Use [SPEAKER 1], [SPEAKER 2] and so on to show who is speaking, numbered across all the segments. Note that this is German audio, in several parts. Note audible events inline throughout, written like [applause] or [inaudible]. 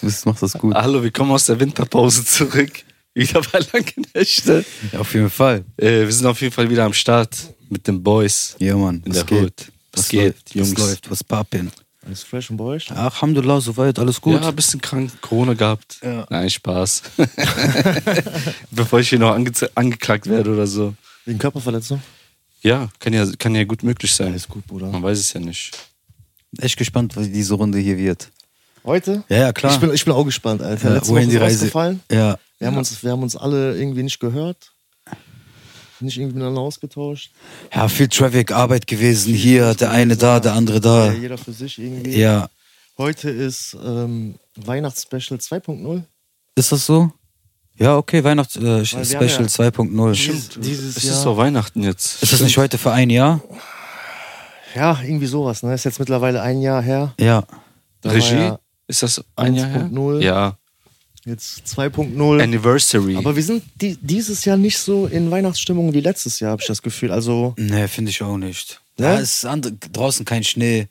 [SPEAKER 1] Das macht das gut.
[SPEAKER 2] Hallo, wir kommen aus der Winterpause zurück. [laughs] Wieder bei langen Nächte.
[SPEAKER 1] Ja, auf jeden Fall.
[SPEAKER 2] Äh, wir sind auf jeden Fall wieder am Start mit den Boys
[SPEAKER 1] Ja, Mann.
[SPEAKER 2] in
[SPEAKER 1] was
[SPEAKER 2] der Hood. Was, geht,
[SPEAKER 1] läuft,
[SPEAKER 2] Jungs?
[SPEAKER 1] Was läuft? Was pappen?
[SPEAKER 3] Alles fresh und bei euch?
[SPEAKER 1] Alhamdulillah, soweit, alles gut.
[SPEAKER 2] Ja, ein bisschen krank, Corona gehabt.
[SPEAKER 3] Ja.
[SPEAKER 2] Nein, Spaß. [laughs] Bevor ich hier noch ange angeklagt werde oder so.
[SPEAKER 3] Wegen Körperverletzung?
[SPEAKER 2] Ja, kann ja, kann ja gut möglich sein.
[SPEAKER 3] Alles gut, Bruder.
[SPEAKER 2] Man weiß es ja nicht.
[SPEAKER 1] Echt gespannt, wie diese Runde hier wird.
[SPEAKER 3] Heute?
[SPEAKER 1] Ja, ja, klar.
[SPEAKER 3] Ich bin, ich bin auch gespannt, Alter.
[SPEAKER 1] Ja,
[SPEAKER 3] Letzte
[SPEAKER 1] wohin
[SPEAKER 3] Woche
[SPEAKER 1] die
[SPEAKER 3] ist
[SPEAKER 1] Reise-
[SPEAKER 3] ausgefallen.
[SPEAKER 1] ja.
[SPEAKER 3] Wir haben, uns, wir haben uns alle irgendwie nicht gehört. Nicht irgendwie miteinander ausgetauscht.
[SPEAKER 1] ja, viel Traffic, Arbeit gewesen. Hier, der eine da, der andere da.
[SPEAKER 3] Ja, jeder für sich irgendwie.
[SPEAKER 1] Ja.
[SPEAKER 3] Heute ist ähm, Weihnachtsspecial 2.0.
[SPEAKER 1] Ist das so? Ja, okay, Weihnachts äh,
[SPEAKER 3] wir haben
[SPEAKER 1] Special
[SPEAKER 3] ja-
[SPEAKER 1] 2.0.
[SPEAKER 3] Dieses, dieses
[SPEAKER 2] Es
[SPEAKER 3] Jahr.
[SPEAKER 2] ist doch Weihnachten jetzt.
[SPEAKER 1] Ist das nicht heute für ein Jahr?
[SPEAKER 3] Ja, irgendwie sowas. Ne? Ist jetzt mittlerweile ein Jahr her.
[SPEAKER 1] Ja.
[SPEAKER 3] Da
[SPEAKER 2] Regie?
[SPEAKER 3] war ja
[SPEAKER 2] Ist das ein Jahr her?
[SPEAKER 3] 1.0.
[SPEAKER 2] Ja.
[SPEAKER 3] Jetzt 2.0.
[SPEAKER 1] E
[SPEAKER 2] Anniversary.
[SPEAKER 3] Aber wir sind die, dieses Jahr nicht so in Weihnachtsstimmung wie letztes Jahr, habe ich das Gefühl. Also,
[SPEAKER 1] Nee, finde ich auch nicht.
[SPEAKER 3] Ne?
[SPEAKER 1] Ja, es ist andre- draußen kein Schnee.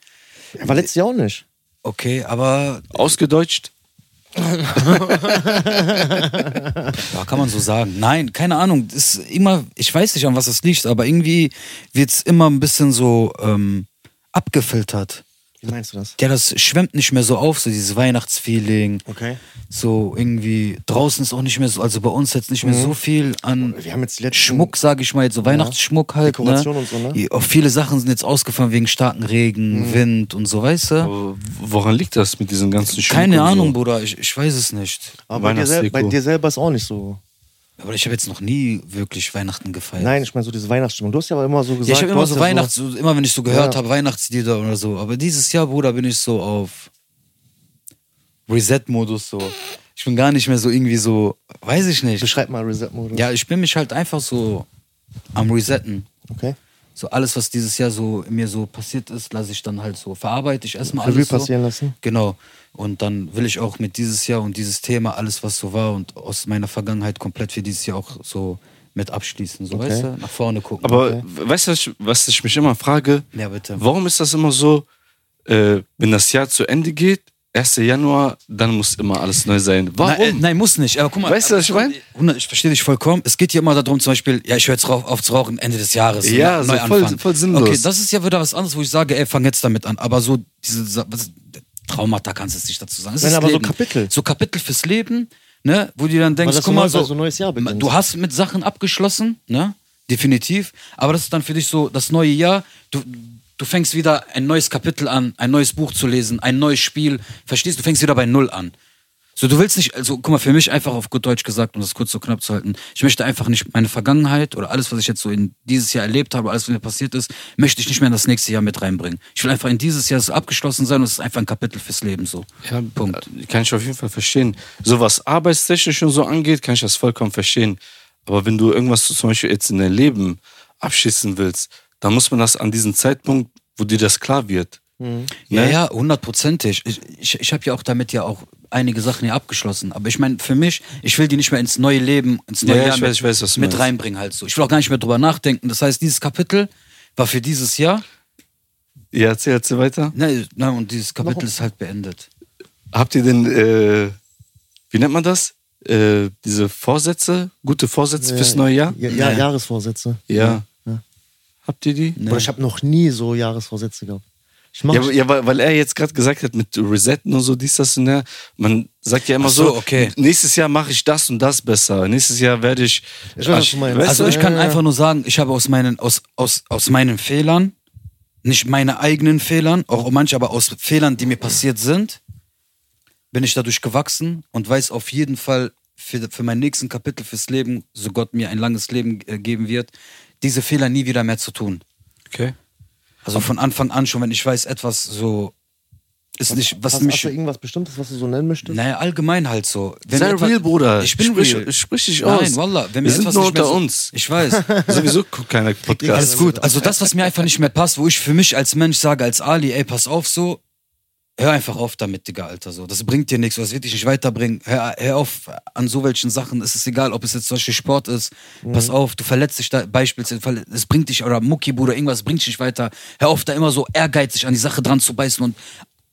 [SPEAKER 3] war letztes Jahr auch nicht.
[SPEAKER 1] Okay, aber
[SPEAKER 2] Ausgedeutscht?
[SPEAKER 1] ja, kann man so sagen. Nein, keine Ahnung. Das Ist immer, ich weiß nicht, an was es liegt, aber irgendwie wird es immer ein bisschen so ähm, abgefiltert.
[SPEAKER 3] Wie meinst du das?
[SPEAKER 1] Ja, das schwemmt nicht mehr so auf, so dieses Weihnachtsfeeling.
[SPEAKER 3] Okay.
[SPEAKER 1] So irgendwie draußen ist auch nicht mehr so, also bei uns jetzt nicht mehr so viel an
[SPEAKER 3] Mhm. Wir haben jetzt die letzten-
[SPEAKER 1] Schmuck, sage ich mal, jetzt so Weihnachtsschmuck halt.
[SPEAKER 3] Dekoration
[SPEAKER 1] ne?
[SPEAKER 3] und so, ne? Mhm.
[SPEAKER 1] Ja, Auch viele Sachen sind jetzt ausgefallen wegen starken Regen, Wind und so, weißt
[SPEAKER 3] Oh,
[SPEAKER 1] du?
[SPEAKER 2] Aber Woran liegt das mit diesen ganzen Schmuck
[SPEAKER 1] Keine
[SPEAKER 2] und so?
[SPEAKER 1] Ahnung, Bruder, ich, ich weiß es nicht.
[SPEAKER 3] Aber Ah, bei dir, sel-
[SPEAKER 2] Weihnachtsdeko.
[SPEAKER 3] bei dir selber ist auch nicht so.
[SPEAKER 1] Aber ich habe jetzt noch nie wirklich Weihnachten gefeiert.
[SPEAKER 3] Nein, ich meine so diese Weihnachtsstimmung. Du hast ja aber immer so gesagt.
[SPEAKER 1] Ja, ich habe
[SPEAKER 3] du
[SPEAKER 1] immer
[SPEAKER 3] hast
[SPEAKER 1] so
[SPEAKER 3] ja
[SPEAKER 1] Weihnachts, so, immer wenn ich so gehört
[SPEAKER 3] Ja.
[SPEAKER 1] habe, Weihnachtslieder oder so. Aber dieses Jahr, Bruder, bin ich so auf Reset-Modus so. Ich bin gar nicht mehr so irgendwie so, weiß ich nicht.
[SPEAKER 3] Beschreib mal Reset-Modus.
[SPEAKER 1] Ja, ich bin mich halt einfach so am Resetten.
[SPEAKER 3] Okay.
[SPEAKER 1] So alles, was dieses Jahr so in mir so passiert ist, lasse ich dann halt so verarbeite ich erstmal
[SPEAKER 3] Revue
[SPEAKER 1] alles.
[SPEAKER 3] passieren
[SPEAKER 1] so.
[SPEAKER 3] lassen.
[SPEAKER 1] Genau. Und dann will ich auch mit dieses Jahr und dieses Thema alles, was so war und aus meiner Vergangenheit komplett für dieses Jahr auch so mit abschließen. So, weißt du? Nach vorne gucken.
[SPEAKER 2] Aber weißt du, was ich- was ich mich immer frage?
[SPEAKER 1] Ja, bitte.
[SPEAKER 2] Warum ist das immer so, äh, wenn das Jahr zu Ende geht, 1. Januar, dann muss immer alles neu sein? Warum?
[SPEAKER 1] Nein, äh, nein, muss nicht. Aber guck mal,
[SPEAKER 2] Weißt du, was ich meine?
[SPEAKER 1] Bruder, Ich verstehe dich vollkommen. Es geht hier immer darum, zum Beispiel, ja, ich höre jetzt rauf, auf zu rauchen Ende des Jahres.
[SPEAKER 2] Ja,
[SPEAKER 1] Ne?
[SPEAKER 2] so
[SPEAKER 1] Neuanfang.
[SPEAKER 2] voll- voll sinnlos.
[SPEAKER 1] Okay, das ist ja wieder was anderes, wo ich sage, ey, fang jetzt damit an. Aber so diese Sa- was, Traumata kannst du jetzt nicht dazu sagen. Es
[SPEAKER 3] Nein,
[SPEAKER 1] ist
[SPEAKER 3] aber so
[SPEAKER 1] Leben.
[SPEAKER 3] Kapitel.
[SPEAKER 1] So Kapitel fürs Leben, ne? Wo du dann denkst,
[SPEAKER 3] das
[SPEAKER 1] guck
[SPEAKER 3] so
[SPEAKER 1] mal,
[SPEAKER 3] neu-
[SPEAKER 1] so,
[SPEAKER 3] so ein neues Jahr beginnt.
[SPEAKER 1] du hast mit Sachen abgeschlossen, ne? Definitiv. Aber das ist dann für dich so das neue Jahr. Du, du fängst wieder ein neues Kapitel an, ein neues Buch zu lesen, ein neues Spiel. Verstehst du? Du fängst wieder bei Null an. So, du willst nicht, also guck mal, für mich einfach auf gut Deutsch gesagt, um das kurz so knapp zu halten, ich möchte einfach nicht meine Vergangenheit oder alles, was ich jetzt so in dieses Jahr erlebt habe, alles, was mir passiert ist, möchte ich nicht mehr in das nächste Jahr mit reinbringen. Ich will einfach in dieses Jahr so abgeschlossen sein und es ist einfach ein Kapitel fürs Leben so.
[SPEAKER 2] Ja,
[SPEAKER 1] Punkt.
[SPEAKER 2] Äh, Kann ich auf jeden Fall verstehen. So was arbeitstechnisch und so angeht, kann ich das vollkommen verstehen. Aber wenn du irgendwas so zum Beispiel jetzt in dein Leben abschießen willst, dann muss man das an diesem Zeitpunkt, wo dir das klar wird.
[SPEAKER 1] Mhm. Ja,
[SPEAKER 2] Ne?
[SPEAKER 1] ja, hundertprozentig. Ich, ich, ich habe ja auch damit ja auch einige Sachen hier abgeschlossen. Aber ich meine, für mich, ich will die nicht mehr ins neue Leben, ins neue
[SPEAKER 2] Ja, ja,
[SPEAKER 1] Jahr
[SPEAKER 2] ich
[SPEAKER 1] mit,
[SPEAKER 2] weiß- ich weiß, was du
[SPEAKER 1] mit
[SPEAKER 2] meinst.
[SPEAKER 1] reinbringen halt so. Ich will auch gar nicht mehr drüber nachdenken. Das heißt, dieses Kapitel war für dieses Jahr,
[SPEAKER 2] Ja, erzähl, erzähl weiter.
[SPEAKER 1] ne, ne, und dieses Kapitel ist halt beendet.
[SPEAKER 2] Habt ihr denn, äh, wie nennt man das? Äh, diese Vorsätze, gute Vorsätze fürs neue Jahr?
[SPEAKER 3] Ja, ja,
[SPEAKER 1] Nee.
[SPEAKER 3] Jahresvorsätze.
[SPEAKER 2] Ja.
[SPEAKER 3] Ja.
[SPEAKER 2] Habt ihr die?
[SPEAKER 3] Oder ich habe noch nie so Jahresvorsätze gehabt. Ich mach
[SPEAKER 2] Ja, aber- ja, weil, weil er jetzt gerade gesagt hat, mit Resetten und so, dies, das und der. Man sagt ja immer
[SPEAKER 1] Ach so,
[SPEAKER 2] so,
[SPEAKER 1] okay.
[SPEAKER 2] nächstes Jahr mache ich das und das besser. Nächstes Jahr werde ich.
[SPEAKER 3] Ich weiß, was du meinst. ne?
[SPEAKER 2] Weißt
[SPEAKER 1] Also
[SPEAKER 2] du?
[SPEAKER 1] ich kann
[SPEAKER 3] Ja, ja, ja.
[SPEAKER 1] einfach nur sagen, ich habe aus meinen, aus, aus, aus meinen Fehlern, nicht meine eigenen Fehlern, auch manche, aber aus Fehlern, die mir passiert sind, bin ich dadurch gewachsen und weiß auf jeden Fall für, für mein nächsten Kapitel fürs Leben, so Gott mir ein langes Leben äh, geben wird, diese Fehler nie wieder mehr zu tun.
[SPEAKER 2] Okay.
[SPEAKER 1] Also von Anfang an schon, wenn ich weiß, etwas so ist nicht, was
[SPEAKER 3] hast, hast du
[SPEAKER 1] mich.
[SPEAKER 3] irgendwas Bestimmtes, was du so nennen möchtest?
[SPEAKER 1] Naja, allgemein halt so. Wenn
[SPEAKER 2] Sei
[SPEAKER 1] etwas-
[SPEAKER 2] real, Bruder.
[SPEAKER 1] Ich bin
[SPEAKER 2] Sprich-
[SPEAKER 1] real.
[SPEAKER 2] sprich dich
[SPEAKER 1] Nein,
[SPEAKER 2] aus.
[SPEAKER 1] Wallah. Wenn mir
[SPEAKER 2] Wir sind
[SPEAKER 1] etwas
[SPEAKER 2] nur
[SPEAKER 1] nicht mehr
[SPEAKER 2] unter
[SPEAKER 1] so-
[SPEAKER 2] uns.
[SPEAKER 1] Ich
[SPEAKER 2] [laughs]
[SPEAKER 1] weiß.
[SPEAKER 2] Sowieso guckt
[SPEAKER 1] [laughs]
[SPEAKER 2] keiner Podcast.
[SPEAKER 1] Alles gut. Also das, was mir einfach nicht mehr passt, wo ich für mich als Mensch sage, als Ali, ey, pass auf so, hör einfach auf damit, Digga, Alter, so. Das bringt dir nichts, das wird dich nicht weiterbringen. Hör, hör auf an so welchen Sachen, es ist egal, ob es jetzt zum Beispiel Sport ist, pass auf, du verletzt dich da beispielsweise, verle- es bringt dich, oder Mucki, Bruder, irgendwas bringt dich nicht weiter. Hör auf, da immer so ehrgeizig an die Sache dran zu beißen und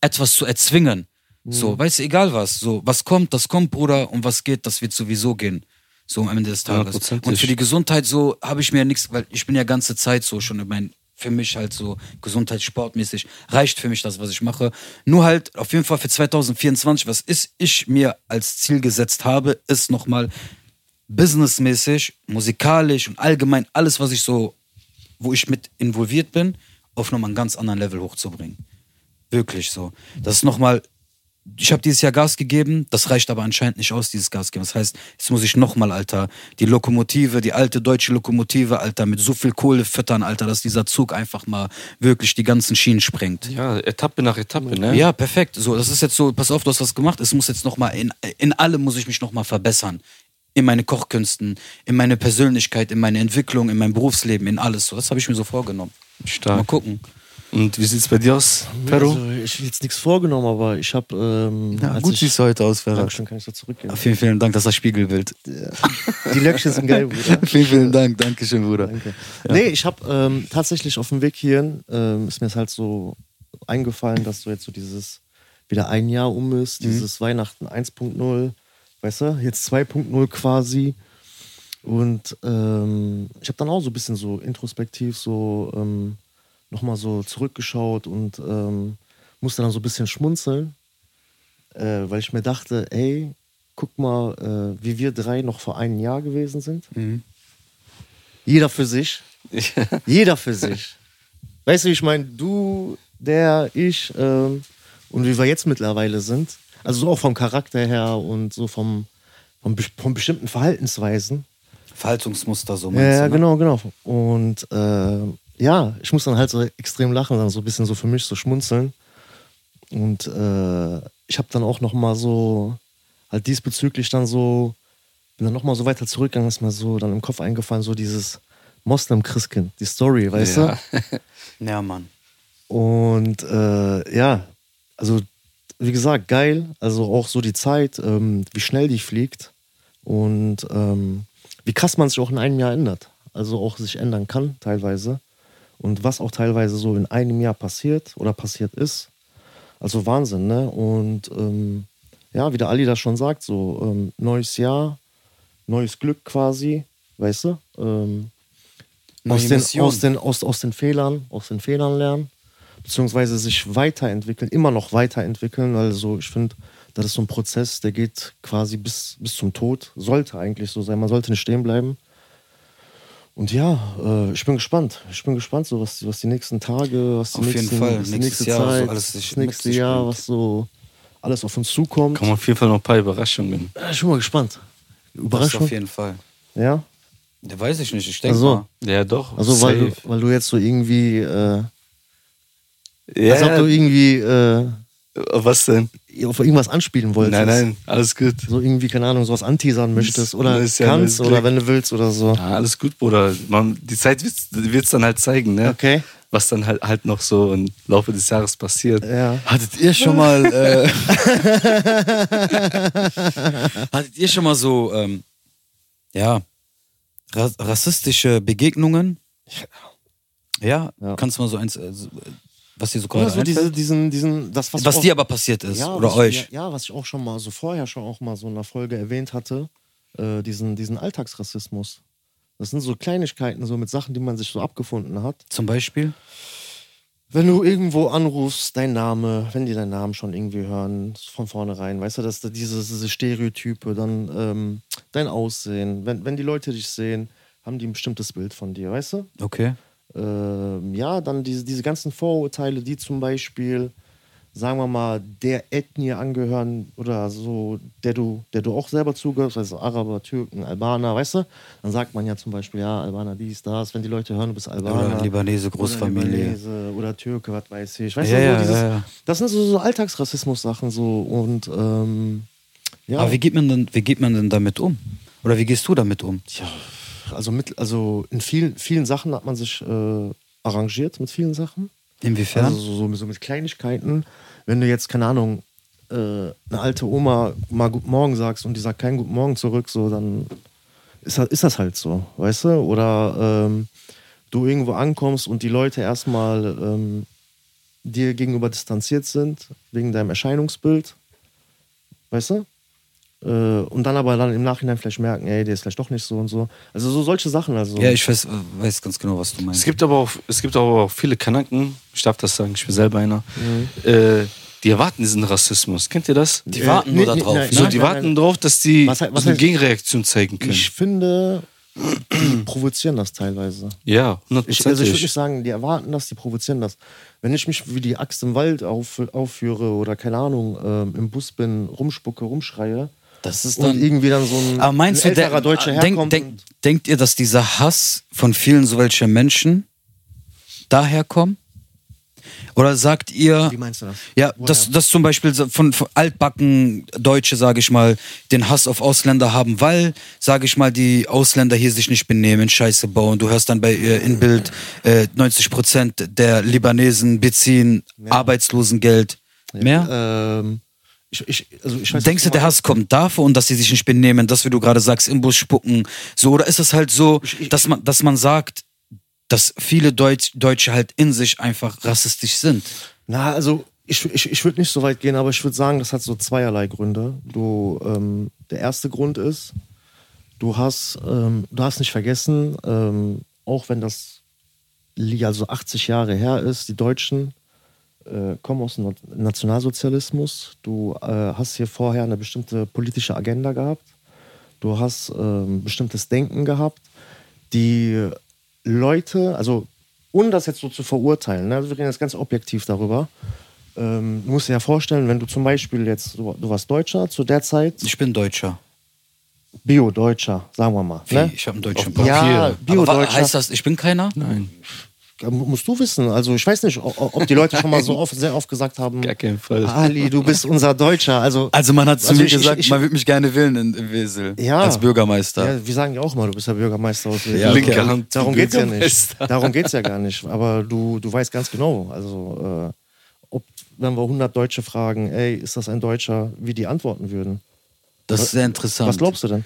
[SPEAKER 1] etwas zu erzwingen. So, weißt du, egal was. So, was kommt, das kommt, Bruder, und was geht, das wird sowieso gehen. So am Ende des Tages.
[SPEAKER 2] Hundertprozentig.
[SPEAKER 1] Und für die Gesundheit so habe ich mir ja nichts, weil ich bin ja ganze Zeit so schon, ich mein, für mich halt so gesundheitssportmäßig reicht für mich das, was ich mache. Nur halt auf jeden Fall für 2024, was ist ich mir als Ziel gesetzt habe, ist nochmal businessmäßig, musikalisch und allgemein alles, was ich so, wo ich mit involviert bin, auf nochmal einen ganz anderen Level hochzubringen. Wirklich so. Das ist nochmal, ich habe dieses Jahr Gas gegeben, das reicht aber anscheinend nicht aus, dieses Gas geben. Das heißt, jetzt muss ich nochmal, Alter, die Lokomotive, die alte deutsche Lokomotive, Alter, mit so viel Kohle füttern, Alter, dass dieser Zug einfach mal wirklich die ganzen Schienen sprengt.
[SPEAKER 2] Ja, Etappe nach Etappe, ne?
[SPEAKER 1] Ja, perfekt. So, das ist jetzt so, pass auf, du hast was gemacht. Es muss jetzt nochmal, in, in allem muss ich mich nochmal verbessern. In meine Kochkünsten, in meine Persönlichkeit, in meine Entwicklung, in mein Berufsleben, in alles. So, das habe ich mir so vorgenommen.
[SPEAKER 2] Stark.
[SPEAKER 1] Mal gucken.
[SPEAKER 2] Und wie sieht's bei dir aus, Peru?
[SPEAKER 3] Also, ich habe jetzt nichts vorgenommen, aber ich habe. Ähm, als ich,
[SPEAKER 1] heute aus,
[SPEAKER 3] Dankeschön, kann ich so zurückgehen.
[SPEAKER 1] Vielen, vielen Dank, das ist das Spiegelbild.
[SPEAKER 3] äh, Die Löckchen sind geil, Bruder. [laughs]
[SPEAKER 1] vielen, vielen Dank. Dankeschön, Bruder.
[SPEAKER 3] Danke. Nee, ich habe ähm, tatsächlich auf dem Weg hierhin, ähm, ist mir jetzt halt so eingefallen, dass so jetzt so dieses wieder ein Jahr um ist, dieses Weihnachten 1.0, weißt du, jetzt 2.0 quasi. Und ähm, ich habe dann auch so ein bisschen so introspektiv so ähm, nochmal so zurückgeschaut und ähm, musste dann so ein bisschen schmunzeln, äh, weil ich mir dachte, ey, guck mal, äh, wie wir drei noch vor einem Jahr gewesen sind. Jeder für sich.
[SPEAKER 2] [laughs]
[SPEAKER 3] Jeder für sich. [laughs] Weißt du, wie ich meine, du, der, ich ähm, und wie wir jetzt mittlerweile sind. Also so auch vom Charakter her und so vom, vom, be- von bestimmten Verhaltensweisen.
[SPEAKER 1] Verhaltungsmuster, so meinst
[SPEAKER 3] Ja,
[SPEAKER 1] du, ne?
[SPEAKER 3] genau, genau. Und ähm, ja, ich muss dann halt so extrem lachen, dann so ein bisschen so für mich so schmunzeln. Und äh, ich habe dann auch noch mal so halt diesbezüglich dann so bin dann noch mal so weiter zurückgegangen, ist mir so dann im Kopf eingefallen so dieses Moslem Christkind, die Story, weißt du?
[SPEAKER 2] Ja.
[SPEAKER 3] [laughs]
[SPEAKER 1] Ja, Mann.
[SPEAKER 3] Und äh, ja, also wie gesagt, geil. Also auch so die Zeit, ähm, wie schnell die fliegt und ähm, wie krass man sich auch in einem Jahr ändert. Also auch sich ändern kann teilweise. Und was auch teilweise so in einem Jahr passiert oder passiert ist. Also Wahnsinn, ne? Und ähm, ja, wie der Ali das schon sagt, so ähm, neues Jahr, neues Glück quasi, weißt du? Ähm,
[SPEAKER 1] Neue
[SPEAKER 3] aus den,
[SPEAKER 1] Mission.
[SPEAKER 3] aus, den, aus, aus den Fehlern, aus den Fehlern lernen, beziehungsweise sich weiterentwickeln, immer noch weiterentwickeln. Also ich finde, das ist so ein Prozess, der geht quasi bis, bis zum Tod. Sollte eigentlich so sein. Man sollte nicht stehen bleiben. Und ja, äh, ich bin gespannt. Ich bin gespannt, so was, was die nächsten Tage, was die
[SPEAKER 1] Auf jeden
[SPEAKER 3] nächsten,
[SPEAKER 1] Fall.
[SPEAKER 3] was die
[SPEAKER 1] Nächstes Jahr,
[SPEAKER 3] nächste
[SPEAKER 1] was so
[SPEAKER 3] Zeit,
[SPEAKER 1] alles sich
[SPEAKER 3] das
[SPEAKER 1] mit
[SPEAKER 3] nächste
[SPEAKER 1] sich
[SPEAKER 3] Jahr,
[SPEAKER 1] bringt.
[SPEAKER 3] was so alles auf uns zukommt.
[SPEAKER 2] Kommen auf jeden Fall noch ein paar Überraschungen.
[SPEAKER 3] Äh, Ich bin mal gespannt.
[SPEAKER 1] Das auf
[SPEAKER 3] Überraschung.
[SPEAKER 1] jeden Fall.
[SPEAKER 3] Ja.
[SPEAKER 1] Ja, weiß ich nicht, ich denke
[SPEAKER 3] Also.
[SPEAKER 1] mal.
[SPEAKER 2] Ja, doch.
[SPEAKER 3] Also weil du,
[SPEAKER 2] safe.
[SPEAKER 3] weil du jetzt so irgendwie, äh,
[SPEAKER 2] Ja,
[SPEAKER 3] als Also, ob du irgendwie äh,
[SPEAKER 2] was denn?
[SPEAKER 3] auf irgendwas anspielen wolltest.
[SPEAKER 2] Nein, nein, alles gut.
[SPEAKER 3] So irgendwie, keine Ahnung, sowas anteasern möchtest oder
[SPEAKER 2] Das ist ja
[SPEAKER 3] kannst
[SPEAKER 2] das
[SPEAKER 3] oder
[SPEAKER 2] Glück.
[SPEAKER 3] wenn du willst oder so.
[SPEAKER 2] Ja, alles gut, Bruder. Man, die Zeit wird es dann halt zeigen, ne?
[SPEAKER 3] Okay.
[SPEAKER 2] Was dann halt, halt noch so im Laufe des Jahres passiert.
[SPEAKER 3] Ja.
[SPEAKER 1] Hattet ihr schon mal. Äh, [laughs] hattet ihr schon mal so, ähm, ja, ra rassistische Begegnungen? Ja,
[SPEAKER 3] Ja.
[SPEAKER 1] kannst du mal so eins, äh, so, äh, was dir so gerade
[SPEAKER 3] Oder so
[SPEAKER 1] einfällt?
[SPEAKER 3] diese, diesen, diesen, das, was,
[SPEAKER 1] was
[SPEAKER 3] auch,
[SPEAKER 1] dir aber passiert ist
[SPEAKER 3] ja,
[SPEAKER 1] oder
[SPEAKER 3] was,
[SPEAKER 1] euch.
[SPEAKER 3] Ja, ja, was ich auch schon mal so vorher schon auch mal so in einer Folge erwähnt hatte, äh, diesen, diesen Alltagsrassismus. Das sind so Kleinigkeiten, so mit Sachen, die man sich so abgefunden hat.
[SPEAKER 1] Zum Beispiel?
[SPEAKER 3] Wenn du irgendwo anrufst, dein Name, wenn die deinen Namen schon irgendwie hören, von vornherein, weißt du, dass da diese, diese Stereotype, dann ähm, dein Aussehen, wenn, wenn die Leute dich sehen, haben die ein bestimmtes Bild von dir, weißt du?
[SPEAKER 1] Okay.
[SPEAKER 3] Ähm, ja, dann diese, diese ganzen Vorurteile, die zum Beispiel, sagen wir mal, der Ethnie angehören oder so, der du, der du auch selber zugehörst, also Araber, Türken, Albaner, weißt du? Dann sagt man ja zum Beispiel, ja, Albaner dies, das, wenn die Leute hören, du bist Albaner.
[SPEAKER 1] Oder Libanese,
[SPEAKER 3] Oder,
[SPEAKER 1] Großfamilie.
[SPEAKER 3] Libanese oder Türke, was weiß ich. Weißt
[SPEAKER 1] Ja,
[SPEAKER 3] du, so
[SPEAKER 1] ja,
[SPEAKER 3] dieses,
[SPEAKER 1] ja, ja.
[SPEAKER 3] Das sind so, so Alltagsrassismus-Sachen so und ähm, ja,
[SPEAKER 1] Aber wie geht, man denn, wie geht man denn damit um? Oder wie gehst du damit um?
[SPEAKER 3] ja also, mit, also in vielen, vielen Sachen hat man sich äh, arrangiert mit vielen Sachen.
[SPEAKER 1] Inwiefern?
[SPEAKER 3] Also so, so, so mit Kleinigkeiten. Wenn du jetzt, keine Ahnung, äh, eine alte Oma mal Guten Morgen sagst und die sagt keinen Guten Morgen zurück, so, dann ist, das- ist das halt so, weißt du? Oder ähm, du irgendwo ankommst und die Leute erstmal ähm, dir gegenüber distanziert sind, wegen deinem Erscheinungsbild, Weißt du? Äh, und dann aber dann im Nachhinein vielleicht merken, ey, der ist vielleicht doch nicht so und so. Also so solche Sachen. Also
[SPEAKER 1] Ja, ich weiß, weiß ganz genau, was du
[SPEAKER 2] Es
[SPEAKER 1] meinst.
[SPEAKER 2] gibt aber auch, es gibt aber auch viele Kanaken, ich darf das sagen, ich bin selber einer,
[SPEAKER 3] Mhm.
[SPEAKER 2] äh, die erwarten diesen Rassismus. Kennt ihr das?
[SPEAKER 1] Die warten
[SPEAKER 3] äh, nee,
[SPEAKER 1] nur da
[SPEAKER 3] nee,
[SPEAKER 1] drauf.
[SPEAKER 3] nein,
[SPEAKER 1] ne?
[SPEAKER 2] so, die warten drauf, dass die
[SPEAKER 3] Was he- was
[SPEAKER 2] so eine
[SPEAKER 3] heißt-
[SPEAKER 2] Gegenreaktion zeigen können.
[SPEAKER 3] ich finde, die provozieren das teilweise.
[SPEAKER 2] ja,
[SPEAKER 3] Ich, also ich würde
[SPEAKER 2] hundertprozentig.
[SPEAKER 3] nicht sagen, die erwarten das, die provozieren das. Wenn ich mich wie die Axt im Wald auf, aufführe oder keine Ahnung, ähm, im Bus bin, rumspucke, rumschreie
[SPEAKER 1] Das ist
[SPEAKER 3] und
[SPEAKER 1] dann.
[SPEAKER 3] irgendwie dann so ein,
[SPEAKER 1] Aber meinst
[SPEAKER 3] ein
[SPEAKER 1] du, der, Ah,
[SPEAKER 3] älterer Deutscher
[SPEAKER 1] denk,
[SPEAKER 3] herkommt.
[SPEAKER 1] denk,
[SPEAKER 3] und-
[SPEAKER 1] denkt ihr, dass dieser Hass von vielen solcher Menschen daherkommt? Oder sagt ihr,
[SPEAKER 3] wie meinst du das?
[SPEAKER 1] Ja,
[SPEAKER 3] Woher?
[SPEAKER 1] dass, dass zum Beispiel so von, von altbacken Deutsche, sage ich mal, den Hass auf Ausländer haben, weil, sage ich mal, die Ausländer hier sich nicht benehmen, Scheiße bauen. Du hörst dann bei äh, Inbild, äh, 90 Prozent der Libanesen beziehen Arbeitslosengeld. Mehr?
[SPEAKER 3] Ähm, ich, ich, also ich weiß
[SPEAKER 1] Denkst du,
[SPEAKER 3] nicht,
[SPEAKER 1] der Hass kommt davon, dass sie sich nicht benehmen, dass, wie du gerade sagst, im Bus spucken? So, oder ist es halt so, dass man, dass man sagt, dass viele Deutsch, Deutsche halt in sich einfach rassistisch sind?
[SPEAKER 3] Na, also ich, ich, ich würde nicht so weit gehen, aber ich würde sagen, das hat so zweierlei Gründe. Du, ähm, der erste Grund ist, du hast, ähm, du hast nicht vergessen, ähm, auch wenn das li- also 80 Jahre her ist, die Deutschen äh, kommen aus dem Na- Nationalsozialismus. Du äh, hast hier vorher eine bestimmte politische Agenda gehabt. Du hast ähm, bestimmtes Denken gehabt. Die Leute, also ohne das jetzt so zu verurteilen, ne, also wir reden jetzt ganz objektiv darüber. Ähm, du musst dir ja vorstellen, wenn du zum Beispiel jetzt, du, du warst Deutscher zu der Zeit,
[SPEAKER 1] Ich bin Deutscher.
[SPEAKER 3] Bio-Deutscher, sagen wir mal.
[SPEAKER 1] Wie?
[SPEAKER 3] Ne?
[SPEAKER 1] Ich habe einen deutschen
[SPEAKER 2] Auf-
[SPEAKER 3] Ja,
[SPEAKER 2] Papier.
[SPEAKER 1] Aber wa-
[SPEAKER 3] Bio-Deutscher.
[SPEAKER 1] heißt das, ich bin keiner?
[SPEAKER 2] Nein,
[SPEAKER 3] Ja, mu- Musst du wissen. Also ich weiß nicht, o- o- ob die Leute schon mal so oft, sehr oft gesagt haben,
[SPEAKER 2] Gar keinen Fall.
[SPEAKER 3] Ali, du bist unser Deutscher. Also,
[SPEAKER 1] Also man hat zu
[SPEAKER 3] Also
[SPEAKER 1] mir
[SPEAKER 3] ich-
[SPEAKER 1] gesagt,
[SPEAKER 3] ich-
[SPEAKER 1] man würde mich gerne wählen in, in Wesel.
[SPEAKER 3] Ja.
[SPEAKER 1] Als Bürgermeister.
[SPEAKER 3] ja, wir sagen ja auch mal, du bist ja Bürgermeister aus
[SPEAKER 1] Ja, okay.
[SPEAKER 2] linke Hand.
[SPEAKER 3] Darum geht's ja nicht.
[SPEAKER 2] Bürgermeister.
[SPEAKER 3] Darum geht's ja gar nicht. Aber du, du weißt ganz genau, also äh, ob, wenn wir 100 Deutsche fragen, ey, ist das ein Deutscher, wie die antworten würden.
[SPEAKER 1] Das ist sehr interessant.
[SPEAKER 3] Was glaubst du denn?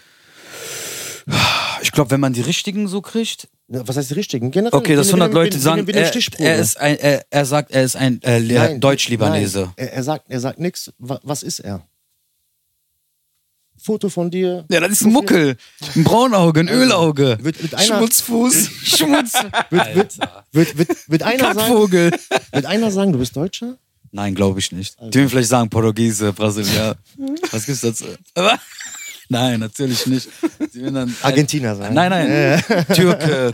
[SPEAKER 1] Ich glaube, wenn man die richtigen so kriegt.
[SPEAKER 3] Ja, Was heißt die richtigen? Generell,
[SPEAKER 1] Okay, dass
[SPEAKER 3] wir
[SPEAKER 1] 100
[SPEAKER 3] nehmen-
[SPEAKER 1] Leute
[SPEAKER 3] wir
[SPEAKER 1] sagen,
[SPEAKER 3] nehmen- wir nehmen
[SPEAKER 1] er,
[SPEAKER 3] Stichprobe.
[SPEAKER 1] er, ist ein, er, er sagt, er ist ein äh, Le-
[SPEAKER 3] Nein,
[SPEAKER 1] Deutsch-Libanese.
[SPEAKER 3] nein. Er, er sagt, er sagt nichts. Was ist er? Foto von dir.
[SPEAKER 1] Ja, das ist ein Muckel. Ein Braunauge, ein Ölauge.
[SPEAKER 3] Also, Wird mit einer, [laughs]
[SPEAKER 1] Schmutzfuß. Schmutz.
[SPEAKER 3] wird, wird, wird, wird,
[SPEAKER 1] [laughs]
[SPEAKER 3] wird, einer sagen,
[SPEAKER 1] Kackvogel.
[SPEAKER 3] wird einer sagen, du bist Deutscher?
[SPEAKER 1] Nein, glaube ich nicht.
[SPEAKER 3] Also.
[SPEAKER 1] Die würden vielleicht sagen, Portugiese, Brasilianer. Was gibt's dazu? Nein, natürlich nicht. Die würden dann,
[SPEAKER 3] Argentinier sein.
[SPEAKER 1] Nein, nein. Türke,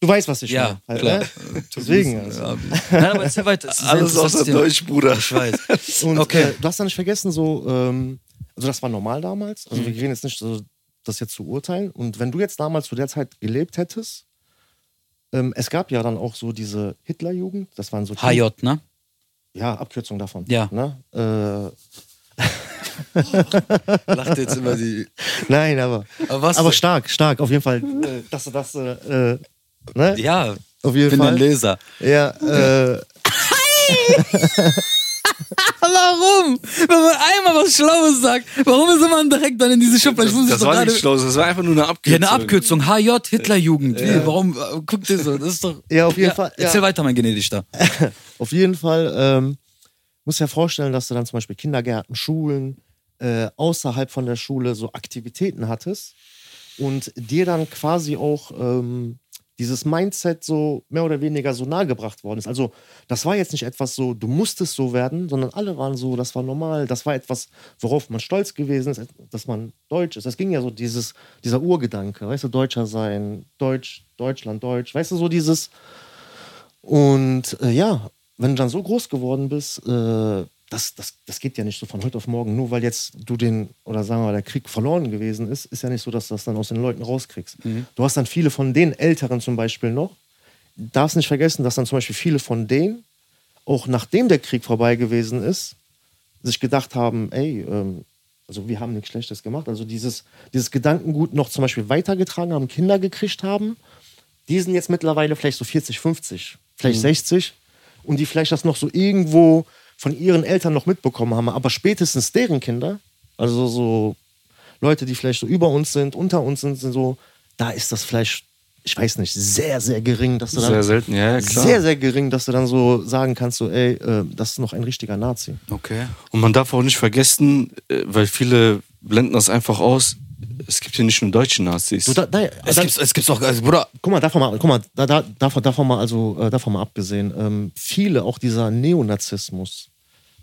[SPEAKER 3] Du weißt, was ich
[SPEAKER 1] Ja,
[SPEAKER 3] meine.
[SPEAKER 1] klar.
[SPEAKER 3] ne?
[SPEAKER 1] [laughs]
[SPEAKER 3] Deswegen. Also.
[SPEAKER 1] Nein, aber erzähl weiter. Es ist ein
[SPEAKER 2] Alles
[SPEAKER 1] interessantes
[SPEAKER 2] außer
[SPEAKER 1] Thema.
[SPEAKER 2] Deutsch, Bruder.
[SPEAKER 1] Ich weiß.
[SPEAKER 3] Und
[SPEAKER 1] Okay.
[SPEAKER 3] äh, du hast ja nicht vergessen, so, ähm, also das war normal damals. Also
[SPEAKER 1] Mhm.
[SPEAKER 3] wir reden jetzt nicht so, das jetzt zu urteilen. Und wenn du jetzt damals zu der Zeit gelebt hättest, ähm, es gab ja dann auch so diese Hitlerjugend, das waren so
[SPEAKER 1] HJ, ne?
[SPEAKER 3] Ja, Abkürzung davon.
[SPEAKER 1] Ja.
[SPEAKER 3] Ne? Äh, [laughs]
[SPEAKER 1] Lacht jetzt immer die.
[SPEAKER 3] nein, aber.
[SPEAKER 1] Aber was?
[SPEAKER 3] aber stark, stark, auf jeden Fall. Äh, dass du das. Äh, äh, ne?
[SPEAKER 1] ja, ich
[SPEAKER 3] auf jeden
[SPEAKER 1] bin ein
[SPEAKER 3] Fall.
[SPEAKER 1] Leser.
[SPEAKER 3] Ja, äh,
[SPEAKER 1] Warum? Wenn man einmal was Schlaues sagt, warum ist man direkt dann in diese Schublade? Ich muss mich
[SPEAKER 2] Das
[SPEAKER 1] doch
[SPEAKER 2] war
[SPEAKER 1] gerade-
[SPEAKER 2] nichts Schlaues, das war einfach nur eine
[SPEAKER 1] Ja,
[SPEAKER 2] Abkürzung.
[SPEAKER 1] eine Abkürzung. HJ, Hitlerjugend. Wie, warum? Äh, Guck dir so. Das ist doch.
[SPEAKER 3] Ja, auf jeden Fall, ja.
[SPEAKER 1] Erzähl weiter, mein Genetischter.
[SPEAKER 3] auf jeden Fall. Ähm, musst dir vorstellen, dass du dann zum Beispiel Kindergärten, Schulen, äh, außerhalb von der Schule so Aktivitäten hattest und dir dann quasi auch ähm, dieses Mindset so mehr oder weniger so nahegebracht worden ist. Also das war jetzt nicht etwas so, du musstest so werden, sondern alle waren so, das war normal, das war etwas, worauf man stolz gewesen ist, dass man deutsch ist. Das ging ja so dieses, dieser Urgedanke, weißt du, Deutscher sein, Deutsch, Deutschland, Deutsch, weißt du, so dieses, und äh, ja, wenn du dann so groß geworden bist, äh, das, das, das geht ja nicht so von heute auf morgen. Nur weil jetzt du den, oder sagen wir mal, der Krieg verloren gewesen ist, ist ja nicht so, dass du das dann aus den Leuten rauskriegst. Du hast dann viele von den Älteren zum Beispiel noch. Darfst nicht vergessen, dass dann zum Beispiel viele von denen, auch nachdem der Krieg vorbei gewesen ist, sich gedacht haben, ey, ähm, also wir haben nichts Schlechtes gemacht. Also dieses, dieses Gedankengut noch zum Beispiel weitergetragen haben, Kinder gekriegt haben die sind jetzt mittlerweile vielleicht so 40, 50,
[SPEAKER 2] Mhm.
[SPEAKER 3] vielleicht 60 und die vielleicht das noch so irgendwo von ihren Eltern noch mitbekommen haben, aber spätestens deren Kinder, also so Leute, die vielleicht so über uns sind, unter uns sind, sind so, da ist das vielleicht ich weiß nicht, sehr, sehr gering, dass du dann.
[SPEAKER 2] Sehr selten, ja, ja, klar.
[SPEAKER 3] Sehr, sehr gering, dass du dann so sagen kannst, so, ey, äh, das ist noch ein richtiger Nazi.
[SPEAKER 1] Okay.
[SPEAKER 2] Und man darf auch nicht vergessen, äh, weil viele blenden das einfach aus, es gibt hier nicht nur deutsche Nazis.
[SPEAKER 3] Du, da, nein,
[SPEAKER 1] Es
[SPEAKER 3] dann-
[SPEAKER 1] gibt's, es gibt's auch, also, Bruder,
[SPEAKER 3] guck mal, davon mal, guck mal, da, da, davon, davon mal, also äh, davon mal abgesehen, ähm, viele, auch dieser Neonazismus,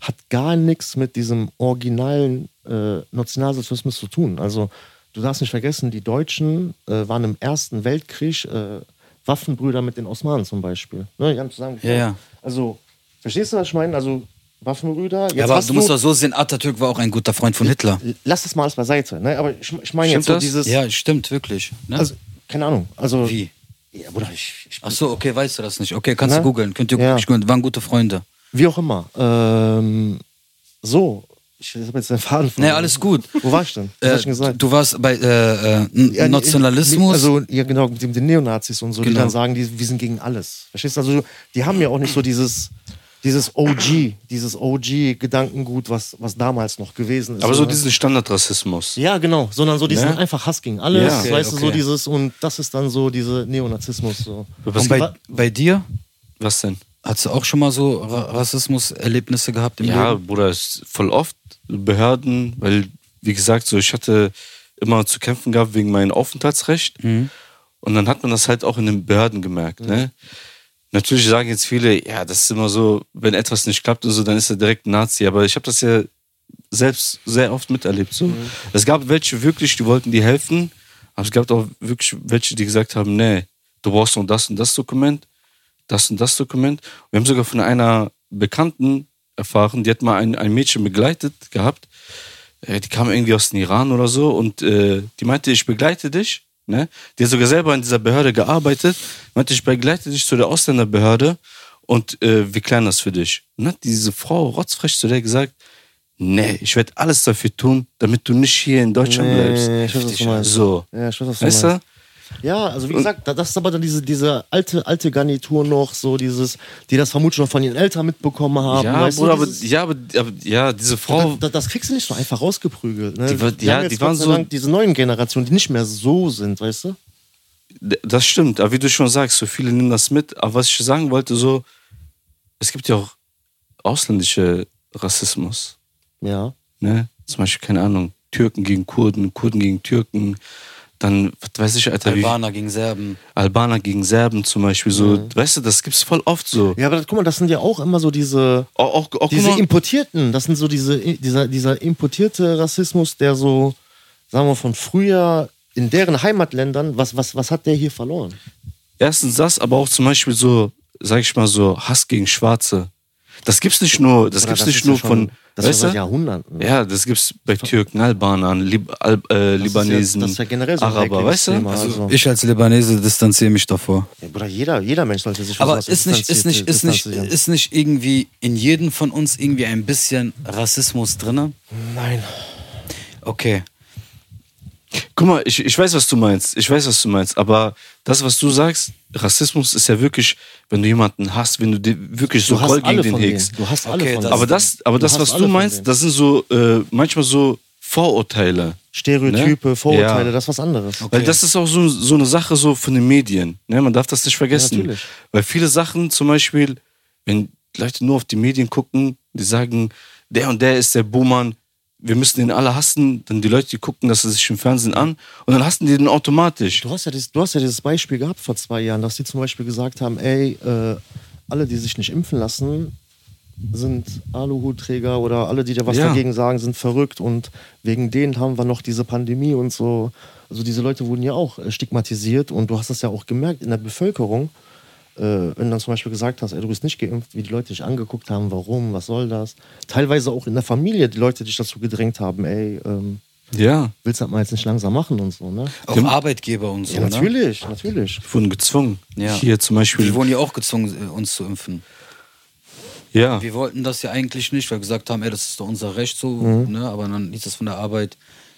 [SPEAKER 3] hat gar nichts mit diesem originalen äh, Nationalsozialismus zu tun. Also du darfst nicht vergessen, die Deutschen äh, waren im Ersten Weltkrieg äh, Waffenbrüder mit den Osmanen zum Beispiel. Ne, die haben zusammen.
[SPEAKER 1] Ja, ja.
[SPEAKER 3] Also verstehst du, was ich meine? Also Waffenbrüder. Jetzt
[SPEAKER 1] ja, aber
[SPEAKER 3] hast
[SPEAKER 1] du musst doch so sehen, Atatürk war auch ein guter Freund von Hitler.
[SPEAKER 3] lass das mal alles beiseite. Ne? Aber ich, ich meine
[SPEAKER 2] Stimmt
[SPEAKER 3] jetzt so
[SPEAKER 2] das?
[SPEAKER 3] dieses.
[SPEAKER 1] Ja, stimmt, wirklich. Ne?
[SPEAKER 3] Also keine Ahnung. Also
[SPEAKER 1] Wie?
[SPEAKER 3] Ja, Bruder, ich, ich
[SPEAKER 1] Ach so, okay, weißt du das nicht. Okay, kannst
[SPEAKER 3] Ne?
[SPEAKER 1] du googeln. Könnt ihr
[SPEAKER 3] Ja.
[SPEAKER 1] wirklich googeln. Waren gute Freunde.
[SPEAKER 3] Wie auch immer. Ähm, so, ich habe jetzt den Faden von.
[SPEAKER 1] Nee, alles gut.
[SPEAKER 3] Wo war ich denn? Was hab
[SPEAKER 1] Äh,
[SPEAKER 3] ich denn gesagt?
[SPEAKER 1] du warst bei äh, äh,
[SPEAKER 3] Ja,
[SPEAKER 1] N-
[SPEAKER 3] nee,
[SPEAKER 1] Nationalismus.
[SPEAKER 3] nee, Also, ja, genau, mit dem- den Neonazis und so, die
[SPEAKER 1] Genau.
[SPEAKER 3] dann sagen, die, wir sind gegen alles. Verstehst du? Also, die haben ja auch nicht so dieses. Dieses OG, dieses OG-Gedankengut, was, was damals noch gewesen ist.
[SPEAKER 2] Aber so
[SPEAKER 3] sondern-
[SPEAKER 2] diesen Standardrassismus.
[SPEAKER 3] Ja, genau. Sondern so diesen
[SPEAKER 2] Ne?
[SPEAKER 3] einfach Hass gegen alles.
[SPEAKER 2] Ja. Okay,
[SPEAKER 3] weißt du, so
[SPEAKER 1] okay.
[SPEAKER 3] dieses. Und das ist dann so diese Neonazismus. So.
[SPEAKER 1] Und
[SPEAKER 2] Was,
[SPEAKER 1] bei, bei dir?
[SPEAKER 2] was denn?
[SPEAKER 1] Hast du auch schon mal so Ra- Rassismuserlebnisse gehabt im
[SPEAKER 2] Ja,
[SPEAKER 1] Leben?
[SPEAKER 2] Bruder, ist voll oft Behörden, weil, wie gesagt, so ich hatte immer zu kämpfen gehabt wegen meinem Aufenthaltsrecht. Und dann hat man das halt auch in den Behörden gemerkt. Ne? Natürlich sagen jetzt viele, ja, das ist immer so, wenn etwas nicht klappt und so, dann ist er direkt ein Nazi. Aber ich habe das ja selbst sehr oft miterlebt. So. Es gab welche wirklich, die wollten dir helfen, aber es gab auch wirklich welche, die gesagt haben, nee, du brauchst noch das und das Dokument, das und das Dokument. Wir haben sogar von einer Bekannten erfahren, die hat mal ein, ein Mädchen begleitet gehabt. Äh, Die kam irgendwie aus dem Iran oder so und äh, die meinte, ich begleite dich. Ne? Die hat sogar selber in dieser Behörde gearbeitet. Meinte, ich begleite dich zu der Ausländerbehörde und äh, wir klären das für dich. Und dann hat diese Frau rotzfrech zu der gesagt, nee, ich werde alles dafür tun, damit du nicht hier in Deutschland
[SPEAKER 3] Nee,
[SPEAKER 2] bleibst.
[SPEAKER 3] ich weiß, was du meinst.
[SPEAKER 2] So.
[SPEAKER 3] Ja, ich weiß, was du
[SPEAKER 2] Weißt
[SPEAKER 3] meinst.
[SPEAKER 2] du?
[SPEAKER 3] Ja, also wie gesagt, da- das ist aber dann diese, diese alte, alte Garnitur noch, so dieses, die das vermutlich noch von ihren Eltern mitbekommen haben.
[SPEAKER 2] Ja,
[SPEAKER 3] weißt du,
[SPEAKER 2] Bruder, aber,
[SPEAKER 3] dieses-
[SPEAKER 2] ja, aber, aber ja, diese Frau,
[SPEAKER 3] das, das kriegst du nicht so einfach rausgeprügelt. Ne?
[SPEAKER 2] Die wird-
[SPEAKER 3] Wir
[SPEAKER 2] ja,
[SPEAKER 3] haben jetzt
[SPEAKER 2] die waren
[SPEAKER 3] Gott sei
[SPEAKER 2] so-
[SPEAKER 3] Dank diese neuen Generationen, die nicht mehr so sind, weißt du?
[SPEAKER 2] D- Das stimmt, aber wie du schon sagst, so viele nehmen das mit. Aber was ich sagen wollte, so, es gibt ja auch ausländische Rassismus.
[SPEAKER 3] Ja.
[SPEAKER 2] Ne? Zum Beispiel, keine Ahnung, Türken gegen Kurden, Kurden gegen Türken, dann, was weiß ich, Alter, wie
[SPEAKER 1] Albaner gegen Serben.
[SPEAKER 2] Albaner gegen Serben zum Beispiel. So, weißt du, das gibt's voll oft so.
[SPEAKER 3] Mhm. Ja, aber das, guck mal, das sind ja auch immer so diese,
[SPEAKER 2] Auch, auch, auch, guck
[SPEAKER 3] diese
[SPEAKER 2] mal,
[SPEAKER 3] importierten, das sind so diese, dieser, dieser importierte Rassismus, der so, sagen wir von früher in deren Heimatländern, was, was, was hat der hier verloren?
[SPEAKER 2] erstens das, aber auch zum Beispiel so, sag ich mal, so Hass gegen Schwarze. Das gibt's nicht nur, das
[SPEAKER 3] Oder
[SPEAKER 2] gibt's
[SPEAKER 3] das ist
[SPEAKER 2] nicht
[SPEAKER 3] ja
[SPEAKER 2] nur
[SPEAKER 3] schon-
[SPEAKER 2] von.
[SPEAKER 3] das ist
[SPEAKER 2] weißt
[SPEAKER 3] schon seit
[SPEAKER 2] du?
[SPEAKER 3] Jahrhunderten.
[SPEAKER 2] Ja, das gibt's bei Türken, Albanern, Lib Al äh, Libanesen,
[SPEAKER 3] das ist ja generell so ein
[SPEAKER 2] Araber,
[SPEAKER 3] heikles
[SPEAKER 2] weißt du?
[SPEAKER 3] Thema.
[SPEAKER 2] Also,
[SPEAKER 3] Also-
[SPEAKER 1] Ich als Libanese distanziere mich davor.
[SPEAKER 3] Ja, Bruder, jeder, jeder Mensch sollte sich von
[SPEAKER 1] Aber
[SPEAKER 3] sowas
[SPEAKER 1] ist nicht, ist nicht, ist nicht,
[SPEAKER 3] distanzieren.
[SPEAKER 1] ist nicht irgendwie in jedem von uns irgendwie ein bisschen Rassismus drinne?
[SPEAKER 3] Nein.
[SPEAKER 1] Okay.
[SPEAKER 2] guck mal, ich, ich weiß, was du meinst. Ich weiß, was du meinst. Aber das, was du sagst, Rassismus ist ja wirklich, wenn du jemanden hast, wenn du dir wirklich so Groll gegen den hegst.
[SPEAKER 3] Du hast alle
[SPEAKER 1] Okay,
[SPEAKER 3] von
[SPEAKER 1] das-
[SPEAKER 3] denen.
[SPEAKER 2] Aber das, aber
[SPEAKER 3] Du
[SPEAKER 2] das,
[SPEAKER 3] hast
[SPEAKER 2] was
[SPEAKER 3] alle
[SPEAKER 2] du
[SPEAKER 3] von
[SPEAKER 2] meinst,
[SPEAKER 3] denen.
[SPEAKER 2] das sind so äh, manchmal so Vorurteile.
[SPEAKER 3] Stereotype,
[SPEAKER 2] Ne?
[SPEAKER 3] Vorurteile,
[SPEAKER 2] Ja.
[SPEAKER 3] das ist was anderes.
[SPEAKER 2] Weil das ist auch so, so eine Sache so von den Medien. Ne? Man darf das nicht
[SPEAKER 3] Ja,
[SPEAKER 2] vergessen.
[SPEAKER 3] natürlich.
[SPEAKER 2] Weil viele Sachen zum Beispiel, wenn Leute nur auf die Medien gucken, die sagen, der und der ist der Buhmann, wir müssen den alle hassen, dann die Leute, die gucken das sich im Fernsehen an und dann hassen die den automatisch.
[SPEAKER 3] Du hast, ja dieses, du hast ja dieses Beispiel gehabt vor zwei Jahren, dass die zum Beispiel gesagt haben, ey, äh, alle, die sich nicht impfen lassen, sind Aluhutträger oder alle, die da was
[SPEAKER 2] Ja.
[SPEAKER 3] dagegen sagen, sind verrückt und wegen denen haben wir noch diese Pandemie und so. Also diese Leute wurden ja auch äh, stigmatisiert und du hast das ja auch gemerkt in der Bevölkerung, äh, wenn du dann zum Beispiel gesagt hast, ey, du bist nicht geimpft, wie die Leute dich angeguckt haben, warum, was soll das? Teilweise auch in der Familie, die Leute dich dazu gedrängt haben, ey, ähm,
[SPEAKER 2] Ja,
[SPEAKER 3] willst du das mal jetzt nicht langsam machen und so, ne?
[SPEAKER 1] Auch Arbeitgeber und so.
[SPEAKER 2] ne?
[SPEAKER 1] ne?
[SPEAKER 3] Ja, natürlich, natürlich.
[SPEAKER 2] die wurden gezwungen.
[SPEAKER 1] Ja.
[SPEAKER 2] Hier zum
[SPEAKER 1] Ne? Wir
[SPEAKER 2] Beispiel.
[SPEAKER 1] wurden ja auch gezwungen, äh, uns zu impfen.
[SPEAKER 2] Ja.
[SPEAKER 1] Wir wollten das ja eigentlich nicht, weil wir gesagt haben, ey, das ist doch unser Recht so,
[SPEAKER 2] Mhm.
[SPEAKER 1] ne? aber dann hieß das von der Arbeit,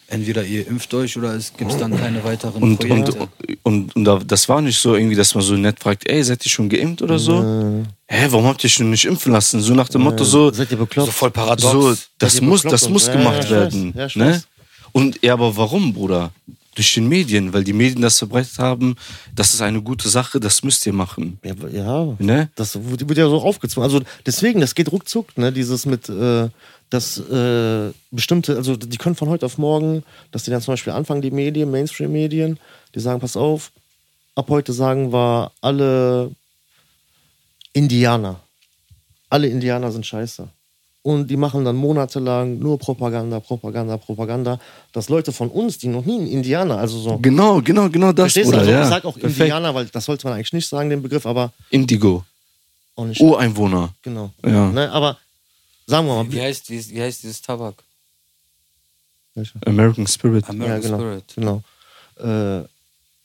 [SPEAKER 1] entweder ihr impft euch oder es gibt dann keine weiteren
[SPEAKER 2] Und, und,
[SPEAKER 1] Projekte.
[SPEAKER 2] und, und, da- das war nicht so irgendwie, dass man so nett fragt, ey, seid ihr schon geimpft oder so? Hä, warum habt ihr schon nicht impfen lassen? So nach dem Motto so,
[SPEAKER 3] Seid ihr bekloppt?
[SPEAKER 1] so voll paradox.
[SPEAKER 2] So,
[SPEAKER 1] Seid
[SPEAKER 2] das
[SPEAKER 3] ihr
[SPEAKER 2] muss,
[SPEAKER 3] bekloppt
[SPEAKER 2] das
[SPEAKER 3] und-
[SPEAKER 2] muss
[SPEAKER 3] Ja, ja,
[SPEAKER 2] gemacht ne?
[SPEAKER 3] ich weiß,
[SPEAKER 2] werden.
[SPEAKER 3] ja, ich weiß.
[SPEAKER 2] ne? Und ja, aber warum, Bruder? Durch den Medien, weil die Medien das verbreitet haben, das ist eine gute Sache, das müsst ihr machen.
[SPEAKER 3] Ja, ja.
[SPEAKER 2] Ne?
[SPEAKER 3] Das wurde wurde ja so aufgezwungen. Also deswegen, das geht ruckzuck, ne? Dieses mit, äh, dass äh, bestimmte, also die können von heute auf morgen, dass die dann zum Beispiel anfangen, die Medien, Mainstream-Medien, die sagen, pass auf, ab heute sagen wir alle Indianer. Alle Indianer sind scheiße. Und die machen dann monatelang nur Propaganda, Propaganda, Propaganda, dass Leute von uns, die noch nie einen Indianer, also so.
[SPEAKER 2] Genau, genau, genau das.
[SPEAKER 3] Verstehst du?
[SPEAKER 2] Bruder,
[SPEAKER 3] Also,
[SPEAKER 2] ja.
[SPEAKER 3] Ich sag auch
[SPEAKER 2] Perfekt.
[SPEAKER 3] Indianer, weil das sollte man eigentlich nicht sagen, den Begriff, aber
[SPEAKER 2] Indigo,
[SPEAKER 3] auch nicht.
[SPEAKER 2] Ureinwohner.
[SPEAKER 3] Genau.
[SPEAKER 2] Oh, Ja.
[SPEAKER 3] Ne, aber sagen wir mal.
[SPEAKER 1] Wie heißt, dieses, wie heißt dieses Tabak?
[SPEAKER 2] American Spirit.
[SPEAKER 1] American
[SPEAKER 3] genau.
[SPEAKER 1] Spirit.
[SPEAKER 3] Genau. Äh,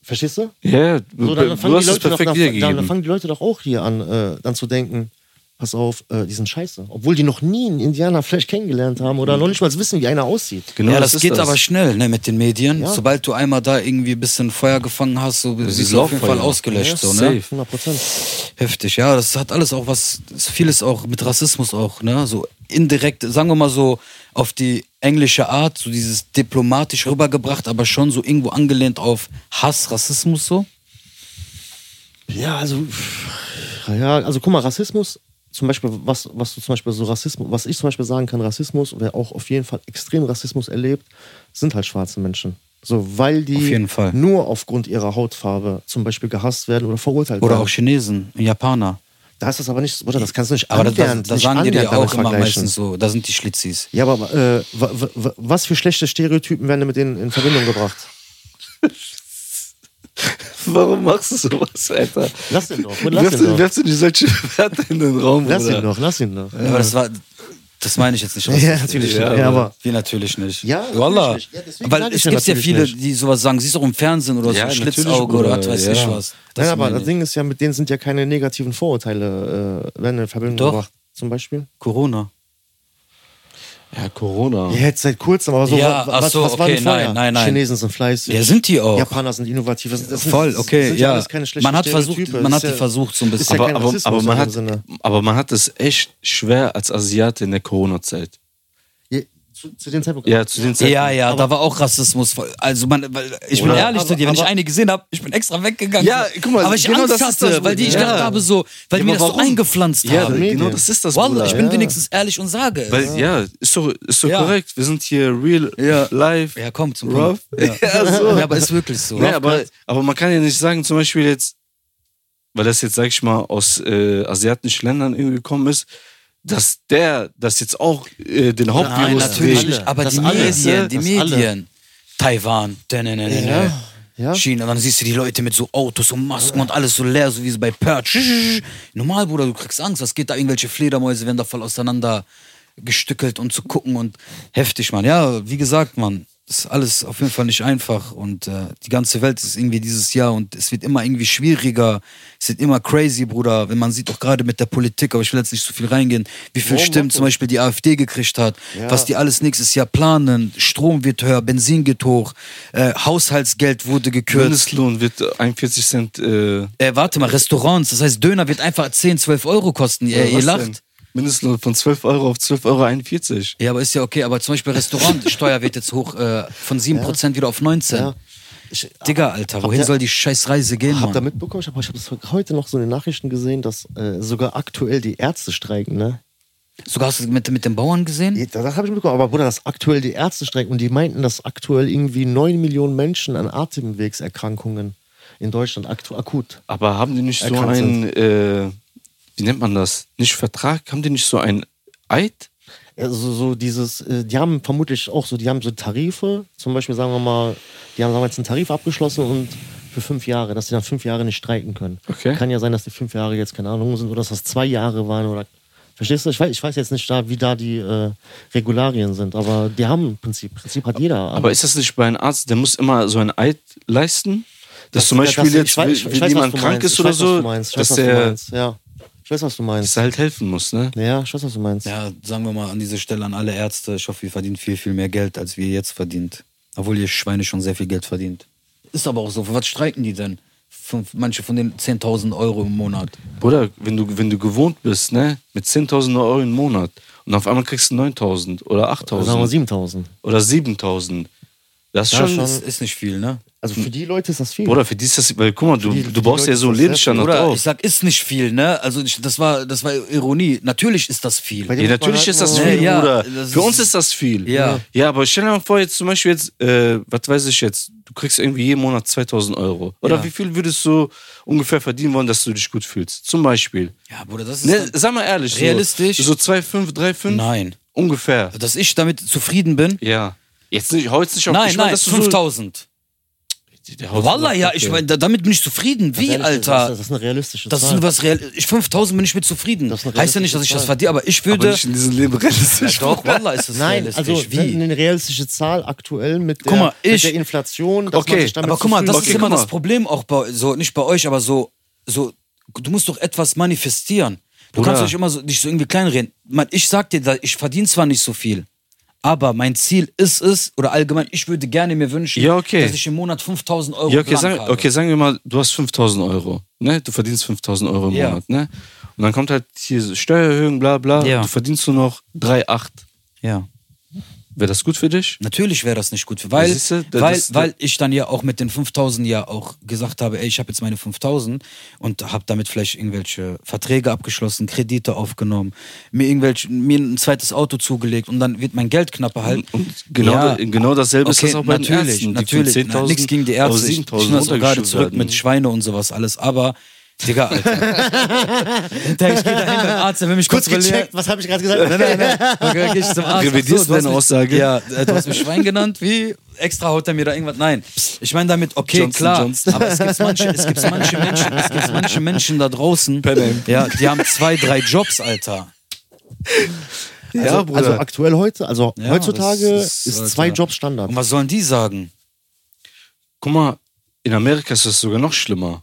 [SPEAKER 3] verstehst du?
[SPEAKER 2] Ja, yeah, du,
[SPEAKER 3] So,
[SPEAKER 2] du hast es perfekt
[SPEAKER 3] doch, nach, dann, dann
[SPEAKER 2] wiedergegeben.
[SPEAKER 3] fangen die Leute doch auch hier an, äh, dann zu denken, pass auf, äh, die sind scheiße. Obwohl die noch nie einen Indianer vielleicht kennengelernt haben
[SPEAKER 2] Mhm.
[SPEAKER 3] oder noch nicht mal wissen, wie einer aussieht.
[SPEAKER 2] Genau,
[SPEAKER 1] ja, das,
[SPEAKER 2] ist
[SPEAKER 1] geht aber schnell ne, mit den Medien.
[SPEAKER 3] Ja.
[SPEAKER 1] Sobald du einmal da irgendwie ein bisschen Feuer gefangen hast, so
[SPEAKER 2] ist
[SPEAKER 1] bist du auf jeden
[SPEAKER 2] Lauffeuer.
[SPEAKER 1] Fall ausgelöscht.
[SPEAKER 2] Ja,
[SPEAKER 1] so, ne?
[SPEAKER 3] 100 Prozant.
[SPEAKER 1] Heftig, ja. Das hat alles auch was, ist vieles auch mit Rassismus auch, ne? So indirekt, sagen wir mal so, auf die englische Art, so dieses diplomatisch rübergebracht, aber schon so irgendwo angelehnt auf Hass, Rassismus so.
[SPEAKER 3] Ja, also, pff, ja, also guck mal, Rassismus, zum Beispiel, was, was du zum Beispiel so Rassismus, was ich zum Beispiel sagen kann, Rassismus, wer auch auf jeden Fall extrem Rassismus erlebt, sind halt schwarze Menschen. So, weil die
[SPEAKER 1] Auf jeden Fall.
[SPEAKER 3] nur aufgrund ihrer Hautfarbe zum Beispiel gehasst werden oder verurteilt
[SPEAKER 1] Oder
[SPEAKER 3] werden.
[SPEAKER 1] auch Chinesen, Japaner.
[SPEAKER 3] Da ist das aber nicht, oder das kannst du nicht
[SPEAKER 1] Aber da, da,
[SPEAKER 3] annähernd-
[SPEAKER 1] da
[SPEAKER 3] nicht
[SPEAKER 1] sagen die dir
[SPEAKER 3] annähernd damit
[SPEAKER 1] auch immer
[SPEAKER 3] vergleichen.
[SPEAKER 1] meistens so, da sind die Schlitzis.
[SPEAKER 3] Ja, aber äh, wa- wa- wa- was für schlechte Stereotypen werden denn mit denen in Verbindung gebracht?
[SPEAKER 2] Warum machst du sowas, Alter?
[SPEAKER 3] Lass den doch, lass
[SPEAKER 2] Wirfst
[SPEAKER 3] den
[SPEAKER 2] du,
[SPEAKER 3] doch.
[SPEAKER 2] wirfst du die solche [laughs] Werte in den Raum,
[SPEAKER 3] Lass
[SPEAKER 2] Bruder?
[SPEAKER 3] ihn doch, lass ihn doch.
[SPEAKER 1] Aber das war, das meine ich jetzt nicht.
[SPEAKER 3] Ja, natürlich
[SPEAKER 2] Äh. Ja,
[SPEAKER 3] nicht. Ja, aber
[SPEAKER 1] Wie natürlich nicht.
[SPEAKER 3] Ja, natürlich
[SPEAKER 1] Wallah.
[SPEAKER 3] nicht. Ja, deswegen
[SPEAKER 1] Weil
[SPEAKER 3] sag ich
[SPEAKER 1] es
[SPEAKER 3] ja
[SPEAKER 1] gibt ja
[SPEAKER 3] natürlich
[SPEAKER 1] viele,
[SPEAKER 3] nicht.
[SPEAKER 1] die sowas sagen. Siehst du auch im Fernsehen oder
[SPEAKER 2] Ja,
[SPEAKER 1] so,
[SPEAKER 2] natürlich,
[SPEAKER 1] Schlitzauge
[SPEAKER 2] Bruder,
[SPEAKER 1] oder was weiß
[SPEAKER 2] ja.
[SPEAKER 1] ich was.
[SPEAKER 3] Nein, aber
[SPEAKER 1] meine
[SPEAKER 3] das
[SPEAKER 1] ich.
[SPEAKER 3] Ding ist ja, mit denen sind ja keine negativen Vorurteile äh, werden in Verbindung
[SPEAKER 1] Doch.
[SPEAKER 3] gebracht. Zum Beispiel?
[SPEAKER 1] Corona.
[SPEAKER 2] Ja, Corona.
[SPEAKER 3] Ja, jetzt seit kurzem, aber so.
[SPEAKER 1] Ja,
[SPEAKER 3] wa-
[SPEAKER 1] ach
[SPEAKER 3] was,
[SPEAKER 1] so,
[SPEAKER 3] was war
[SPEAKER 1] okay,
[SPEAKER 3] denn vorher?
[SPEAKER 1] nein, nein, nein.
[SPEAKER 3] Chinesen sind fleißig.
[SPEAKER 1] Ja, sind die auch.
[SPEAKER 3] Japaner sind innovativ. Das, sind- das sind-
[SPEAKER 1] Voll,
[SPEAKER 3] das
[SPEAKER 1] okay,
[SPEAKER 3] sind
[SPEAKER 1] ja.
[SPEAKER 3] alles keine schlechten
[SPEAKER 1] man hat versucht,
[SPEAKER 3] Stereotype.
[SPEAKER 1] man
[SPEAKER 3] Das
[SPEAKER 1] hat
[SPEAKER 3] ist
[SPEAKER 1] die
[SPEAKER 3] ja-
[SPEAKER 1] versucht so ein
[SPEAKER 3] ist ja
[SPEAKER 1] bisschen.
[SPEAKER 2] aber,
[SPEAKER 3] kein
[SPEAKER 2] aber,
[SPEAKER 3] Rassismus
[SPEAKER 2] aber,
[SPEAKER 3] in
[SPEAKER 2] man
[SPEAKER 3] dem
[SPEAKER 2] hat,
[SPEAKER 3] Sinne.
[SPEAKER 2] aber man hat es echt schwer als Asiate in der Corona-Zeit.
[SPEAKER 3] Ja, zu, zu dem Zeitpunkt.
[SPEAKER 2] Ja, zu den Zeiten.
[SPEAKER 1] ja, ja, da war auch Rassismus. voll. Also man, weil, ich bin
[SPEAKER 2] Oder?
[SPEAKER 1] ehrlich zu
[SPEAKER 3] Aber-
[SPEAKER 1] dir, wenn ich
[SPEAKER 3] aber-
[SPEAKER 1] eine gesehen habe, ich bin extra weggegangen.
[SPEAKER 2] Ja, guck mal,
[SPEAKER 1] aber ich
[SPEAKER 2] genau
[SPEAKER 1] Angst
[SPEAKER 2] das ist
[SPEAKER 1] hatte,
[SPEAKER 2] das,
[SPEAKER 1] weil die ich
[SPEAKER 2] ja.
[SPEAKER 1] gedacht habe so, weil die
[SPEAKER 2] Ja,
[SPEAKER 1] mir
[SPEAKER 2] aber
[SPEAKER 1] das
[SPEAKER 2] warum?
[SPEAKER 1] so eingepflanzt
[SPEAKER 2] Ja,
[SPEAKER 1] haben.
[SPEAKER 2] genau das ist das,
[SPEAKER 1] Wallah,
[SPEAKER 2] Bruder.
[SPEAKER 1] ich bin
[SPEAKER 3] Ja.
[SPEAKER 1] wenigstens ehrlich und sage. es.
[SPEAKER 2] Weil, ja. ist doch, ist doch
[SPEAKER 1] Ja.
[SPEAKER 2] korrekt. Wir sind hier real
[SPEAKER 1] Ja.
[SPEAKER 2] live.
[SPEAKER 1] ja, komm zum
[SPEAKER 2] rough.
[SPEAKER 1] Punkt. Ja.
[SPEAKER 2] [laughs] Ja, so.
[SPEAKER 1] Ja, aber ist wirklich so.
[SPEAKER 2] Nee, aber, aber man kann ja nicht sagen, zum Beispiel jetzt, weil das jetzt, sag ich mal, aus äh, asiatischen Ländern irgendwie gekommen ist, dass der das jetzt auch äh, den
[SPEAKER 1] Nein,
[SPEAKER 2] Hauptvirus
[SPEAKER 1] natürlich
[SPEAKER 2] trägt.
[SPEAKER 1] nicht. Aber
[SPEAKER 3] Das
[SPEAKER 1] die
[SPEAKER 3] alle.
[SPEAKER 1] Medien, die
[SPEAKER 3] Das alle.
[SPEAKER 1] Medien. Taiwan, dä, nä, nä, nä, nä.
[SPEAKER 3] Ja, ja.
[SPEAKER 1] China, dann siehst du die Leute mit so Autos und Masken und alles so leer, so wie so bei Purge. Normal, Bruder, du kriegst Angst. Was geht da? Irgendwelche Fledermäuse werden da voll auseinander gestückelt und zu gucken und heftig, Mann. Ja, wie gesagt, Mann, das ist alles auf jeden Fall nicht einfach und äh, die ganze Welt ist irgendwie dieses Jahr und es wird immer irgendwie schwieriger. Es wird immer crazy, Bruder. Wenn man sieht auch gerade mit der Politik, aber ich will jetzt nicht so viel reingehen, wie viel
[SPEAKER 3] Warum?
[SPEAKER 1] Stimmen zum Beispiel die AfD gekriegt hat,
[SPEAKER 3] Ja.
[SPEAKER 1] was die alles nächstes Jahr planen. Strom wird höher, Benzin geht hoch, äh, Haushaltsgeld wurde gekürzt.
[SPEAKER 2] Mindestlohn wird 41 Cent. Äh,
[SPEAKER 1] Äh, warte mal, Restaurants, das heißt, Döner wird einfach 10, 12 Euro kosten. Ihr, ihr
[SPEAKER 2] was
[SPEAKER 1] lacht.
[SPEAKER 2] denn? Mindestlohn von 12 Euro auf 12,41 Euro.
[SPEAKER 1] Ja, aber ist ja okay, aber zum Beispiel Restaurantsteuer wird jetzt hoch äh, von 7% wieder auf 19%.
[SPEAKER 3] Ja. Ich,
[SPEAKER 1] Digga, Alter,
[SPEAKER 3] Habt
[SPEAKER 1] wohin
[SPEAKER 3] ihr-
[SPEAKER 1] soll die scheiß Reise gehen,
[SPEAKER 3] Habt ihr
[SPEAKER 1] Mann?
[SPEAKER 3] mitbekommen? Ich habe ich hab das heute noch so in den Nachrichten gesehen, dass äh, sogar aktuell die Ärzte streiken, ne?
[SPEAKER 1] Sogar hast du mit, mit den Bauern gesehen?
[SPEAKER 3] Ja, Das habe ich mitbekommen, aber Bruder, dass aktuell die Ärzte streiken und die meinten, dass aktuell irgendwie 9 Millionen Menschen an Atemwegserkrankungen in Deutschland aktu akut.
[SPEAKER 2] Aber haben die nicht so
[SPEAKER 3] Erkannt
[SPEAKER 2] einen, äh, wie nennt man das? Nicht Vertrag? Haben die nicht so einen Eid?
[SPEAKER 3] Also so dieses, äh, die haben vermutlich auch so, die haben so Tarife, zum Beispiel sagen wir mal, die haben sagen wir jetzt einen Tarif abgeschlossen und für fünf Jahre, dass die dann fünf Jahre nicht streiken können.
[SPEAKER 2] Okay.
[SPEAKER 3] Kann ja sein, dass die fünf Jahre jetzt keine Ahnung sind oder dass das zwei Jahre waren oder verstehst du? Ich weiß, ich weiß jetzt nicht da, wie da die äh, Regularien sind, aber die haben im Prinzip, im Prinzip hat jeder.
[SPEAKER 2] Aber ist das nicht bei einem Arzt, der muss immer so einen Eid leisten? Dass
[SPEAKER 3] Das-
[SPEAKER 2] zum Beispiel
[SPEAKER 3] das- ich
[SPEAKER 2] jetzt,
[SPEAKER 3] weiß- ich weiß,
[SPEAKER 2] wenn
[SPEAKER 3] was
[SPEAKER 2] jemand
[SPEAKER 3] du
[SPEAKER 2] krank
[SPEAKER 3] meinst.
[SPEAKER 2] ist
[SPEAKER 3] Ich
[SPEAKER 2] oder
[SPEAKER 3] weiß, was du
[SPEAKER 2] so,
[SPEAKER 3] meinst. Ich weiß,
[SPEAKER 2] dass
[SPEAKER 3] was du
[SPEAKER 2] der
[SPEAKER 3] meinst. Ja, ich weiß, was du
[SPEAKER 2] dass
[SPEAKER 3] meinst.
[SPEAKER 2] er halt helfen muss, ne?
[SPEAKER 3] Ja, ich weiß, was du meinst.
[SPEAKER 1] Ja, sagen wir mal an dieser Stelle an alle Ärzte. Ich hoffe, ihr verdient viel, viel mehr Geld, als wir jetzt verdient. Obwohl ihr Schweine schon sehr viel Geld verdient. Ist aber auch so. Für was streiken die denn? Fünf, manche von den 10.000 Euro im Monat.
[SPEAKER 2] Bruder, wenn du, wenn du gewohnt bist, ne, mit 10.000 Euro im Monat und auf einmal kriegst du 9.000 oder
[SPEAKER 3] Also Sagen wir
[SPEAKER 2] 8.000
[SPEAKER 3] 7000.
[SPEAKER 2] oder 7.000, Das ist
[SPEAKER 3] Ja,
[SPEAKER 2] schon.
[SPEAKER 3] schon.
[SPEAKER 1] Das ist nicht viel, ne?
[SPEAKER 3] Also für die Leute ist das viel.
[SPEAKER 2] Bruder, für die ist das. Weil, guck mal, du,
[SPEAKER 3] Für die- für
[SPEAKER 2] du
[SPEAKER 3] die
[SPEAKER 2] baust
[SPEAKER 3] Leute
[SPEAKER 2] ja so einen
[SPEAKER 3] ist das
[SPEAKER 2] Lebensstandard
[SPEAKER 1] Oder ich
[SPEAKER 2] auf.
[SPEAKER 1] sag, ist nicht viel, ne? Also ich, das war das war Ironie. Natürlich ist das viel.
[SPEAKER 3] Bei dem
[SPEAKER 2] Ja,
[SPEAKER 3] muss man
[SPEAKER 2] natürlich
[SPEAKER 3] halt
[SPEAKER 2] ist das
[SPEAKER 3] nur-
[SPEAKER 1] Nee,
[SPEAKER 2] viel,
[SPEAKER 1] ja,
[SPEAKER 2] Bruder.
[SPEAKER 1] das
[SPEAKER 2] Für
[SPEAKER 1] ist-
[SPEAKER 2] uns ist das viel.
[SPEAKER 1] Ja.
[SPEAKER 2] Ja, aber stell dir mal vor, jetzt zum Beispiel jetzt, äh, was weiß ich jetzt, du kriegst irgendwie jeden Monat 2000 Euro. Oder
[SPEAKER 1] Ja.
[SPEAKER 2] wie viel würdest du ungefähr verdienen wollen, dass du dich gut fühlst? Zum Beispiel.
[SPEAKER 1] Ja, Bruder, das ist
[SPEAKER 2] Ne,
[SPEAKER 1] dann,
[SPEAKER 2] sag mal ehrlich.
[SPEAKER 1] Realistisch?
[SPEAKER 2] So, so 2,5, 3,5?
[SPEAKER 1] Nein.
[SPEAKER 2] Ungefähr.
[SPEAKER 1] dass ich damit zufrieden bin.
[SPEAKER 2] Ja. Jetzt nicht, hau jetzt nicht auf
[SPEAKER 1] Nein,
[SPEAKER 2] ich mein,
[SPEAKER 1] nein,
[SPEAKER 2] dass du so-
[SPEAKER 1] 5000.
[SPEAKER 2] Der haut
[SPEAKER 1] Wallah,
[SPEAKER 2] so-
[SPEAKER 1] ja, ich meine, da- damit bin ich zufrieden. Wie,
[SPEAKER 3] Ehrlich, Das
[SPEAKER 1] Alter?
[SPEAKER 3] ist, das ist eine realistische
[SPEAKER 1] Das ist
[SPEAKER 3] Zahl.
[SPEAKER 1] nur was real. Ich 5000 bin ich mit zufrieden.
[SPEAKER 3] Das ist eine
[SPEAKER 1] Heißt ja nicht, dass ich
[SPEAKER 3] realistische
[SPEAKER 1] das
[SPEAKER 3] Zahl.
[SPEAKER 1] verdiene, aber ich würde
[SPEAKER 2] Aber nicht in diesem Leben realistisch.
[SPEAKER 1] Ja, doch, Wallah ist es
[SPEAKER 3] Nein,
[SPEAKER 1] realistisch.
[SPEAKER 3] also
[SPEAKER 1] Wie?
[SPEAKER 3] ne- eine realistische Zahl aktuell mit der,
[SPEAKER 1] Guck mal, ich-
[SPEAKER 3] mit der Inflation. Dass
[SPEAKER 2] Okay,
[SPEAKER 3] man sich damit
[SPEAKER 1] aber guck mal, das
[SPEAKER 3] zufrieden-
[SPEAKER 2] Okay,
[SPEAKER 1] ist immer
[SPEAKER 2] guck mal.
[SPEAKER 1] das Problem auch bei, so, nicht bei euch, aber so, so, du musst doch etwas manifestieren. Du
[SPEAKER 2] Bruder.
[SPEAKER 1] kannst dich immer so, dich so irgendwie kleinreden. Man, ich sag dir, da- ich verdiene zwar nicht so viel, aber mein Ziel ist es, oder allgemein, ich würde gerne mir wünschen,
[SPEAKER 2] Ja, okay.
[SPEAKER 1] dass ich im Monat 5000 Euro
[SPEAKER 2] Ja, okay,
[SPEAKER 1] blank
[SPEAKER 2] sagen,
[SPEAKER 1] habe.
[SPEAKER 2] okay, sagen wir mal, du hast 5000 Euro, ne? Du verdienst 5000 Euro im
[SPEAKER 1] Ja.
[SPEAKER 2] Monat, ne? Und dann kommt halt hier so Steuererhöhung, bla bla.
[SPEAKER 1] Ja.
[SPEAKER 2] Du verdienst nur noch 3,8.
[SPEAKER 1] Ja.
[SPEAKER 2] Wäre das gut für dich?
[SPEAKER 1] Natürlich wäre das nicht gut, für, weil,
[SPEAKER 2] siehst du, das-
[SPEAKER 1] weil,
[SPEAKER 2] das-
[SPEAKER 1] weil ich dann ja auch mit den 5000 ja auch gesagt habe, ey, ich habe jetzt meine 5000 und habe damit vielleicht irgendwelche Verträge abgeschlossen, Kredite aufgenommen, mir irgendwelche, mir ein zweites Auto zugelegt und dann wird mein Geld knapper halt.
[SPEAKER 2] Und genau,
[SPEAKER 1] Ja.
[SPEAKER 2] genau dasselbe ist
[SPEAKER 1] Okay,
[SPEAKER 2] das auch bei den
[SPEAKER 1] natürlich,
[SPEAKER 2] Ärzten. Die von
[SPEAKER 1] natürlich. Na,
[SPEAKER 2] 10.000
[SPEAKER 1] Nichts gegen die
[SPEAKER 2] auf
[SPEAKER 1] Ärzte. Ich bin
[SPEAKER 2] 7.000
[SPEAKER 1] das auch gerade zurück
[SPEAKER 2] runtergestuft
[SPEAKER 1] mit Schweine und sowas alles, aber Digga,
[SPEAKER 2] [laughs]
[SPEAKER 1] Alter. Digga, ich gehe dahin beim Arzt, der will mich
[SPEAKER 3] Kurz
[SPEAKER 1] kontrollieren.
[SPEAKER 3] gecheckt, was habe ich gerade gesagt?
[SPEAKER 1] Nein, nein, [laughs] nein. Okay, geh ich zum Arzt. Ach
[SPEAKER 2] Revidierst
[SPEAKER 1] so, du hast
[SPEAKER 2] deine
[SPEAKER 1] mich-
[SPEAKER 2] Aussage?
[SPEAKER 1] Ja, äh, du hast mich Schwein genannt. Wie? Extra haut er mir da irgendwas. Nein. Ich meine damit, okay,
[SPEAKER 2] Johnson,
[SPEAKER 1] klar.
[SPEAKER 2] Johnson.
[SPEAKER 1] Aber es gibt manche, es gibt manche Menschen, es gibt manche Menschen da draußen,
[SPEAKER 2] Pen Am.
[SPEAKER 1] ja, die haben zwei, drei Jobs, Alter.
[SPEAKER 2] werden.
[SPEAKER 3] Also,
[SPEAKER 2] ja, Bruder.
[SPEAKER 3] also aktuell heute, also
[SPEAKER 1] Ja,
[SPEAKER 3] heutzutage
[SPEAKER 1] das
[SPEAKER 3] ist,
[SPEAKER 1] ist,
[SPEAKER 3] zwei
[SPEAKER 1] Alter.
[SPEAKER 3] Jobs Standard.
[SPEAKER 1] Und was sollen die sagen?
[SPEAKER 2] Guck mal, in Amerika ist das sogar noch schlimmer.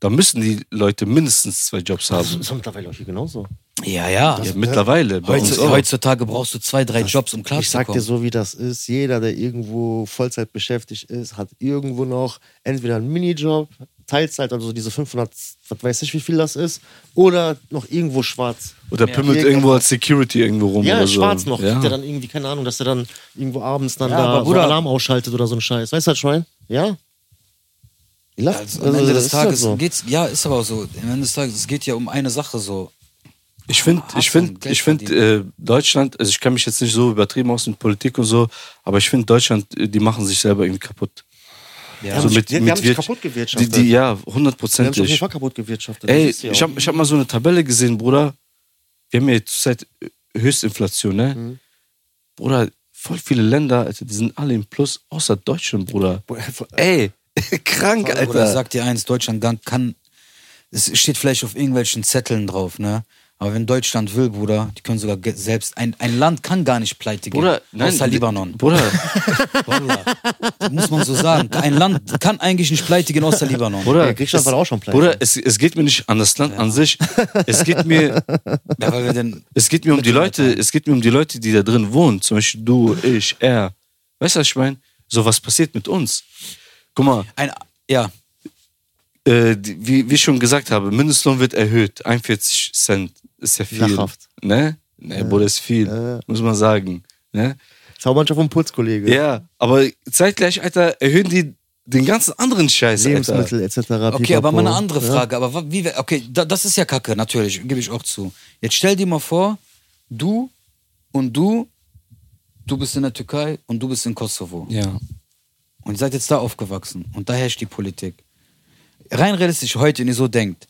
[SPEAKER 2] Da müssen die Leute mindestens zwei Jobs
[SPEAKER 3] Das
[SPEAKER 2] haben.
[SPEAKER 3] ist mittlerweile auch hier genauso.
[SPEAKER 1] Ja, ja.
[SPEAKER 2] Ja, mittlerweile. Bei uns
[SPEAKER 1] Heutzutage,
[SPEAKER 2] auch.
[SPEAKER 1] heutzutage brauchst du zwei, drei Jobs, um
[SPEAKER 3] ich sag dir
[SPEAKER 1] klarzukommen.
[SPEAKER 3] so, wie das ist. Jeder, der irgendwo Vollzeit beschäftigt ist, hat irgendwo noch entweder einen Minijob, Teilzeit, also diese 500, was weiß ich, wie viel das ist, oder noch irgendwo schwarz.
[SPEAKER 2] Oder pimmelt irgendwo als Security irgendwo rum.
[SPEAKER 3] genau. Ja,
[SPEAKER 2] oder so.
[SPEAKER 3] schwarz noch.
[SPEAKER 2] Ja.
[SPEAKER 3] Der dann irgendwie, keine Ahnung, dass er dann irgendwo abends dann
[SPEAKER 1] Ja, aber
[SPEAKER 3] da so
[SPEAKER 1] Bruder-
[SPEAKER 3] Alarm ausschaltet oder so ein Scheiß. Weißt du, was ich meine? Ja. Ich lach-
[SPEAKER 1] Also, am
[SPEAKER 3] also,
[SPEAKER 1] Ende
[SPEAKER 3] das
[SPEAKER 1] des
[SPEAKER 3] ist halt
[SPEAKER 1] Tages
[SPEAKER 3] so.
[SPEAKER 1] geht's, ja, ist aber auch so. Am Ende des Tages, es geht ja um eine Sache so.
[SPEAKER 2] Ich finde,
[SPEAKER 1] Hass
[SPEAKER 2] ich
[SPEAKER 1] und
[SPEAKER 2] finde,
[SPEAKER 1] Geld
[SPEAKER 2] ich finde äh, Deutschland, also ich kann mich jetzt nicht so übertrieben aus mit Politik und so, aber ich finde Deutschland, äh, die machen sich selber irgendwie kaputt.
[SPEAKER 1] Ja.
[SPEAKER 2] so
[SPEAKER 3] haben sich- wir- wir haben sich
[SPEAKER 2] Wir-
[SPEAKER 3] kaputt
[SPEAKER 2] Die,
[SPEAKER 3] gewirtschaftet.
[SPEAKER 2] die, ja,
[SPEAKER 3] Wir haben sich auf jeden
[SPEAKER 2] hundertprozentig.
[SPEAKER 3] Fall kaputt gewirtschaftet.
[SPEAKER 2] Ey,
[SPEAKER 3] Das ist ja
[SPEAKER 2] ich
[SPEAKER 3] auch-
[SPEAKER 2] habe ich hab mal so eine Tabelle gesehen, Bruder. Wir haben ja jetzt zurzeit äh, Höchstinflation, ne?
[SPEAKER 3] Mhm.
[SPEAKER 2] Bruder, voll viele Länder, Alter, die sind alle im Plus, außer Deutschland, Bruder. Ey, [laughs] krank,
[SPEAKER 1] Oder
[SPEAKER 2] Alter.
[SPEAKER 1] sag dir eins, Deutschland kann- kann, es steht vielleicht auf irgendwelchen Zetteln drauf, ne? Aber wenn Deutschland will, Bruder, die können sogar ge- selbst, ein, ein Land kann gar nicht pleite gehen.
[SPEAKER 2] Bruder, nein,
[SPEAKER 1] außer
[SPEAKER 2] die-
[SPEAKER 1] Libanon.
[SPEAKER 2] Bruder,
[SPEAKER 1] Wallah. Muss man so sagen. Ein Land kann eigentlich nicht pleite gehen, außer Libanon.
[SPEAKER 2] Bruder.
[SPEAKER 3] [laughs] Ja,
[SPEAKER 2] es-
[SPEAKER 3] Griechenland war auch schon pleite.
[SPEAKER 2] Bruder, es, es geht mir nicht an das Land an sich. Es geht
[SPEAKER 3] [laughs]
[SPEAKER 2] mir
[SPEAKER 1] Ja, weil wir denn,
[SPEAKER 2] Es geht mir um die Leute, es geht mir um die Leute, die da drin wohnen. Zum Beispiel du, ich, er. Weißt du, was ich meine? So was passiert mit uns. Guck mal,
[SPEAKER 1] ein, ja,
[SPEAKER 2] äh, die, wie, wie ich schon gesagt habe, Mindestlohn wird erhöht. 41 Cent ist ja viel.
[SPEAKER 3] Lachhaft.
[SPEAKER 2] Ne? Ne, Bruder, ist viel.
[SPEAKER 3] äh.
[SPEAKER 2] Muss man sagen. Ne?
[SPEAKER 3] Zaubernschaft vom Putzkollege.
[SPEAKER 2] Ja, aber zeitgleich, Alter, erhöhen die den ganzen anderen Scheiß, Alter.
[SPEAKER 3] Lebensmittel etc.
[SPEAKER 1] Okay, aber mal eine andere Frage. Aber wa- wie, wär- okay, da, das ist ja Kacke, natürlich, gebe ich auch zu. Jetzt stell dir mal vor, du und du, du bist in der Türkei und du bist in Kosovo.
[SPEAKER 2] Ja.
[SPEAKER 1] Und ihr seid jetzt da aufgewachsen und da herrscht die Politik. Rein realistisch heute, wenn ihr so denkt,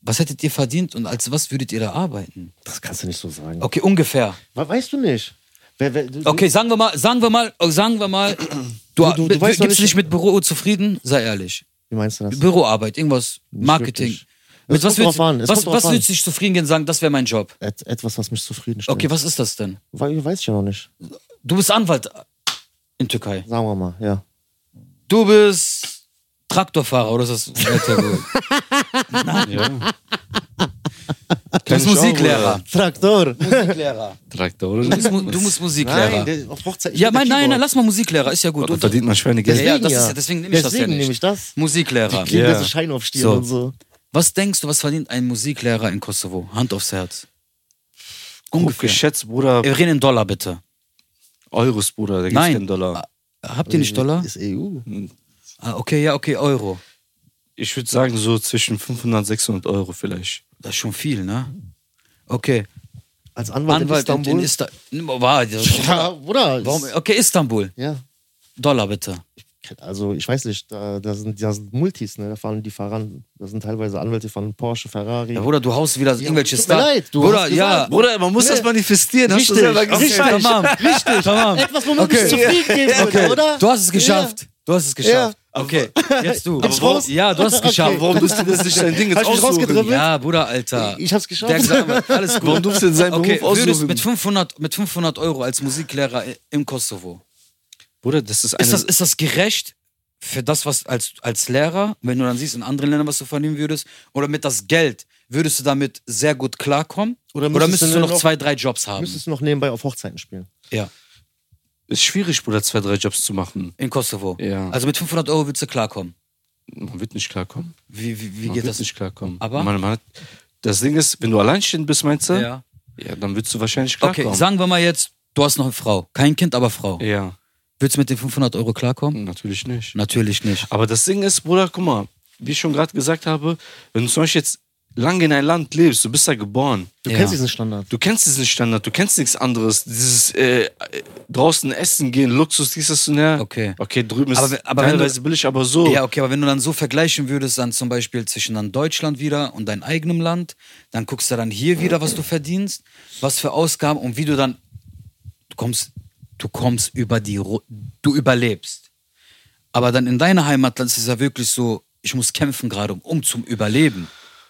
[SPEAKER 1] was hättet ihr verdient und als was würdet ihr da arbeiten?
[SPEAKER 3] Das kannst du nicht so sagen.
[SPEAKER 1] Okay, ungefähr.
[SPEAKER 3] We- Weißt du nicht. Wer, wer, du,
[SPEAKER 1] Okay, sagen wir mal, sagen wir mal, oh, sagen wir
[SPEAKER 3] [clears throat]
[SPEAKER 1] mal, du,
[SPEAKER 3] Du- du- du weißt doch
[SPEAKER 1] gibst
[SPEAKER 3] nicht-
[SPEAKER 1] dich mit Büro zufrieden? Sei ehrlich.
[SPEAKER 3] Wie meinst du das?
[SPEAKER 1] Büroarbeit, irgendwas,
[SPEAKER 3] Nicht
[SPEAKER 1] Marketing.
[SPEAKER 3] wirklich. Es
[SPEAKER 1] Mit was
[SPEAKER 3] kommt
[SPEAKER 1] würdest,
[SPEAKER 3] drauf an, es
[SPEAKER 1] was,
[SPEAKER 3] kommt drauf
[SPEAKER 1] was
[SPEAKER 3] an.
[SPEAKER 1] würdest du dich zufrieden gehen und sagen, das wäre mein Job?
[SPEAKER 3] Et, etwas, was mich zufriedenstellt.
[SPEAKER 1] Okay, was ist das denn?
[SPEAKER 3] We weiß ich ja noch nicht.
[SPEAKER 1] Du bist Anwalt in Türkei.
[SPEAKER 3] Sagen wir mal, ja.
[SPEAKER 1] Du bist Traktorfahrer oder ist das
[SPEAKER 3] [laughs]
[SPEAKER 1] Wettergold? Du bist
[SPEAKER 2] Kann ich auch,
[SPEAKER 1] Musiklehrer. [laughs]
[SPEAKER 3] Traktor.
[SPEAKER 1] Musiklehrer.
[SPEAKER 2] Traktor, [laughs] oder?
[SPEAKER 1] Du bist, Mu- du bist Musiklehrer.
[SPEAKER 3] Nein, der, auf Hochzeit. ich
[SPEAKER 1] ja,
[SPEAKER 3] bin der
[SPEAKER 1] mein, nein, nein,
[SPEAKER 3] Keyboard.
[SPEAKER 1] lass mal Musiklehrer, ist ja gut.
[SPEAKER 2] Da
[SPEAKER 1] Und, und,
[SPEAKER 2] verdient man Schweinegeld.
[SPEAKER 1] Ja, ja, das
[SPEAKER 3] Deswegen
[SPEAKER 1] ist ja- deswegen nehme ich das ja
[SPEAKER 3] Deswegen
[SPEAKER 1] nicht.
[SPEAKER 3] nehme ich das.
[SPEAKER 1] Musiklehrer.
[SPEAKER 3] Kriegen
[SPEAKER 2] Ja.
[SPEAKER 3] wir so Schein auf Stirn
[SPEAKER 1] So.
[SPEAKER 3] und so.
[SPEAKER 1] Was denkst du, was verdient ein Musiklehrer in Kosovo? Hand aufs Herz.
[SPEAKER 2] Ungefähr.
[SPEAKER 1] Ungefähr.
[SPEAKER 2] Geschätzt, Bruder,
[SPEAKER 1] Wir reden in Dollar bitte.
[SPEAKER 2] Euros, Bruder, da gibt's
[SPEAKER 1] Nein.
[SPEAKER 2] keinen Dollar.
[SPEAKER 1] Habt ihr nicht Dollar?
[SPEAKER 3] Äh, Ist E EU.
[SPEAKER 1] Ah, okay, ja, okay, Euro.
[SPEAKER 2] Ich würde sagen, so zwischen 500 und 600 Euro vielleicht.
[SPEAKER 1] Das ist schon viel, ne? Okay.
[SPEAKER 3] Als Anwalt,
[SPEAKER 1] Anwalt
[SPEAKER 3] in
[SPEAKER 1] in
[SPEAKER 3] Istanbul.
[SPEAKER 1] Istanbul. War,
[SPEAKER 3] [laughs] ja, oder?
[SPEAKER 1] warum? Okay, Istanbul.
[SPEAKER 3] Ja.
[SPEAKER 1] Dollar bitte.
[SPEAKER 3] Also ich weiß nicht, da, da, sind, da sind Multis, ne? Da fahren die Ferran, da sind teilweise Anwälte von Porsche, Ferrari.
[SPEAKER 1] Ja, Bruder, [laughs] du haust wieder irgendwelche
[SPEAKER 3] tut mir
[SPEAKER 1] Stars.
[SPEAKER 3] leid, du
[SPEAKER 1] Bruder,
[SPEAKER 3] hast
[SPEAKER 1] ja.
[SPEAKER 3] gesagt.
[SPEAKER 2] Bruder, man muss das manifestieren. Hast du
[SPEAKER 3] Richtig.
[SPEAKER 2] selber gesagt.
[SPEAKER 1] Richtig, tamam. Richtig, tamam.
[SPEAKER 3] Etwas, womit ich zufrieden geben würde, oder?
[SPEAKER 1] Du hast es geschafft. Du hast es geschafft. Okay, jetzt du.
[SPEAKER 2] Aber warum-
[SPEAKER 1] ja, du hast es geschafft.
[SPEAKER 2] Warum bist du das nicht dein Ding jetzt
[SPEAKER 3] Hast du mich
[SPEAKER 2] aussuchen?
[SPEAKER 3] rausgedribbelt?
[SPEAKER 1] Ja, Bruder, Alter.
[SPEAKER 3] Ich hab's geschafft.
[SPEAKER 1] Der gesagt, hat, alles gut.
[SPEAKER 2] Warum durfst du denn
[SPEAKER 1] [laughs]
[SPEAKER 2] seinen
[SPEAKER 1] okay,
[SPEAKER 2] Beruf
[SPEAKER 1] würdest
[SPEAKER 2] aussuchen?
[SPEAKER 1] Mit 500, mit 500 Euro als Musiklehrer i- im Kosovo.
[SPEAKER 2] Bruder, das ist eine...
[SPEAKER 1] Ist das, ist das gerecht für das, was als, als Lehrer, wenn du dann siehst, in anderen Ländern, was du verdienen würdest? Oder mit das Geld, würdest du damit sehr gut klarkommen?
[SPEAKER 3] Oder
[SPEAKER 1] Oder
[SPEAKER 3] müsstest
[SPEAKER 1] müsstest
[SPEAKER 3] du
[SPEAKER 1] du noch,
[SPEAKER 3] noch-
[SPEAKER 1] zwei, drei Jobs haben?
[SPEAKER 3] Müsstest du noch nebenbei auf Hochzeiten spielen.
[SPEAKER 1] Ja,
[SPEAKER 2] ist schwierig, Bruder, zwei, drei Jobs zu machen.
[SPEAKER 1] in Kosovo.
[SPEAKER 2] Ja.
[SPEAKER 1] Also mit 500 Euro würdest du klarkommen.
[SPEAKER 2] Man wird nicht klarkommen.
[SPEAKER 1] Wie, wie, wie
[SPEAKER 2] Man
[SPEAKER 1] geht
[SPEAKER 2] wird
[SPEAKER 1] das?
[SPEAKER 2] nicht klarkommen.
[SPEAKER 1] Aber-
[SPEAKER 2] Man, man hat, das Ding ist, wenn du alleinstehend bist, meinst du?
[SPEAKER 1] Ja.
[SPEAKER 2] Ja, dann würdest du wahrscheinlich
[SPEAKER 1] Okay,
[SPEAKER 2] klarkommen.
[SPEAKER 1] sagen wir mal jetzt, du hast noch eine Frau. Kein Kind, aber Frau.
[SPEAKER 2] Ja,
[SPEAKER 1] Würdest du mit den 500 Euro klarkommen?
[SPEAKER 2] natürlich nicht.
[SPEAKER 1] Natürlich nicht.
[SPEAKER 2] Aber das Ding ist, Bruder, guck mal, wie ich schon gerade gesagt habe, wenn du zum Beispiel jetzt lange in ein Land lebst, du bist da geboren,
[SPEAKER 3] Du
[SPEAKER 1] Ja.
[SPEAKER 3] kennst diesen Standard.
[SPEAKER 2] du kennst diesen Standard, du kennst nichts anderes, dieses äh, äh, draußen essen gehen, Luxus, dies, das und der.
[SPEAKER 1] Okay.
[SPEAKER 2] Okay, drüben ist
[SPEAKER 1] Aber
[SPEAKER 2] aber,
[SPEAKER 1] we- aber wenn du-
[SPEAKER 2] teilweise billig, aber so.
[SPEAKER 1] Ja, okay, aber wenn du dann so vergleichen würdest, dann zum Beispiel zwischen dann Deutschland wieder und deinem eigenen Land, dann guckst du dann hier wieder, was du verdienst, was für Ausgaben und wie du dann, du kommst, du kommst über die, Ru- du überlebst. Aber dann in deiner Heimatland ist es ja wirklich so, ich muss kämpfen gerade, um, um zum Überleben.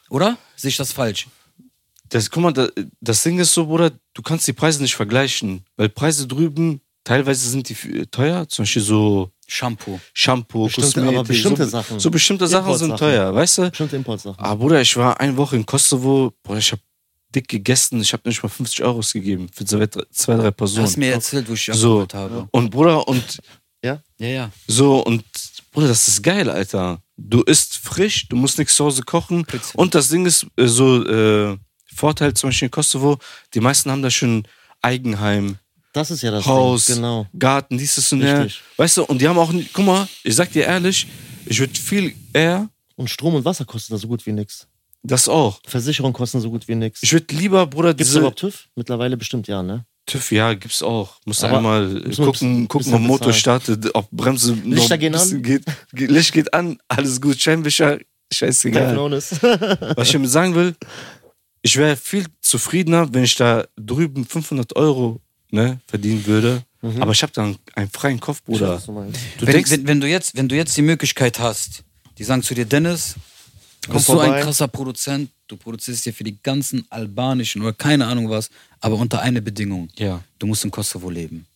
[SPEAKER 1] Oder? Sehe ich das falsch?
[SPEAKER 2] Das, guck mal, da- das Ding ist so, Bruder, du kannst die Preise nicht vergleichen, weil Preise drüben, teilweise sind die f- teuer, zum Beispiel so
[SPEAKER 1] Shampoo.
[SPEAKER 2] Shampoo,
[SPEAKER 3] Bestimmte-
[SPEAKER 2] Kosmetik.
[SPEAKER 3] aber bestimmte
[SPEAKER 2] so,
[SPEAKER 3] Sachen.
[SPEAKER 2] So bestimmte Sachen sind
[SPEAKER 3] Importsachen.
[SPEAKER 2] teuer, weißt du?
[SPEAKER 3] Bestimmte Importsachen.
[SPEAKER 2] Ah, Bruder, ich war eine Woche in Kosovo, Bruder, ich hab dick gegessen, ich hab nicht mal 50 Euro gegeben für zwei, drei- zwei drei
[SPEAKER 1] Du
[SPEAKER 2] Personen.
[SPEAKER 1] hast mir erzählt, wo ich
[SPEAKER 2] so,
[SPEAKER 1] abgeholt habe.
[SPEAKER 2] und Bruder, und
[SPEAKER 3] Ja?
[SPEAKER 1] Ja, ja.
[SPEAKER 2] so, und Bruder, das ist geil, Alter. Du isst frisch, du musst nichts zu Hause kochen.
[SPEAKER 1] Pizza.
[SPEAKER 2] Und das Ding ist äh, so, äh, Vorteil zum Beispiel in Kosovo, die meisten haben da schon Eigenheim,
[SPEAKER 3] Das ist ja das
[SPEAKER 2] Haus,
[SPEAKER 3] Ding. Genau.
[SPEAKER 2] Garten, dieses und das.
[SPEAKER 3] Richtig.
[SPEAKER 2] Weißt du, und die haben auch, n- guck mal, ich sag dir ehrlich, ich würde viel eher,
[SPEAKER 3] Und Strom und Wasser kosten da so gut wie nichts.
[SPEAKER 2] das auch.
[SPEAKER 3] Versicherung kosten so gut wie nichts.
[SPEAKER 2] Ich würde lieber, Bruder,
[SPEAKER 3] Gibt es
[SPEAKER 2] diese-
[SPEAKER 3] überhaupt TÜV? Mittlerweile bestimmt ja, ne?
[SPEAKER 2] TÜV, ja, gibt's auch. Muss
[SPEAKER 3] Aber
[SPEAKER 2] einmal
[SPEAKER 3] muss man
[SPEAKER 2] gucken, gucken,
[SPEAKER 3] bis- bisschen
[SPEAKER 2] ob Motor
[SPEAKER 3] bezahlen.
[SPEAKER 2] startet, ob Bremse noch
[SPEAKER 3] Lichter
[SPEAKER 2] ein
[SPEAKER 3] gehen an?
[SPEAKER 2] bisschen geht. Ge- Licht geht an, alles gut, Scheinwischer,
[SPEAKER 3] Life
[SPEAKER 2] scheißegal.
[SPEAKER 3] known is.
[SPEAKER 2] Was ich damit sagen will, ich wäre viel zufriedener, wenn ich da drüben 500 Euro ne, verdienen würde. Aber ich habe dann einen freien Kopf, Bruder.
[SPEAKER 3] Mhm. Was du meinst.
[SPEAKER 2] Du
[SPEAKER 1] wenn,
[SPEAKER 2] denkst,
[SPEAKER 1] wenn, wenn, du jetzt, wenn du jetzt die Möglichkeit hast, die sagen zu dir, Dennis, du
[SPEAKER 3] Komm
[SPEAKER 1] bist so ein
[SPEAKER 3] vorbei.
[SPEAKER 1] krasser Produzent, du produzierst hier für die ganzen albanischen oder keine Ahnung was, aber unter eine Bedingung.
[SPEAKER 2] Ja.
[SPEAKER 1] Du musst in Kosovo leben.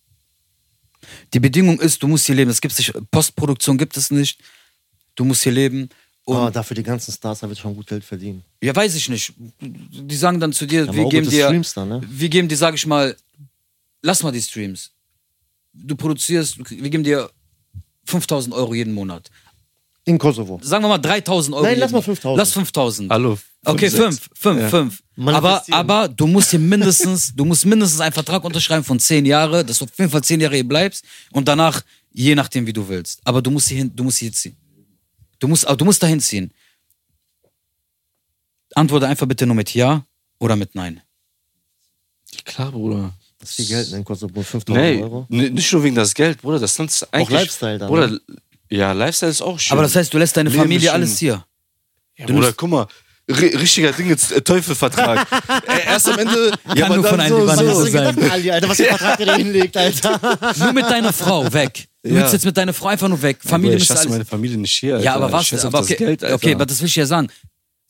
[SPEAKER 1] Die Bedingung ist, du musst hier leben. Es gibt nicht, Postproduktion gibt es nicht. Du musst hier leben. Und
[SPEAKER 3] [laughs] Aber dafür die ganzen Stars, da wird schon gut Geld verdienen.
[SPEAKER 1] ja, weiß ich nicht. Die sagen dann zu dir,
[SPEAKER 3] aber
[SPEAKER 1] wir
[SPEAKER 3] auch
[SPEAKER 1] geben
[SPEAKER 3] gute
[SPEAKER 1] dir,
[SPEAKER 3] Streams dann, ne?
[SPEAKER 1] wir geben dir, sag ich mal, lass mal die Streams. Du produzierst, wir geben dir 5000 Euro jeden Monat.
[SPEAKER 3] In Kosovo.
[SPEAKER 1] Sagen wir mal 3000 Euro.
[SPEAKER 3] Nein,
[SPEAKER 1] jeden
[SPEAKER 3] lass mal
[SPEAKER 1] Monat.
[SPEAKER 3] 5000.
[SPEAKER 1] Lass 5000.
[SPEAKER 2] Hallo, fünf,
[SPEAKER 1] Okay,
[SPEAKER 2] sechs.
[SPEAKER 1] 5, 5, 5. Aber,
[SPEAKER 3] Manifestieren.
[SPEAKER 1] aber du musst hier mindestens, du musst mindestens einen Vertrag unterschreiben von 10 Jahre, dass du auf jeden Fall 10 Jahre hier bleibst und danach, je nachdem, wie du willst. Aber du musst hier hin, du musst hier ziehen. Du musst, aber du musst dahin ziehen. Antworte einfach bitte nur mit Ja oder mit Nein.
[SPEAKER 2] klar, Bruder.
[SPEAKER 3] Das ist viel Geld ne, in Kosovo. 5000
[SPEAKER 2] Nee,
[SPEAKER 3] Euro.
[SPEAKER 2] n- nicht nur wegen das Geld, Bruder, das Land ist eigentlich...
[SPEAKER 3] Lifestyle dann, ne?
[SPEAKER 2] Bruder, ja, Lifestyle ist auch schön.
[SPEAKER 1] Aber das heißt, du lässt deine
[SPEAKER 2] Leben
[SPEAKER 1] Familie
[SPEAKER 2] schön.
[SPEAKER 1] alles hier.
[SPEAKER 2] Ja, Bruder, guck mal. ri- Richtiger Ding jetzt äh,
[SPEAKER 1] [laughs]
[SPEAKER 2] Teufelvertrag. Äh, Erst am Ende. ja,
[SPEAKER 1] nur von einem
[SPEAKER 3] Was
[SPEAKER 1] Libaneser
[SPEAKER 3] hast du
[SPEAKER 1] sein.
[SPEAKER 3] gedacht, Ali,
[SPEAKER 1] [laughs]
[SPEAKER 3] Alter? Was für ein Vertrag der da hinlegt, Alter?
[SPEAKER 1] Nur mit deiner Frau weg. Du
[SPEAKER 2] [laughs] Ja.
[SPEAKER 1] willst jetzt mit deiner Frau einfach nur weg. Familie
[SPEAKER 2] Bruder, ich
[SPEAKER 1] müsste
[SPEAKER 2] hasse
[SPEAKER 1] alles.
[SPEAKER 2] meine Familie nicht hier. Alter.
[SPEAKER 1] Ja, aber was?
[SPEAKER 2] Ich hasse
[SPEAKER 1] aber
[SPEAKER 2] auch
[SPEAKER 1] okay,
[SPEAKER 2] das Geld, Alter.
[SPEAKER 1] okay, aber das will ich ja sagen.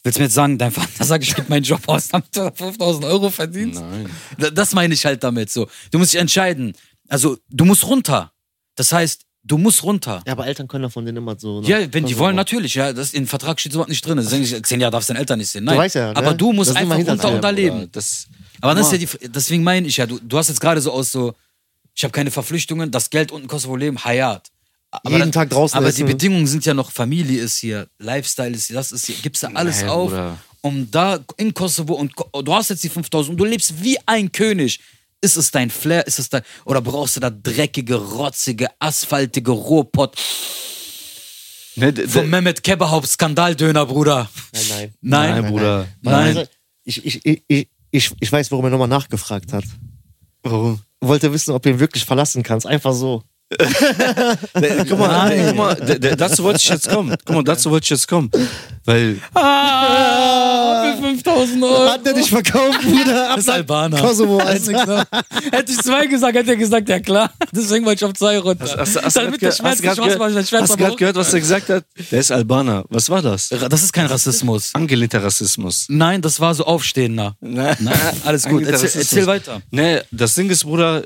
[SPEAKER 1] Willst du mir jetzt sagen, dein Vater sagt, ich gebe meinen Job aus, damit du 5000 Euro verdienst?
[SPEAKER 2] Nein.
[SPEAKER 1] Da- Das meine ich halt damit so. Du musst dich entscheiden. Also, du musst runter. Das heißt, du musst runter.
[SPEAKER 3] Ja, aber Eltern können davon denen immer so. ne?
[SPEAKER 1] Ja, also wenn die
[SPEAKER 3] Kosovo.
[SPEAKER 1] wollen, natürlich. Ja, das in Vertrag steht sowas nicht drin. Deswegen, ich- zehn Jahre darfst du deine Eltern nicht sehen. Nein.
[SPEAKER 3] weißt ja, ne?
[SPEAKER 1] Aber du musst
[SPEAKER 3] Das sind
[SPEAKER 1] einfach
[SPEAKER 3] immer
[SPEAKER 1] runter und da
[SPEAKER 3] Hintertreiben,
[SPEAKER 1] leben.
[SPEAKER 2] Bruder, das,
[SPEAKER 1] Aber das ist ja die, F- deswegen meine ich ja, du, du hast jetzt gerade so aus so, ich habe keine Verpflichtungen, das Geld unten Kosovo leben, Hayat. Aber
[SPEAKER 3] Jeden Tag draußen
[SPEAKER 1] Aber die
[SPEAKER 3] essen.
[SPEAKER 1] Bedingungen sind ja noch, Familie ist hier, Lifestyle ist hier, das ist hier, gibst du alles
[SPEAKER 2] Nee,
[SPEAKER 1] auf,
[SPEAKER 2] Bruder.
[SPEAKER 1] oh, um da in Kosovo und Ko- du hast jetzt die 5000 und du lebst wie ein König. Ist es dein Flair? Ist es dein, oder brauchst du da dreckige, rotzige, asphaltige Rohpott
[SPEAKER 2] Ne, d-
[SPEAKER 1] vom
[SPEAKER 2] d-
[SPEAKER 1] Mehmet Kebahaupt Skandaldöner, Bruder?
[SPEAKER 3] Nein, nein.
[SPEAKER 1] Nein?
[SPEAKER 2] Nein, Bruder.
[SPEAKER 1] Nein.
[SPEAKER 3] Also, Ich, ich, ich, ich, ich, ich weiß, warum er nochmal nachgefragt hat.
[SPEAKER 2] Warum?
[SPEAKER 3] Wollte wissen, ob du ihn wirklich verlassen kannst. Einfach so.
[SPEAKER 2] Ne, guck mal, ne, guck mal d- d- dazu wollte ich jetzt kommen. Guck mal, dazu wollte ich jetzt kommen. Weil,
[SPEAKER 1] Ah, für 5000 Euro.
[SPEAKER 3] Hat er dich [laughs] verkauft, Bruder? Ab
[SPEAKER 1] Das ist
[SPEAKER 3] nach
[SPEAKER 1] Albaner. [laughs]
[SPEAKER 3] Kosovo.
[SPEAKER 1] Hätte ich
[SPEAKER 3] Alter.
[SPEAKER 1] gesagt- hätte ich zwei gesagt, hätte er gesagt, ja klar. Deswegen wollte ich auf zwei runter.
[SPEAKER 2] hast, hast,
[SPEAKER 1] Damit der
[SPEAKER 2] hast,
[SPEAKER 1] Schmerz
[SPEAKER 2] hast,
[SPEAKER 1] nicht
[SPEAKER 2] grad
[SPEAKER 1] Spaß macht, der
[SPEAKER 2] gehört-
[SPEAKER 1] Schmerz
[SPEAKER 2] hast
[SPEAKER 1] aber
[SPEAKER 2] gerade
[SPEAKER 1] hoch.
[SPEAKER 2] gehört, was er gesagt hat? Der ist Albaner. Was war das?
[SPEAKER 1] Das ist kein Rassismus.
[SPEAKER 2] Angelehnter Rassismus.
[SPEAKER 1] Nein, das war so aufstehender.
[SPEAKER 2] [laughs] Ne?
[SPEAKER 1] Nein, alles gut. Erzähl,
[SPEAKER 2] Angelehnter Rassismus.
[SPEAKER 1] erzähl weiter.
[SPEAKER 2] Ne, das Ding ist, Bruder,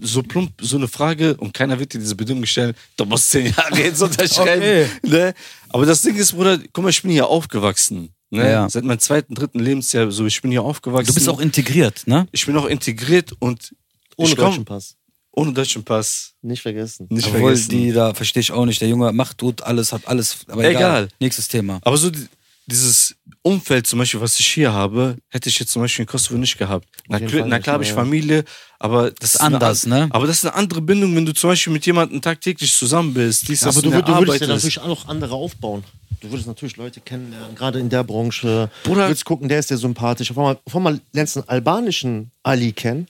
[SPEAKER 2] so plump so eine Frage und keiner wird dir diese Bedingung stellen, du musst zehn Jahre [laughs] jetzt unterschreiben.
[SPEAKER 1] Okay.
[SPEAKER 2] Ne? Aber das Ding ist, Bruder, guck mal, ich bin hier aufgewachsen. Ne?
[SPEAKER 1] Ja.
[SPEAKER 2] Seit meinem zweiten, dritten Lebensjahr, so ich bin hier aufgewachsen.
[SPEAKER 1] Du bist auch integriert, ne?
[SPEAKER 2] ich bin auch integriert und
[SPEAKER 3] Ohne
[SPEAKER 2] ich komm-
[SPEAKER 3] deutschen Pass.
[SPEAKER 2] Ohne deutschen Pass.
[SPEAKER 3] Nicht vergessen.
[SPEAKER 2] Nicht
[SPEAKER 1] Obwohl,
[SPEAKER 2] vergessen.
[SPEAKER 1] die da verstehe ich auch nicht. Der Junge macht, tut alles, hat alles. Aber egal.
[SPEAKER 2] Egal.
[SPEAKER 1] Nächstes Thema.
[SPEAKER 2] Aber so die, dieses Umfeld zum Beispiel, was ich hier habe, hätte ich jetzt zum Beispiel in Kosovo nicht gehabt. Na,
[SPEAKER 3] jeden
[SPEAKER 2] klar-
[SPEAKER 3] Fall
[SPEAKER 2] na
[SPEAKER 3] nicht,
[SPEAKER 2] klar habe ich
[SPEAKER 3] ja.
[SPEAKER 2] Familie, aber das ist eine
[SPEAKER 1] anders,
[SPEAKER 2] an-
[SPEAKER 1] ne?
[SPEAKER 2] Aber das ist eine andere Bindung, wenn du zum Beispiel mit jemandem tagtäglich zusammen bist. Dies, das
[SPEAKER 3] Aber du,
[SPEAKER 2] in der
[SPEAKER 3] du würdest
[SPEAKER 2] Arbeit
[SPEAKER 3] ja
[SPEAKER 2] ist.
[SPEAKER 3] natürlich auch noch andere aufbauen. Du würdest natürlich Leute kennenlernen, gerade in der Branche.
[SPEAKER 2] Bruder-
[SPEAKER 3] Du würdest gucken, der ist dir sympathisch. Auf einmal, auf einmal lernst du einen albanischen Ali kennen.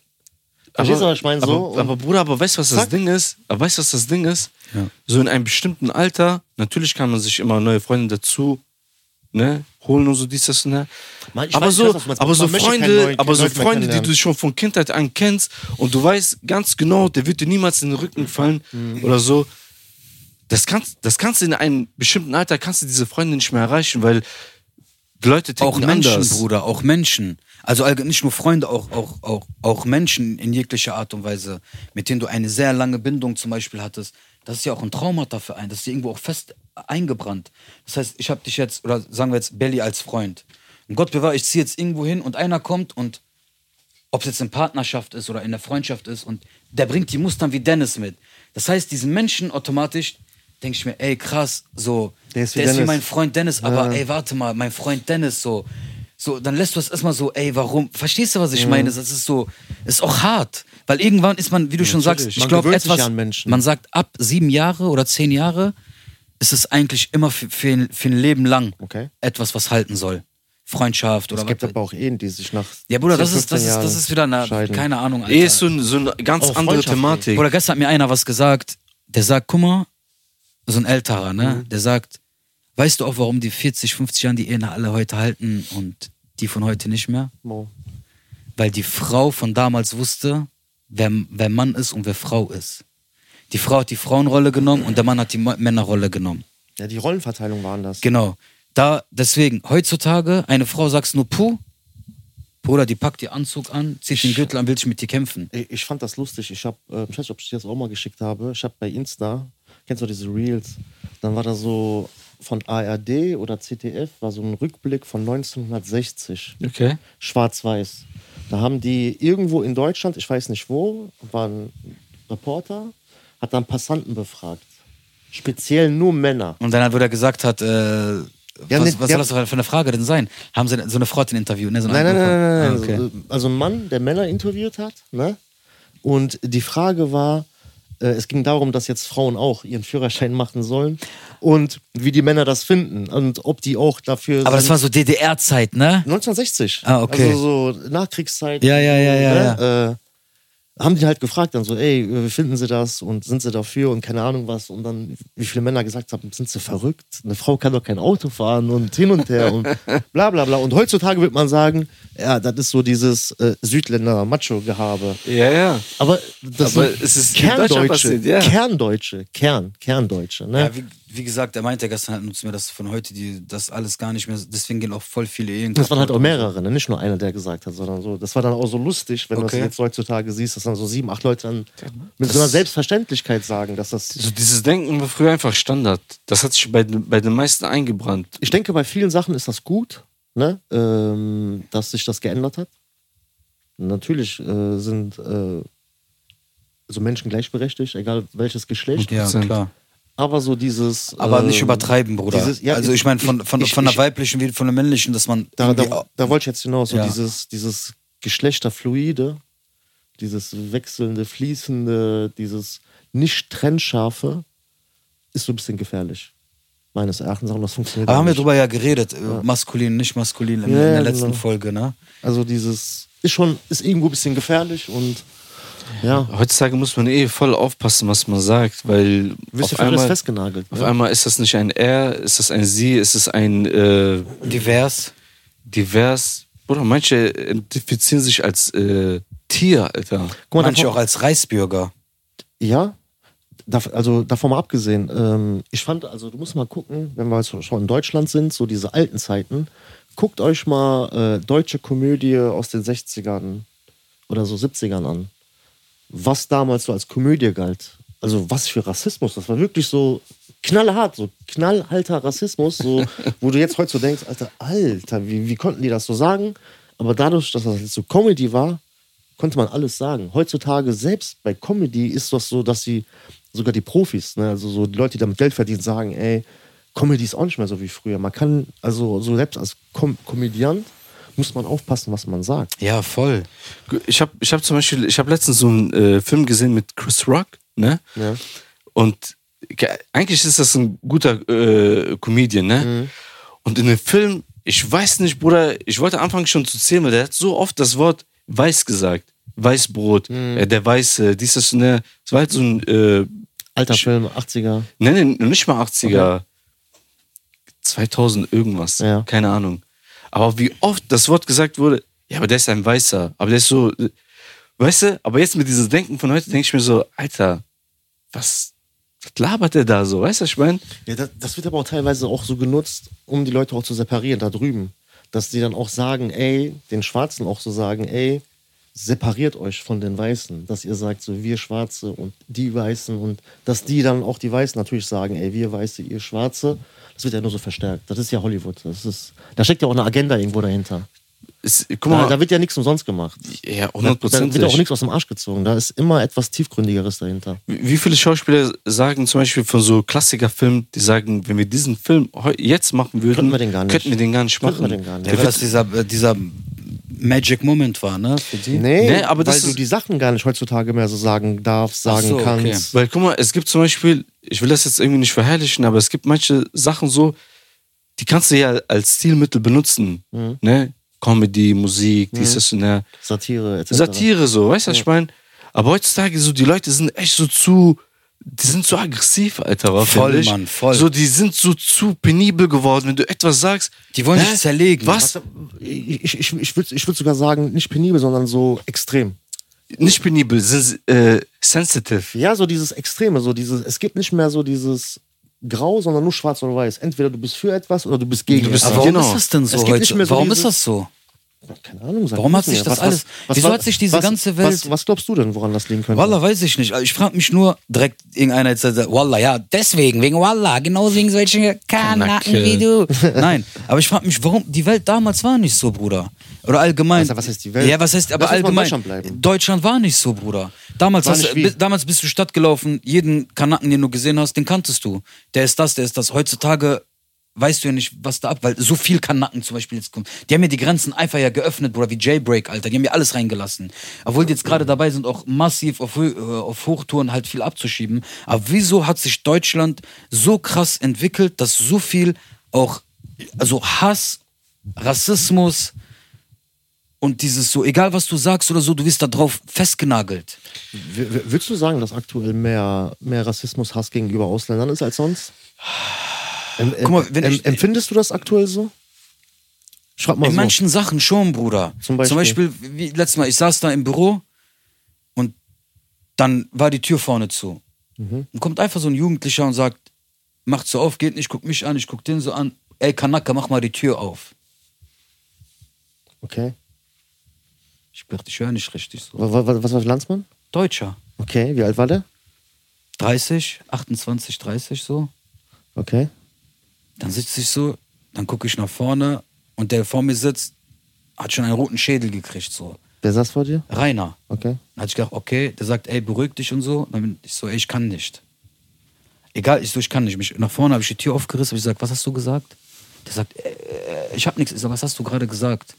[SPEAKER 3] Verstehst du, was ich meine? So,
[SPEAKER 2] aber, aber
[SPEAKER 3] und-
[SPEAKER 2] Bruder, aber weißt du, was das
[SPEAKER 3] Zack.
[SPEAKER 2] Ding ist? Aber weißt du, was das Ding ist? So in einem bestimmten Alter, natürlich kann man sich immer neue Freunde dazu ne, holen und so dies, das und das.
[SPEAKER 3] Man- ich
[SPEAKER 2] aber
[SPEAKER 3] weiß, ich
[SPEAKER 2] so,
[SPEAKER 3] weiß, was du meinst.
[SPEAKER 2] aber so
[SPEAKER 3] Man möchte keine
[SPEAKER 2] Freunde,
[SPEAKER 3] neuen
[SPEAKER 2] aber so
[SPEAKER 3] Leute mehr
[SPEAKER 2] Freunde, die du
[SPEAKER 3] kennenlernen.
[SPEAKER 2] schon von Kindheit an kennst und du weißt ganz genau, der wird dir niemals in den Rücken fallen
[SPEAKER 3] Mhm.
[SPEAKER 2] oder so. Das kannst, das kannst du in einem bestimmten Alter, kannst du diese Freunde nicht mehr erreichen, weil die Leute denken
[SPEAKER 1] Auch Menschen,
[SPEAKER 2] anders.
[SPEAKER 1] Bruder, auch Menschen. Also allge- nicht nur Freunde, auch, auch, auch, auch Menschen in jeglicher Art und Weise, mit denen du eine sehr lange Bindung zum Beispiel hattest. Das ist ja auch ein Traumata für einen. Das ist ja irgendwo auch fest eingebrannt. Das heißt, ich habe dich jetzt, oder sagen wir jetzt Belly als Freund. Und Gott bewahre, ich ziehe jetzt irgendwo hin und einer kommt und ob es jetzt in Partnerschaft ist oder in der Freundschaft ist und der bringt die Mustern wie Dennis mit. Das heißt, diesen Menschen automatisch denke ich mir, ey krass, so,
[SPEAKER 3] Der
[SPEAKER 1] der
[SPEAKER 3] ist
[SPEAKER 1] ist
[SPEAKER 3] wie
[SPEAKER 1] wie,
[SPEAKER 3] Dennis.
[SPEAKER 1] mein Freund Dennis, aber
[SPEAKER 3] Ja.
[SPEAKER 1] ey, warte mal, mein Freund Dennis, so, so, dann lässt du es erstmal so, ey, warum, verstehst du, was ich meine? Das ist so, ist auch hart, weil irgendwann ist man, wie du schon sagst,
[SPEAKER 3] Man
[SPEAKER 1] ich glaube,
[SPEAKER 3] gewöhnt sich
[SPEAKER 1] etwas,
[SPEAKER 3] ja an Menschen.
[SPEAKER 1] man sagt, ab sieben Jahre oder zehn Jahre ist es eigentlich immer für, für, für ein Leben lang
[SPEAKER 3] Okay.
[SPEAKER 1] etwas, was halten soll. Freundschaft oder
[SPEAKER 3] es gibt aber auch Ehen, die sich nach.
[SPEAKER 1] ja, Bruder,
[SPEAKER 3] 10,
[SPEAKER 1] das ist, das
[SPEAKER 3] 15
[SPEAKER 1] ist, das
[SPEAKER 3] Jahren
[SPEAKER 1] ist wieder eine,
[SPEAKER 3] scheiden.
[SPEAKER 1] keine Ahnung, Alter.
[SPEAKER 2] Ehe Eh ist so, ein, so eine ganz
[SPEAKER 3] Auch
[SPEAKER 2] andere
[SPEAKER 3] freundschaftlich.
[SPEAKER 2] Thematik.
[SPEAKER 1] Oder gestern hat mir einer was gesagt, der sagt, guck mal, so ein älterer, ne? Der sagt, weißt du auch, warum die 40, 50 Jahren die Ehen alle heute halten und die von heute nicht mehr?
[SPEAKER 3] Mo.
[SPEAKER 1] Weil die Frau von damals wusste, wer, wer Mann ist und wer Frau ist. Die Frau hat die Frauenrolle genommen und der Mann hat die Mo- Männerrolle genommen.
[SPEAKER 3] Ja, die Rollenverteilung waren das.
[SPEAKER 1] Genau. Da, deswegen, heutzutage, eine Frau sagst nur puh, Bruder, die packt ihr Anzug an, zieht den Gürtel an, will sich mit dir kämpfen.
[SPEAKER 3] Ich ich fand das lustig. Ich habe, äh, ich weiß nicht, ob ich dir das auch mal geschickt habe. Ich habe bei Insta, kennst du diese Reels? Dann war da so von ARD oder ZDF, war so ein Rückblick von 1960.
[SPEAKER 2] Okay.
[SPEAKER 3] Schwarz-Weiß. Da haben die irgendwo in Deutschland, ich weiß nicht wo, war ein Reporter, hat dann Passanten befragt. Speziell nur Männer.
[SPEAKER 1] Und dann hat, wo er gesagt hat, äh,
[SPEAKER 3] Ja,
[SPEAKER 1] was,
[SPEAKER 3] ne,
[SPEAKER 1] was
[SPEAKER 3] ja.
[SPEAKER 1] soll das für eine Frage denn sein? Haben sie so eine Frau hat den Interview? Ne, so eine
[SPEAKER 3] Nein, nein, nein,
[SPEAKER 1] andere
[SPEAKER 3] nein, nein.
[SPEAKER 1] Frau. Ah,
[SPEAKER 3] Also, äh, Also ein Mann, der Männer interviewt hat, ne? Und die Frage war, äh, es ging darum, dass jetzt Frauen auch ihren Führerschein machen sollen und wie die Männer das finden und ob die auch dafür.
[SPEAKER 1] Aber das
[SPEAKER 3] sind-
[SPEAKER 1] war so DDR-Zeit, ne?
[SPEAKER 3] 1960.
[SPEAKER 1] Ah, okay.
[SPEAKER 3] Also so Nachkriegszeit.
[SPEAKER 1] Ja, ja, ja, ja,
[SPEAKER 3] ne? Äh, haben die halt gefragt dann so, ey, wie finden sie das und sind sie dafür und keine Ahnung was. Und dann, wie viele Männer gesagt haben, sind sie verrückt? Eine Frau kann doch kein Auto fahren und hin und her
[SPEAKER 1] [laughs]
[SPEAKER 3] und bla bla bla. Und heutzutage wird man sagen, ja, das ist so dieses äh, Südländer-Macho-Gehabe.
[SPEAKER 2] Ja, ja.
[SPEAKER 3] Aber das
[SPEAKER 2] Aber
[SPEAKER 3] sind
[SPEAKER 2] es ist in Deutschland
[SPEAKER 3] Kerndeutsche,
[SPEAKER 2] passiert, ja.
[SPEAKER 3] Kerndeutsche, Kern, Kerndeutsche. Ne?
[SPEAKER 1] Ja, wie, wie gesagt, er meinte gestern halt nur zu mir, dass von heute die, das alles gar nicht mehr, deswegen gehen auch voll viele Ehen.
[SPEAKER 3] Das waren halt auch
[SPEAKER 1] kaputt.
[SPEAKER 3] mehrere, ne? nicht nur einer, der gesagt hat, sondern so. Das war dann auch so lustig, wenn du
[SPEAKER 1] Okay.
[SPEAKER 3] das jetzt heutzutage siehst, dass dann so sieben, acht Leute dann mit so einer Selbstverständlichkeit sagen, dass das.
[SPEAKER 2] So dieses Denken war früher einfach Standard. Das hat sich bei, den- bei den meisten eingebrannt.
[SPEAKER 3] Ich denke, bei vielen Sachen ist das gut, ne? ähm, dass sich das geändert hat. Natürlich äh, sind äh, so Menschen gleichberechtigt, egal welches Geschlecht.
[SPEAKER 1] Ja, klar.
[SPEAKER 3] Aber so dieses.
[SPEAKER 1] Aber
[SPEAKER 3] ähm,
[SPEAKER 1] nicht übertreiben, Bruder.
[SPEAKER 3] dieses- ja,
[SPEAKER 1] also ich meine, von, von,
[SPEAKER 3] ich-
[SPEAKER 1] von der
[SPEAKER 3] ich-
[SPEAKER 1] weiblichen wie von der männlichen, dass man
[SPEAKER 3] da,
[SPEAKER 1] irgendwie
[SPEAKER 3] da,
[SPEAKER 1] auch-
[SPEAKER 3] da wollte ich jetzt hinaus, so
[SPEAKER 1] Ja.
[SPEAKER 3] dieses, dieses Geschlechterfluide, dieses wechselnde, fließende, dieses nicht trennscharfe ist so ein bisschen gefährlich. Meines Erachtens auch, und das funktioniert.
[SPEAKER 1] Aber
[SPEAKER 3] auch
[SPEAKER 1] haben wir
[SPEAKER 3] nicht.
[SPEAKER 1] drüber ja geredet, äh, maskulin, nicht maskulin, in,
[SPEAKER 3] Ja,
[SPEAKER 1] in
[SPEAKER 3] ja,
[SPEAKER 1] der letzten
[SPEAKER 3] genau.
[SPEAKER 1] Folge, ne?
[SPEAKER 3] Also dieses ist schon, ist irgendwo ein bisschen gefährlich und ja,
[SPEAKER 2] Heutzutage muss man eh voll aufpassen, was man sagt, weil
[SPEAKER 3] du wirst ja
[SPEAKER 2] auf,
[SPEAKER 3] für alles
[SPEAKER 2] einmal,
[SPEAKER 3] festgenagelt.
[SPEAKER 2] auf
[SPEAKER 3] ne?
[SPEAKER 2] einmal ist das nicht ein er, ist das ein sie, ist es ein äh,
[SPEAKER 1] Divers.
[SPEAKER 2] divers. Bruder, manche identifizieren sich als äh, Tier, Alter.
[SPEAKER 3] Guck mal,
[SPEAKER 1] manche
[SPEAKER 3] davon,
[SPEAKER 1] auch als Reichsbürger.
[SPEAKER 3] ja, dav- also davon mal abgesehen, ähm, ich fand, also du musst mal gucken, wenn wir jetzt schon in Deutschland sind, so diese alten Zeiten, guckt euch mal äh, deutsche Komödie aus den 60ern oder so 70ern an. Was damals so als Komödie galt. Also was für Rassismus, das war wirklich so knallhart, so knallhalter Rassismus, [laughs] so, wo du jetzt heute so denkst, Alter, Alter, wie, wie konnten die das so sagen? Aber dadurch, dass das jetzt so Comedy war, konnte man alles sagen. Heutzutage, selbst bei Comedy, ist das so, dass sie sogar die Profis, ne, also so die Leute, die damit Geld verdienen, sagen, ey, Comedy ist auch nicht mehr so wie früher. Man kann, also so selbst als Kom Komödiant muss man aufpassen, was man sagt.
[SPEAKER 1] Ja, voll.
[SPEAKER 2] Ich habe ich hab zum Beispiel, ich habe letztens so einen äh, Film gesehen mit Chris Rock, ne?
[SPEAKER 3] Ja.
[SPEAKER 2] Und ge- eigentlich ist das ein guter äh, Comedian, ne? Und in dem Film, ich weiß nicht, Bruder, ich wollte anfangen schon zu zählen, weil der hat so oft das Wort weiß gesagt. Weißbrot, äh, der Weiße, dieses, ne? Das war halt so ein, äh,
[SPEAKER 3] Alter Film, 80er.
[SPEAKER 2] ne, ne, nicht mal 80er, 2000 irgendwas,
[SPEAKER 3] Ja.
[SPEAKER 2] keine Ahnung. Aber wie oft das Wort gesagt wurde, ja, aber der ist ein Weißer, aber der ist so, äh, weißt du, aber jetzt mit diesem Denken von heute denke ich mir so, Alter, was, was labert der da so, weißt du, was ich meine?
[SPEAKER 3] Ja, das, das wird aber auch teilweise auch so genutzt, um die Leute auch zu separieren da drüben. Dass die dann auch sagen, ey, den Schwarzen auch so sagen, ey, separiert euch von den Weißen. Dass ihr sagt, so wir Schwarze und die Weißen und dass die dann auch die Weißen natürlich sagen, ey, wir Weiße, ihr Schwarze. Das wird ja nur so verstärkt. Das ist ja Hollywood. Das ist, da steckt ja auch eine Agenda irgendwo dahinter.
[SPEAKER 2] Es, guck
[SPEAKER 3] Da,
[SPEAKER 2] mal,
[SPEAKER 3] da wird ja nichts umsonst gemacht.
[SPEAKER 2] ja,
[SPEAKER 3] Da, da wird auch
[SPEAKER 2] hundertprozentig.
[SPEAKER 3] nichts aus dem Arsch gezogen. Da ist immer etwas Tiefgründigeres dahinter.
[SPEAKER 2] Wie wie viele Schauspieler sagen zum Beispiel von so Klassikerfilmen, die sagen, wenn wir diesen Film heu- jetzt machen würden,
[SPEAKER 3] Könnten wir den gar nicht.
[SPEAKER 2] könnten wir den gar nicht
[SPEAKER 3] Könnten
[SPEAKER 2] machen.
[SPEAKER 3] wir den gar nicht.
[SPEAKER 1] Ja, weil das dieser, äh, dieser Magic Moment war, ne? Für die.
[SPEAKER 3] Nee,
[SPEAKER 2] Nee, aber
[SPEAKER 3] weil
[SPEAKER 2] das
[SPEAKER 3] du
[SPEAKER 2] ist-
[SPEAKER 3] die Sachen gar nicht heutzutage mehr so sagen darfst, sagen
[SPEAKER 1] so, okay.
[SPEAKER 3] kannst.
[SPEAKER 2] Weil guck mal, es gibt zum Beispiel, ich will das jetzt irgendwie nicht verherrlichen, aber es gibt manche Sachen so, die kannst du ja als Stilmittel benutzen.
[SPEAKER 1] Mhm.
[SPEAKER 2] Ne? Comedy, Musik, dies, das und der.
[SPEAKER 3] Satire etc.
[SPEAKER 2] Satire so, weißt du, was ich meine? Aber heutzutage so, die Leute sind echt so zu, die sind so aggressiv, Alter. war,
[SPEAKER 1] Voll,
[SPEAKER 2] finde ich.
[SPEAKER 1] Mann, voll.
[SPEAKER 2] So, die sind so zu penibel geworden, wenn du etwas sagst.
[SPEAKER 1] Die wollen
[SPEAKER 2] hä?
[SPEAKER 1] dich zerlegen.
[SPEAKER 2] Was?
[SPEAKER 3] Also, Ich, ich, ich, ich würde ich würd sogar sagen, nicht penibel, sondern so extrem.
[SPEAKER 2] Nicht penibel, sind äh, sensitive.
[SPEAKER 3] Ja, so dieses Extreme, so dieses, es gibt nicht mehr so dieses Grau, sondern nur schwarz oder weiß. Entweder du bist für etwas oder du bist gegen
[SPEAKER 2] Du bist-
[SPEAKER 1] Aber warum
[SPEAKER 3] etwas.
[SPEAKER 2] Genau.
[SPEAKER 1] ist das denn so
[SPEAKER 3] Es gibt nicht
[SPEAKER 1] heute?
[SPEAKER 3] mehr so
[SPEAKER 1] warum
[SPEAKER 3] dieses-
[SPEAKER 1] ist das so?
[SPEAKER 3] Keine Ahnung, sag
[SPEAKER 1] Warum
[SPEAKER 3] ich
[SPEAKER 1] hat sich
[SPEAKER 3] mir.
[SPEAKER 1] das alles- Wieso hat sich diese
[SPEAKER 3] was,
[SPEAKER 1] ganze Welt-
[SPEAKER 3] Was, was glaubst du denn, woran das liegen könnte?
[SPEAKER 1] Wallah, weiß ich nicht. Also Ich frage mich nur, direkt irgendeiner jetzt sagt, Wallah, ja, deswegen, wegen Wallah, genau wegen solchen Kanaken
[SPEAKER 2] Kanacke.
[SPEAKER 1] wie [laughs] du. Nein, aber ich frage mich, warum, die Welt damals war nicht so, Bruder. Oder allgemein.
[SPEAKER 3] Also, was heißt die Welt?
[SPEAKER 1] Ja, was heißt, aber
[SPEAKER 3] Lass uns mal in
[SPEAKER 1] allgemein.
[SPEAKER 3] Deutschland bleiben.
[SPEAKER 1] Deutschland war nicht so, Bruder. Damals,
[SPEAKER 3] War
[SPEAKER 1] hast,
[SPEAKER 3] nicht
[SPEAKER 1] du-
[SPEAKER 3] wie?
[SPEAKER 1] bi- damals bist du Stadt gelaufen, jeden Kanaken, den du gesehen hast, den kanntest du. Der ist das, der ist das. Heutzutage weißt du ja nicht, was da ab, weil so viel Kanaken zum Beispiel jetzt kommt. Die haben ja die Grenzen einfach ja geöffnet, Bruder, wie Jailbreak, Alter. Die haben ja alles reingelassen. Obwohl die jetzt gerade
[SPEAKER 3] Mhm.
[SPEAKER 1] dabei sind, auch massiv auf, Hö- äh, auf Hochtouren halt viel abzuschieben. Aber wieso hat sich Deutschland so krass entwickelt, dass so viel auch, also Hass, Rassismus, und dieses so, egal was du sagst oder so, du wirst da drauf festgenagelt.
[SPEAKER 3] W- w- Würdest du sagen, dass aktuell mehr, mehr Rassismus, Hass gegenüber Ausländern ist als sonst? Em, em,
[SPEAKER 1] Guck mal, wenn
[SPEAKER 3] em,
[SPEAKER 1] ich-
[SPEAKER 3] empfindest du das aktuell so? Schreib mal
[SPEAKER 1] In
[SPEAKER 3] so.
[SPEAKER 1] manchen Sachen schon, Bruder.
[SPEAKER 3] Zum Beispiel?
[SPEAKER 1] wie letztes Mal, ich saß da im Büro und dann war die Tür vorne zu.
[SPEAKER 3] Mhm.
[SPEAKER 1] Und kommt einfach so ein Jugendlicher und sagt, macht so auf, geht nicht, guck mich an, ich guck den so an. Ey, Kanaka, mach mal die Tür auf.
[SPEAKER 3] Okay.
[SPEAKER 1] Ich dachte, ich höre nicht richtig so.
[SPEAKER 3] Wa- wa- wa- Was war Landsmann?
[SPEAKER 1] Deutscher.
[SPEAKER 3] Okay, wie alt war der?
[SPEAKER 1] 30, 28, 30 so.
[SPEAKER 3] Okay.
[SPEAKER 1] Dann sitze ich so, dann gucke ich nach vorne und der vor mir sitzt, hat schon einen roten Schädel gekriegt so.
[SPEAKER 3] Wer saß vor dir?
[SPEAKER 1] Rainer.
[SPEAKER 3] Okay.
[SPEAKER 1] Dann hatte ich gedacht, okay, der sagt, ey, beruhig dich und so. Dann bin ich so, ey, ich kann nicht. Egal, ich so, ich kann nicht. Mich, nach vorne habe ich die Tür aufgerissen äh, und ich gesagt, was hast du gesagt? Der sagt, äh, ich habe nichts. Ich sag, was hast du gerade gesagt?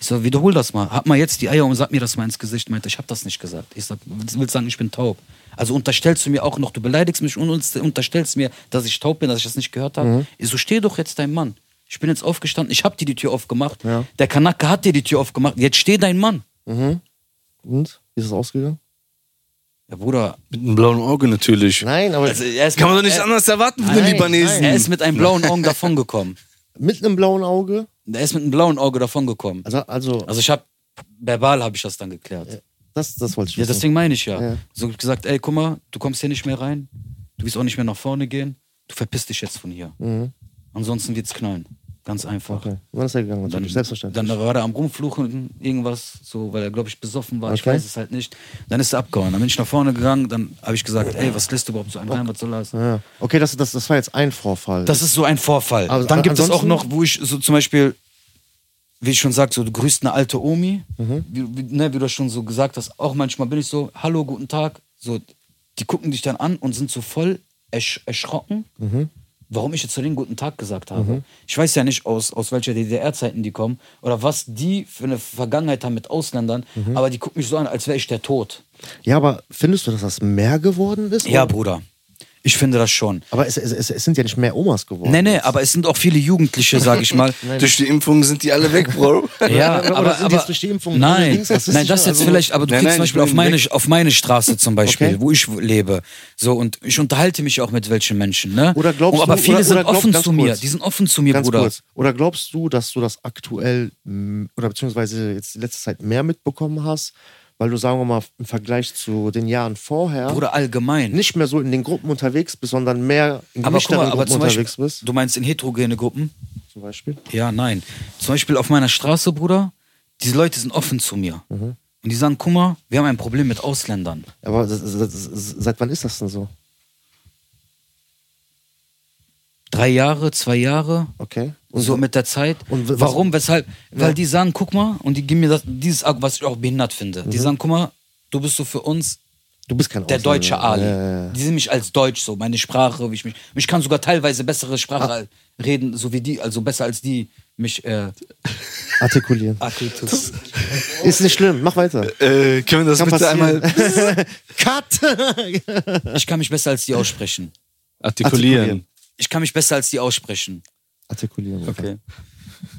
[SPEAKER 1] Ich Ich so, wiederhol das mal. Hab mal jetzt die Eier und sag mir das mal ins Gesicht. Meinte, ich hab das nicht gesagt. Ich sag, willst willst sagen, ich bin taub? Also unterstellst du mir auch noch, du beleidigst mich und uns- unterstellst mir, dass ich taub bin, dass ich das nicht gehört habe.
[SPEAKER 3] Mhm.
[SPEAKER 1] Ich so, steh doch jetzt dein Mann. Ich bin jetzt aufgestanden, ich hab dir die Tür aufgemacht.
[SPEAKER 3] Ja.
[SPEAKER 1] Der Kanake hat dir die Tür aufgemacht. Jetzt steh dein Mann.
[SPEAKER 3] Und? Wie ist es ausgegangen?
[SPEAKER 1] Ja, Bruder,
[SPEAKER 2] Mit einem blauen Auge natürlich.
[SPEAKER 3] Nein, aber
[SPEAKER 1] also er ist
[SPEAKER 2] Kann man
[SPEAKER 1] mit,
[SPEAKER 2] doch nichts
[SPEAKER 1] er,
[SPEAKER 2] anderes erwarten von
[SPEAKER 3] Nein,
[SPEAKER 2] den Libanesen.
[SPEAKER 1] er ist mit einem blauen Auge davongekommen.
[SPEAKER 3] mit einem blauen Auge.
[SPEAKER 1] Er ist mit einem blauen Auge davongekommen.
[SPEAKER 3] Also, also
[SPEAKER 1] Also ich habe verbal habe ich das dann geklärt.
[SPEAKER 3] das, das wollte ich
[SPEAKER 1] Ja,
[SPEAKER 3] wissen.
[SPEAKER 1] deswegen meine ich ja.
[SPEAKER 3] Ja.
[SPEAKER 1] So hab ich gesagt, ey, guck mal, du kommst hier nicht mehr rein, du wirst auch nicht mehr nach vorne gehen, du verpisst dich jetzt von hier. Ansonsten wird's knallen. Ganz einfach.
[SPEAKER 3] Mhm. okay. Wann ist er gegangen? Natürlich, selbstverständlich.
[SPEAKER 1] Dann war er am Rumfluchen, irgendwas, so, weil er, glaube ich, besoffen war. Ich
[SPEAKER 3] Okay.
[SPEAKER 1] weiß es halt nicht. Dann ist er abgehauen. Dann bin ich nach vorne gegangen, dann habe ich gesagt, ey, was lässt du überhaupt so einen rein, was soll das?
[SPEAKER 3] Ah, ja. Okay, das, das, das war jetzt ein Vorfall.
[SPEAKER 1] Das ist so ein Vorfall.
[SPEAKER 3] Aber
[SPEAKER 1] dann gibt es auch
[SPEAKER 3] ansonsten-
[SPEAKER 1] noch, wo ich so zum Beispiel, wie ich schon sagte, so, du grüßt eine alte Omi, wie, wie, ne, wie du schon so gesagt hast, auch manchmal bin ich so, hallo, guten Tag. So, die gucken dich dann an und sind so voll ersch erschrocken, warum ich jetzt zu denen guten Tag gesagt habe. Ich weiß ja nicht, aus, aus welcher DDR-Zeiten die kommen oder was die für eine Vergangenheit haben mit Ausländern, aber die gucken mich so an, als wäre ich der Tod.
[SPEAKER 3] ja, aber findest du, dass das mehr geworden ist?
[SPEAKER 1] Ja, Bruder, ich finde das schon.
[SPEAKER 3] Aber es, es, es, es sind ja nicht mehr Omas geworden.
[SPEAKER 1] Nee, nee, aber es sind auch viele Jugendliche, sag ich mal,
[SPEAKER 2] Durch die Impfung sind die alle weg, [laughs] Bro.
[SPEAKER 1] Ja,
[SPEAKER 3] Oder- oder
[SPEAKER 1] aber,
[SPEAKER 3] sind die
[SPEAKER 1] aber
[SPEAKER 3] jetzt durch die Impfung
[SPEAKER 1] nein,
[SPEAKER 3] links rassistisch?
[SPEAKER 1] nein, das jetzt
[SPEAKER 3] Also-
[SPEAKER 1] vielleicht, aber du
[SPEAKER 2] Nein,
[SPEAKER 1] kriegst
[SPEAKER 2] nein,
[SPEAKER 1] zum Beispiel
[SPEAKER 2] ich
[SPEAKER 1] auf
[SPEAKER 2] bin
[SPEAKER 1] meine,
[SPEAKER 2] weg.
[SPEAKER 1] auf meine Straße zum Beispiel,
[SPEAKER 3] Okay.
[SPEAKER 1] wo ich lebe, so und ich unterhalte mich auch mit welchen Menschen, ne?
[SPEAKER 3] Oder glaubst
[SPEAKER 1] Und aber
[SPEAKER 3] du-
[SPEAKER 1] viele
[SPEAKER 3] oder-
[SPEAKER 1] sind
[SPEAKER 3] oder glaub-
[SPEAKER 1] offen
[SPEAKER 3] ganz
[SPEAKER 1] zu mir,
[SPEAKER 3] kurz.
[SPEAKER 1] die sind offen zu mir,
[SPEAKER 3] Ganz
[SPEAKER 1] Bruder.
[SPEAKER 3] kurz. Oder glaubst du, dass du das aktuell mm, oder beziehungsweise jetzt in letzter Zeit mehr mitbekommen hast, weil du, sagen wir mal, im Vergleich zu den Jahren vorher
[SPEAKER 1] Bruder allgemein.
[SPEAKER 3] nicht mehr so in den Gruppen unterwegs bist, sondern mehr in
[SPEAKER 1] aber guck
[SPEAKER 3] gemischteren
[SPEAKER 1] mal, aber
[SPEAKER 3] Gruppen
[SPEAKER 1] zum Beispiel,
[SPEAKER 3] unterwegs bist?
[SPEAKER 1] du meinst in heterogene Gruppen?
[SPEAKER 3] Zum Beispiel.
[SPEAKER 1] Ja, nein. Zum Beispiel auf meiner Straße, Bruder, diese Leute sind offen zu mir.
[SPEAKER 3] Mhm.
[SPEAKER 1] Und die sagen, guck mal, wir haben ein Problem mit Ausländern.
[SPEAKER 3] Aber das, das, das, seit wann ist das denn so?
[SPEAKER 1] Drei Jahre, zwei Jahre,
[SPEAKER 3] Okay.
[SPEAKER 1] Und so mit der Zeit.
[SPEAKER 3] und w- was-
[SPEAKER 1] Warum, weshalb? Weil
[SPEAKER 3] Ja.
[SPEAKER 1] die sagen, guck mal, und die geben mir das, dieses, Argument, was ich auch behindert finde.
[SPEAKER 3] Mhm.
[SPEAKER 1] Die sagen, guck mal, du bist so für uns
[SPEAKER 3] du bist kein
[SPEAKER 1] der
[SPEAKER 3] Ausländer.
[SPEAKER 1] deutsche Ali.
[SPEAKER 3] Ja, ja, ja.
[SPEAKER 1] Die sehen mich als Deutsch so, meine Sprache, wie ich mich. Ich kann sogar teilweise bessere Sprache
[SPEAKER 3] Ah.
[SPEAKER 1] reden, so wie die, also besser als die mich äh,
[SPEAKER 3] Artikulieren.
[SPEAKER 1] Ah. Akitus.
[SPEAKER 3] Ist nicht schlimm, mach weiter.
[SPEAKER 2] Äh, können wir das
[SPEAKER 3] Kann
[SPEAKER 2] bitte einmal
[SPEAKER 3] passieren. [laughs] Cut! [laughs]
[SPEAKER 1] Ich kann mich besser als die aussprechen.
[SPEAKER 2] artikulieren?
[SPEAKER 1] Ich kann mich besser als die aussprechen.
[SPEAKER 3] Artikulieren.
[SPEAKER 1] Okay.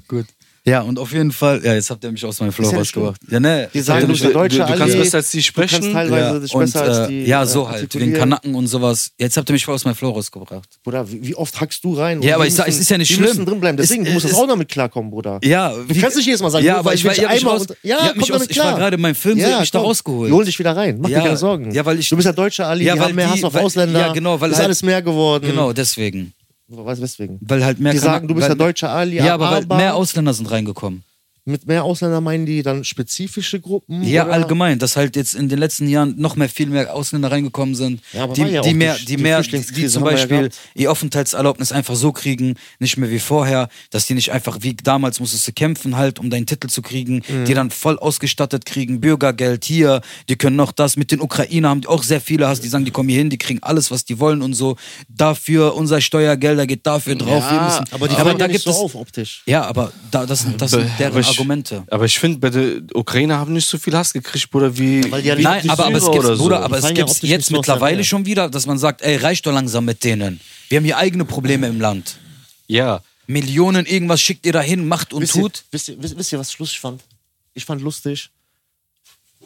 [SPEAKER 1] Gut. Ja, und auf jeden Fall, ja, jetzt habt ihr mich aus meinem Flow
[SPEAKER 3] Ist ja nicht
[SPEAKER 1] rausgebracht. Ja, ne,
[SPEAKER 3] Die sagen,
[SPEAKER 2] Du-
[SPEAKER 3] du bist der
[SPEAKER 2] du-
[SPEAKER 3] deutsche
[SPEAKER 2] du
[SPEAKER 3] Ali.
[SPEAKER 2] kannst besser als die
[SPEAKER 3] Du
[SPEAKER 2] sprechen.
[SPEAKER 3] kannst teilweise dich
[SPEAKER 1] und,
[SPEAKER 3] besser als
[SPEAKER 1] äh,
[SPEAKER 3] die.
[SPEAKER 1] ja,
[SPEAKER 3] äh,
[SPEAKER 1] so halt, wegen
[SPEAKER 3] artikulieren.
[SPEAKER 1] Kanacken und sowas. Jetzt habt ihr mich voll aus meinem Flow rausgebracht.
[SPEAKER 3] Bruder, wie, wie oft hackst du rein? Und
[SPEAKER 1] Ja, aber
[SPEAKER 3] die
[SPEAKER 1] ich sag, es
[SPEAKER 3] müssen-
[SPEAKER 1] ist ja nicht
[SPEAKER 3] die
[SPEAKER 1] schlimm.
[SPEAKER 3] müssen drinbleiben, deswegen,
[SPEAKER 1] Es-
[SPEAKER 3] du musst
[SPEAKER 1] es-
[SPEAKER 3] das auch damit klarkommen, Bruder.
[SPEAKER 1] Ja,
[SPEAKER 3] Du kannst nicht jedes Mal sagen,
[SPEAKER 1] ja,
[SPEAKER 3] nur
[SPEAKER 1] aber
[SPEAKER 3] weil
[SPEAKER 1] ich
[SPEAKER 3] will
[SPEAKER 1] war,
[SPEAKER 3] dich
[SPEAKER 1] ich hab mich
[SPEAKER 3] einmal
[SPEAKER 1] raus,
[SPEAKER 3] unter-
[SPEAKER 1] ich
[SPEAKER 3] ja,
[SPEAKER 1] hab mich
[SPEAKER 3] komm damit
[SPEAKER 1] aus, ich war
[SPEAKER 3] klar.
[SPEAKER 1] gerade in meinem Film, so, ich hab mich da
[SPEAKER 3] komm,
[SPEAKER 1] rausgeholt.
[SPEAKER 3] Die holen dich wieder rein, mach
[SPEAKER 1] Ja,
[SPEAKER 3] dir keine Sorgen.
[SPEAKER 1] ja, weil ich-
[SPEAKER 3] du bist der deutsche Ali,
[SPEAKER 1] Ja,
[SPEAKER 3] die
[SPEAKER 1] weil
[SPEAKER 3] haben mehr
[SPEAKER 1] die-
[SPEAKER 3] Hass auf
[SPEAKER 1] weil-
[SPEAKER 3] Ausländer,
[SPEAKER 1] ja, genau, weil
[SPEAKER 3] ist
[SPEAKER 1] halt-
[SPEAKER 3] alles mehr geworden.
[SPEAKER 1] Genau, deswegen.
[SPEAKER 3] Weißt du, weswegen?
[SPEAKER 1] Weil halt mehr
[SPEAKER 3] Die
[SPEAKER 1] Kana-
[SPEAKER 3] sagen, du bist
[SPEAKER 1] weil,
[SPEAKER 3] der deutsche Ali,
[SPEAKER 1] Ja, aber,
[SPEAKER 3] aber-
[SPEAKER 1] weil mehr Ausländer sind reingekommen.
[SPEAKER 3] Mit mehr Ausländer meinen die dann spezifische Gruppen?
[SPEAKER 1] Ja,
[SPEAKER 3] oder?
[SPEAKER 1] allgemein, dass halt jetzt in den letzten Jahren noch mehr, viel mehr Ausländer reingekommen sind,
[SPEAKER 3] Ja, aber
[SPEAKER 1] die,
[SPEAKER 3] war ja auch
[SPEAKER 1] die mehr,
[SPEAKER 3] die-
[SPEAKER 1] die,
[SPEAKER 3] die
[SPEAKER 1] mehr, die,
[SPEAKER 3] Flüchtlingskrise
[SPEAKER 1] zum
[SPEAKER 3] haben wir ja
[SPEAKER 1] Beispiel
[SPEAKER 3] gehabt.
[SPEAKER 1] ihr Aufenthaltserlaubnis einfach so kriegen, nicht mehr wie vorher, dass die nicht einfach wie damals musstest du kämpfen halt, um deinen Titel zu kriegen,
[SPEAKER 3] Mhm.
[SPEAKER 1] die dann voll ausgestattet kriegen, Bürgergeld hier, die können noch das, mit den Ukrainer haben die auch sehr viele Hass, die sagen, die kommen hier hin, die kriegen alles, was die wollen und so, dafür, unser Steuergelder geht dafür drauf, wir
[SPEAKER 2] Ja,
[SPEAKER 1] müssen,
[SPEAKER 3] Aber die fallen ja nicht so auf optisch.
[SPEAKER 1] ja, aber da, das, sind- das sind deren
[SPEAKER 2] Aber ich-
[SPEAKER 1] Argumente.
[SPEAKER 2] Aber ich finde, bei der Ukraine haben nicht so viel Hass gekriegt, Bruder, wie.
[SPEAKER 3] Weil die halt ja
[SPEAKER 2] wie
[SPEAKER 3] nicht
[SPEAKER 1] Nein,
[SPEAKER 3] die
[SPEAKER 1] aber, aber es
[SPEAKER 2] Syrer
[SPEAKER 1] gibt,
[SPEAKER 2] oder so.
[SPEAKER 1] Bruder, aber
[SPEAKER 3] Die
[SPEAKER 1] es
[SPEAKER 3] fallen ja
[SPEAKER 1] gibt
[SPEAKER 3] optisch nicht
[SPEAKER 1] jetzt
[SPEAKER 3] so aus der
[SPEAKER 1] mittlerweile
[SPEAKER 3] Reihe.
[SPEAKER 1] schon wieder, dass man sagt, ey, reicht doch langsam mit denen. Wir haben hier eigene Probleme im Land.
[SPEAKER 2] Ja.
[SPEAKER 1] Millionen irgendwas schickt ihr dahin, macht und
[SPEAKER 3] wisst
[SPEAKER 1] tut.
[SPEAKER 3] Ihr, wisst, ihr, wisst, wisst ihr, was ich lustig fand? Ich fand lustig,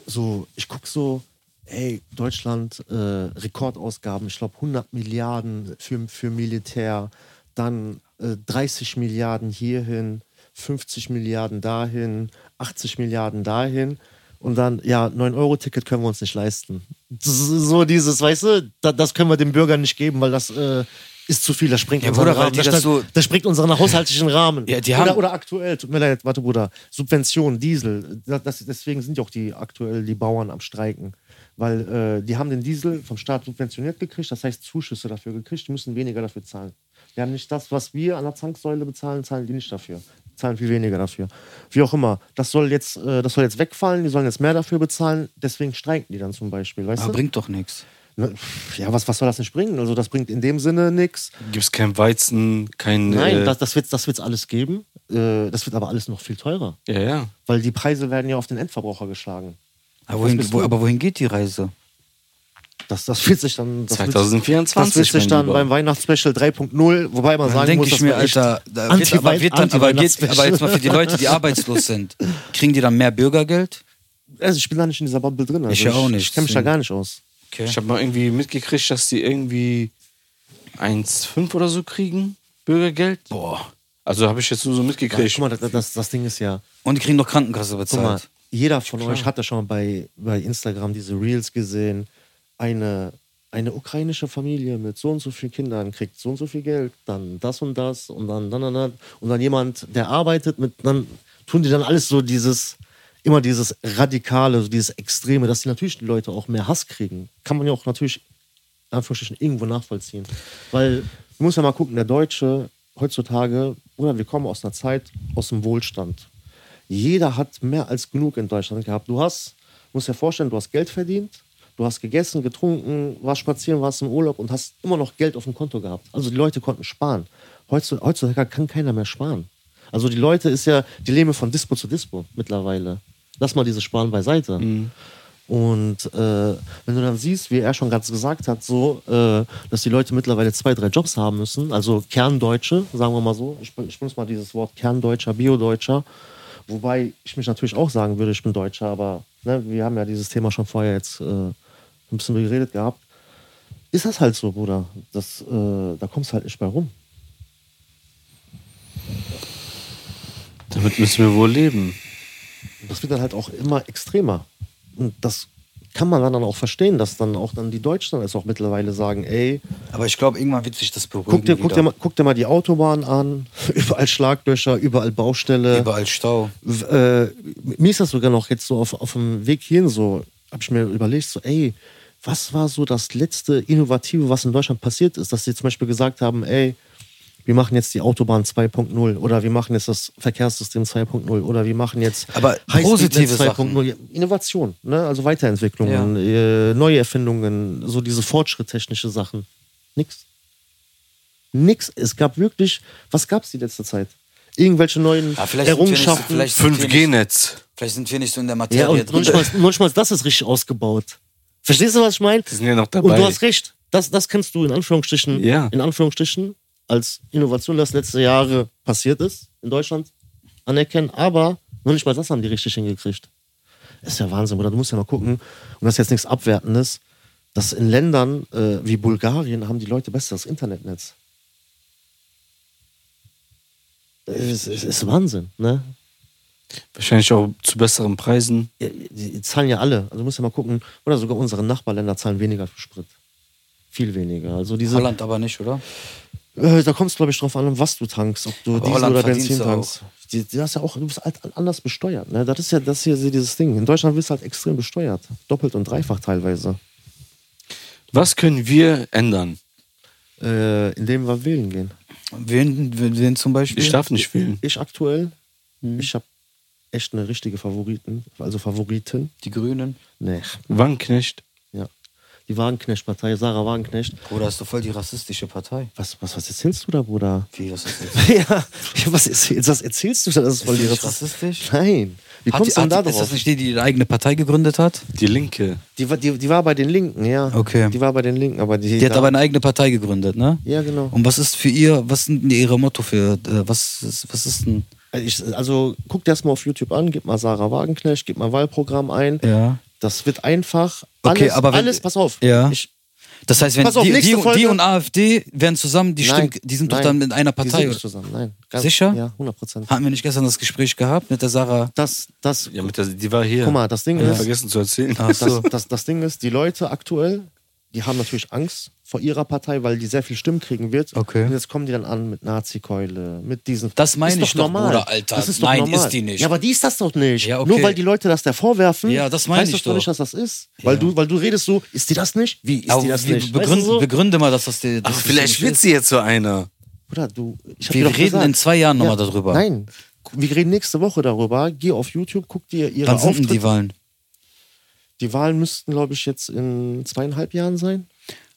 [SPEAKER 3] so, ich guck so, ey, Deutschland, äh, Rekordausgaben, ich glaube 100 Milliarden für, für Militär, dann äh, 30 Milliarden hierhin, 50 Milliarden dahin, 80 Milliarden dahin. Und dann, ja, 9-Euro-Ticket können wir uns nicht leisten. Das ist So dieses, weißt du, da, das können wir dem Bürger nicht geben, weil das äh, ist zu viel. Das springt,
[SPEAKER 1] Ja,
[SPEAKER 3] unseren
[SPEAKER 1] Bruder, weil
[SPEAKER 3] Rahmen.
[SPEAKER 1] die
[SPEAKER 3] das,
[SPEAKER 1] das so-
[SPEAKER 3] das springt unseren haushaltlichen Rahmen.
[SPEAKER 1] Ja, die haben-
[SPEAKER 3] oder, oder aktuell, tut mir leid, warte, Bruder, Subventionen, Diesel. Das, das, deswegen sind ja auch die aktuell die Bauern am Streiken. Weil äh, die haben den Diesel vom Staat subventioniert gekriegt, das heißt Zuschüsse dafür gekriegt, die müssen weniger dafür zahlen. Die haben nicht das, was wir an der Tanksäule bezahlen, zahlen die nicht dafür. Die Zahlen viel weniger dafür. Wie auch immer, das soll jetzt, äh, das soll jetzt wegfallen, die sollen jetzt mehr dafür bezahlen, deswegen streiken die dann zum Beispiel, weißt
[SPEAKER 1] Aber
[SPEAKER 3] du?
[SPEAKER 1] bringt doch nichts.
[SPEAKER 3] Ne, pf, Ja, was, was soll das denn bringen? Also, das bringt in dem Sinne nichts.
[SPEAKER 2] Gibt es kein Weizen, kein.
[SPEAKER 3] Nein,
[SPEAKER 2] äh,
[SPEAKER 3] das, das wird es das wird's alles geben. Äh, das wird aber alles noch viel teurer.
[SPEAKER 2] ja, ja.
[SPEAKER 3] Weil die Preise werden ja auf den Endverbraucher geschlagen.
[SPEAKER 1] Aber
[SPEAKER 3] Was
[SPEAKER 1] wohin,
[SPEAKER 3] bist
[SPEAKER 1] wo,
[SPEAKER 3] du?
[SPEAKER 1] aber wohin geht die Reise?
[SPEAKER 3] Das, das wird sich dann. Das wird-
[SPEAKER 2] 2024,
[SPEAKER 3] Das wird
[SPEAKER 2] mein
[SPEAKER 3] sich dann
[SPEAKER 2] Lieber.
[SPEAKER 3] beim Weihnachtsspecial 3.0, wobei man
[SPEAKER 1] Dann
[SPEAKER 3] sagen
[SPEAKER 1] denke
[SPEAKER 3] muss,
[SPEAKER 1] ich
[SPEAKER 3] das
[SPEAKER 1] mir,
[SPEAKER 3] war echt
[SPEAKER 1] Alter, da wird, aber,
[SPEAKER 3] Anti-Wei-
[SPEAKER 1] wird dann, aber, geht, aber jetzt mal [laughs]
[SPEAKER 3] Anti-Weihnachtsspecial.
[SPEAKER 1] für die Leute, die arbeitslos sind, kriegen die dann mehr Bürgergeld?
[SPEAKER 3] Also ich bin da nicht in dieser Bubble drin. Also
[SPEAKER 1] Ich ja auch
[SPEAKER 3] Ich
[SPEAKER 1] nicht,
[SPEAKER 3] kenne mich da
[SPEAKER 1] deswegen.
[SPEAKER 3] gar nicht aus.
[SPEAKER 1] Okay.
[SPEAKER 2] Ich habe mal irgendwie mitgekriegt, dass die irgendwie 1,5 oder so kriegen, Bürgergeld.
[SPEAKER 1] Boah.
[SPEAKER 2] Also habe ich jetzt nur so mitgekriegt.
[SPEAKER 3] Guck mal, das, das, das Ding ist ja,
[SPEAKER 1] Und die kriegen noch Krankenkasse
[SPEAKER 3] guck mal,
[SPEAKER 1] bezahlt.
[SPEAKER 3] jeder von euch hat ja schon mal bei, bei Instagram diese Reels gesehen. Eine, eine ukrainische Familie mit so und so vielen Kindern kriegt so und so viel Geld, dann das und das und dann dann, dann, dann und dann jemand, der arbeitet mit, dann tun die dann alles so dieses, immer dieses Radikale, so dieses Extreme, dass die natürlich die Leute auch mehr Hass kriegen. Kann man ja auch natürlich in Anführungsstrichen irgendwo nachvollziehen. Weil, du musst ja mal gucken, der Deutsche heutzutage, oder wir kommen aus einer Zeit aus dem Wohlstand. Jeder hat mehr als genug in Deutschland gehabt. Du hast, musst dir vorstellen, du hast Geld verdient, du hast gegessen, getrunken, warst spazieren, warst im Urlaub und hast immer noch Geld auf dem Konto gehabt. Also die Leute konnten sparen. Heutzu- Heutzutage kann keiner mehr sparen. Also die Leute ist ja, die leben von Dispo zu Dispo mittlerweile. Lass mal dieses Sparen beiseite. Und äh, wenn du dann siehst, wie er schon ganz gesagt hat, so, äh, dass die Leute mittlerweile zwei, drei Jobs haben müssen, also Kerndeutsche, sagen wir mal so, ich, bin- ich benutze mal dieses Wort Kerndeutscher, Biodeutscher, wobei ich mich natürlich auch sagen würde, ich bin Deutscher, aber ne, wir haben ja dieses Thema schon vorher jetzt äh, ein bisschen geredet gehabt. Ist das halt so, Bruder? Das, äh, da kommst du halt nicht bei rum.
[SPEAKER 2] Damit müssen wir wohl leben.
[SPEAKER 3] das wird dann halt auch immer extremer. Und das kann man dann auch verstehen, dass dann auch dann die Deutschen dann jetzt auch mittlerweile sagen, ey,
[SPEAKER 1] Aber ich glaube, irgendwann wird sich das beruhigen.
[SPEAKER 3] guck dir, guck,
[SPEAKER 1] wieder.
[SPEAKER 3] dir mal, guck dir mal die Autobahn an, [laughs] überall Schlaglöcher, überall Baustelle.
[SPEAKER 1] Überall Stau.
[SPEAKER 3] W- äh, mir ist das sogar noch jetzt so auf, auf dem Weg hierhin so, habe ich mir überlegt, so, ey, was war so das letzte Innovative, was in Deutschland passiert ist, dass sie zum Beispiel gesagt haben, ey, wir machen jetzt die Autobahn 2.0 oder wir machen jetzt das Verkehrssystem 2.0 oder wir machen jetzt
[SPEAKER 1] Aber
[SPEAKER 3] Highspeed-Netz
[SPEAKER 1] positive
[SPEAKER 3] 2.0. Innovation, ne? also Weiterentwicklungen, äh, neue Erfindungen, so diese fortschritttechnische Sachen. Nix. Nix. Es gab wirklich, was gab es die letzte Zeit? Irgendwelche neuen
[SPEAKER 1] Ja, vielleicht sind wir nicht so-
[SPEAKER 3] Errungenschaften.
[SPEAKER 1] vielleicht sind wir nicht-
[SPEAKER 2] 5G-Netz.
[SPEAKER 1] Vielleicht sind wir nicht so in der Materie
[SPEAKER 3] Ja, und
[SPEAKER 1] drin.
[SPEAKER 3] manchmal, manchmal ist das ist richtig ausgebaut. Verstehst du, was ich meine?
[SPEAKER 2] Die sind ja noch dabei.
[SPEAKER 3] Und du hast recht. Das, das kannst du in Anführungsstrichen,
[SPEAKER 2] Ja.
[SPEAKER 3] in Anführungsstrichen als Innovation, das letzte Jahre passiert ist in Deutschland, anerkennen. Aber noch nicht mal das haben die richtig hingekriegt. Ist ja Wahnsinn, oder? Du musst ja mal gucken, und das ist jetzt nichts Abwertendes, dass in Ländern äh, wie Bulgarien haben die Leute besseres Internetnetz. Äh, Es ist, ist Wahnsinn, ne?
[SPEAKER 2] Wahrscheinlich auch zu besseren Preisen.
[SPEAKER 3] Ja, die die zahlen ja alle. Also muss ja mal gucken. Oder sogar unsere Nachbarländer zahlen weniger für Sprit. Viel weniger. Also diese,
[SPEAKER 1] Holland aber nicht, oder?
[SPEAKER 3] äh, da kommt es, glaube ich, drauf an, was du tankst, ob du
[SPEAKER 1] Aber
[SPEAKER 3] Diesel
[SPEAKER 1] Holland
[SPEAKER 3] oder
[SPEAKER 1] verdienst
[SPEAKER 3] Benzin
[SPEAKER 1] du
[SPEAKER 3] tankst. Die, die hast ja auch, du bist halt anders besteuert. Ne? Das ist ja das hier so dieses Ding. In Deutschland wirst du halt extrem besteuert. Doppelt und dreifach teilweise.
[SPEAKER 2] Was können wir ändern?
[SPEAKER 3] Äh, indem wir wählen gehen.
[SPEAKER 1] Wen, wen, wen zum Beispiel?
[SPEAKER 2] Ich darf nicht wählen.
[SPEAKER 3] Ich aktuell,
[SPEAKER 1] Hm.
[SPEAKER 3] ich habe echt eine richtige Favoriten, also Favoritin.
[SPEAKER 1] Die Grünen.
[SPEAKER 3] Nee,
[SPEAKER 2] Wagenknecht.
[SPEAKER 3] ja. Die Wagenknecht-Partei, Sarah Wagenknecht.
[SPEAKER 1] Bruder, hast du voll die rassistische Partei.
[SPEAKER 3] Was, was, was erzählst du da, Bruder?
[SPEAKER 1] Wie, was ist das?
[SPEAKER 3] [laughs] Ja, ja, was ist jetzt? Was erzählst du da? Das ist voll
[SPEAKER 1] die
[SPEAKER 3] die
[SPEAKER 1] nicht rassistisch?
[SPEAKER 3] Nein. Wie
[SPEAKER 1] Hat
[SPEAKER 3] kommst
[SPEAKER 1] die-
[SPEAKER 3] du denn da
[SPEAKER 1] hat- Ist
[SPEAKER 3] drauf?
[SPEAKER 1] das nicht die, die ihre eigene Partei gegründet hat?
[SPEAKER 2] Die Linke.
[SPEAKER 3] Die, war- die, die war bei den Linken, ja.
[SPEAKER 1] Okay.
[SPEAKER 3] Die war bei den Linken, aber die.
[SPEAKER 1] Die hat aber eine eigene Partei gegründet, ne?
[SPEAKER 3] Ja, genau.
[SPEAKER 1] Und was ist für ihr, was sind denn ihre Motto für, äh, was ist, was ist denn?
[SPEAKER 3] Also ich, also guck dir das mal auf YouTube an, gib mal Sarah Wagenknecht, gib mal Wahlprogramm ein.
[SPEAKER 1] Ja.
[SPEAKER 3] Das wird einfach. Alles,
[SPEAKER 1] Okay, aber wenn-
[SPEAKER 3] alles, pass auf.
[SPEAKER 1] Ja.
[SPEAKER 3] Ich,
[SPEAKER 1] Das heißt, wenn
[SPEAKER 3] Pass auf,
[SPEAKER 1] die,
[SPEAKER 3] nächste
[SPEAKER 1] die, und- die
[SPEAKER 3] Folge.
[SPEAKER 1] und AfD werden zusammen, die,
[SPEAKER 3] nein,
[SPEAKER 1] stimmt, die sind doch
[SPEAKER 3] nein,
[SPEAKER 1] dann in einer
[SPEAKER 3] Die sind
[SPEAKER 1] Partei.
[SPEAKER 3] nicht
[SPEAKER 1] oder?
[SPEAKER 3] zusammen, nein.
[SPEAKER 1] Sicher?
[SPEAKER 3] Ja, 100 Prozent.
[SPEAKER 1] Hatten wir nicht gestern das Gespräch gehabt mit der Sarah?
[SPEAKER 3] Das, das,
[SPEAKER 2] Ja, mit der, die war hier. Ah.
[SPEAKER 3] guck mal, das Ding
[SPEAKER 2] Ja.
[SPEAKER 3] ist.
[SPEAKER 2] Vergessen zu erzählen. [laughs]
[SPEAKER 3] Das, das, das Ding ist, die Leute aktuell, die haben natürlich Angst vor ihrer Partei, weil die sehr viel Stimmen kriegen wird.
[SPEAKER 1] Okay.
[SPEAKER 3] Und jetzt kommen die dann an mit Nazi-Keule, mit diesen.
[SPEAKER 1] Das meine
[SPEAKER 3] Ist
[SPEAKER 1] ich doch, Bruder, Alter.
[SPEAKER 3] Das ist doch
[SPEAKER 1] Nein,
[SPEAKER 3] normal.
[SPEAKER 1] ist die nicht.
[SPEAKER 3] Ja, aber die ist das doch nicht.
[SPEAKER 1] Ja, okay.
[SPEAKER 3] Nur weil die Leute das da vorwerfen,
[SPEAKER 1] Ja, das meine
[SPEAKER 3] heißt
[SPEAKER 1] ich
[SPEAKER 3] das doch
[SPEAKER 1] doch.
[SPEAKER 3] nicht, dass das ist. Weil, du, weil du redest so, ist die das nicht? Wie ist
[SPEAKER 1] Aber
[SPEAKER 3] die das
[SPEAKER 1] wie-
[SPEAKER 3] nicht?
[SPEAKER 1] Begründe,
[SPEAKER 3] weißt du so?
[SPEAKER 1] begründe mal, dass das die. dass
[SPEAKER 2] Ach,
[SPEAKER 1] das
[SPEAKER 2] vielleicht
[SPEAKER 1] die
[SPEAKER 2] wird
[SPEAKER 1] ist.
[SPEAKER 2] sie jetzt so einer.
[SPEAKER 3] Bruder, du, ich hab
[SPEAKER 1] Wir
[SPEAKER 3] dir doch
[SPEAKER 1] reden
[SPEAKER 3] gesagt.
[SPEAKER 1] in zwei Jahren nochmal darüber.
[SPEAKER 3] Nein, wir reden nächste Woche darüber. Geh auf YouTube, guck dir ihre
[SPEAKER 1] Wann sind denn
[SPEAKER 3] Auftritte-
[SPEAKER 1] die Wahlen?
[SPEAKER 3] Die Wahlen müssten, glaube ich, jetzt in zweieinhalb Jahren sein.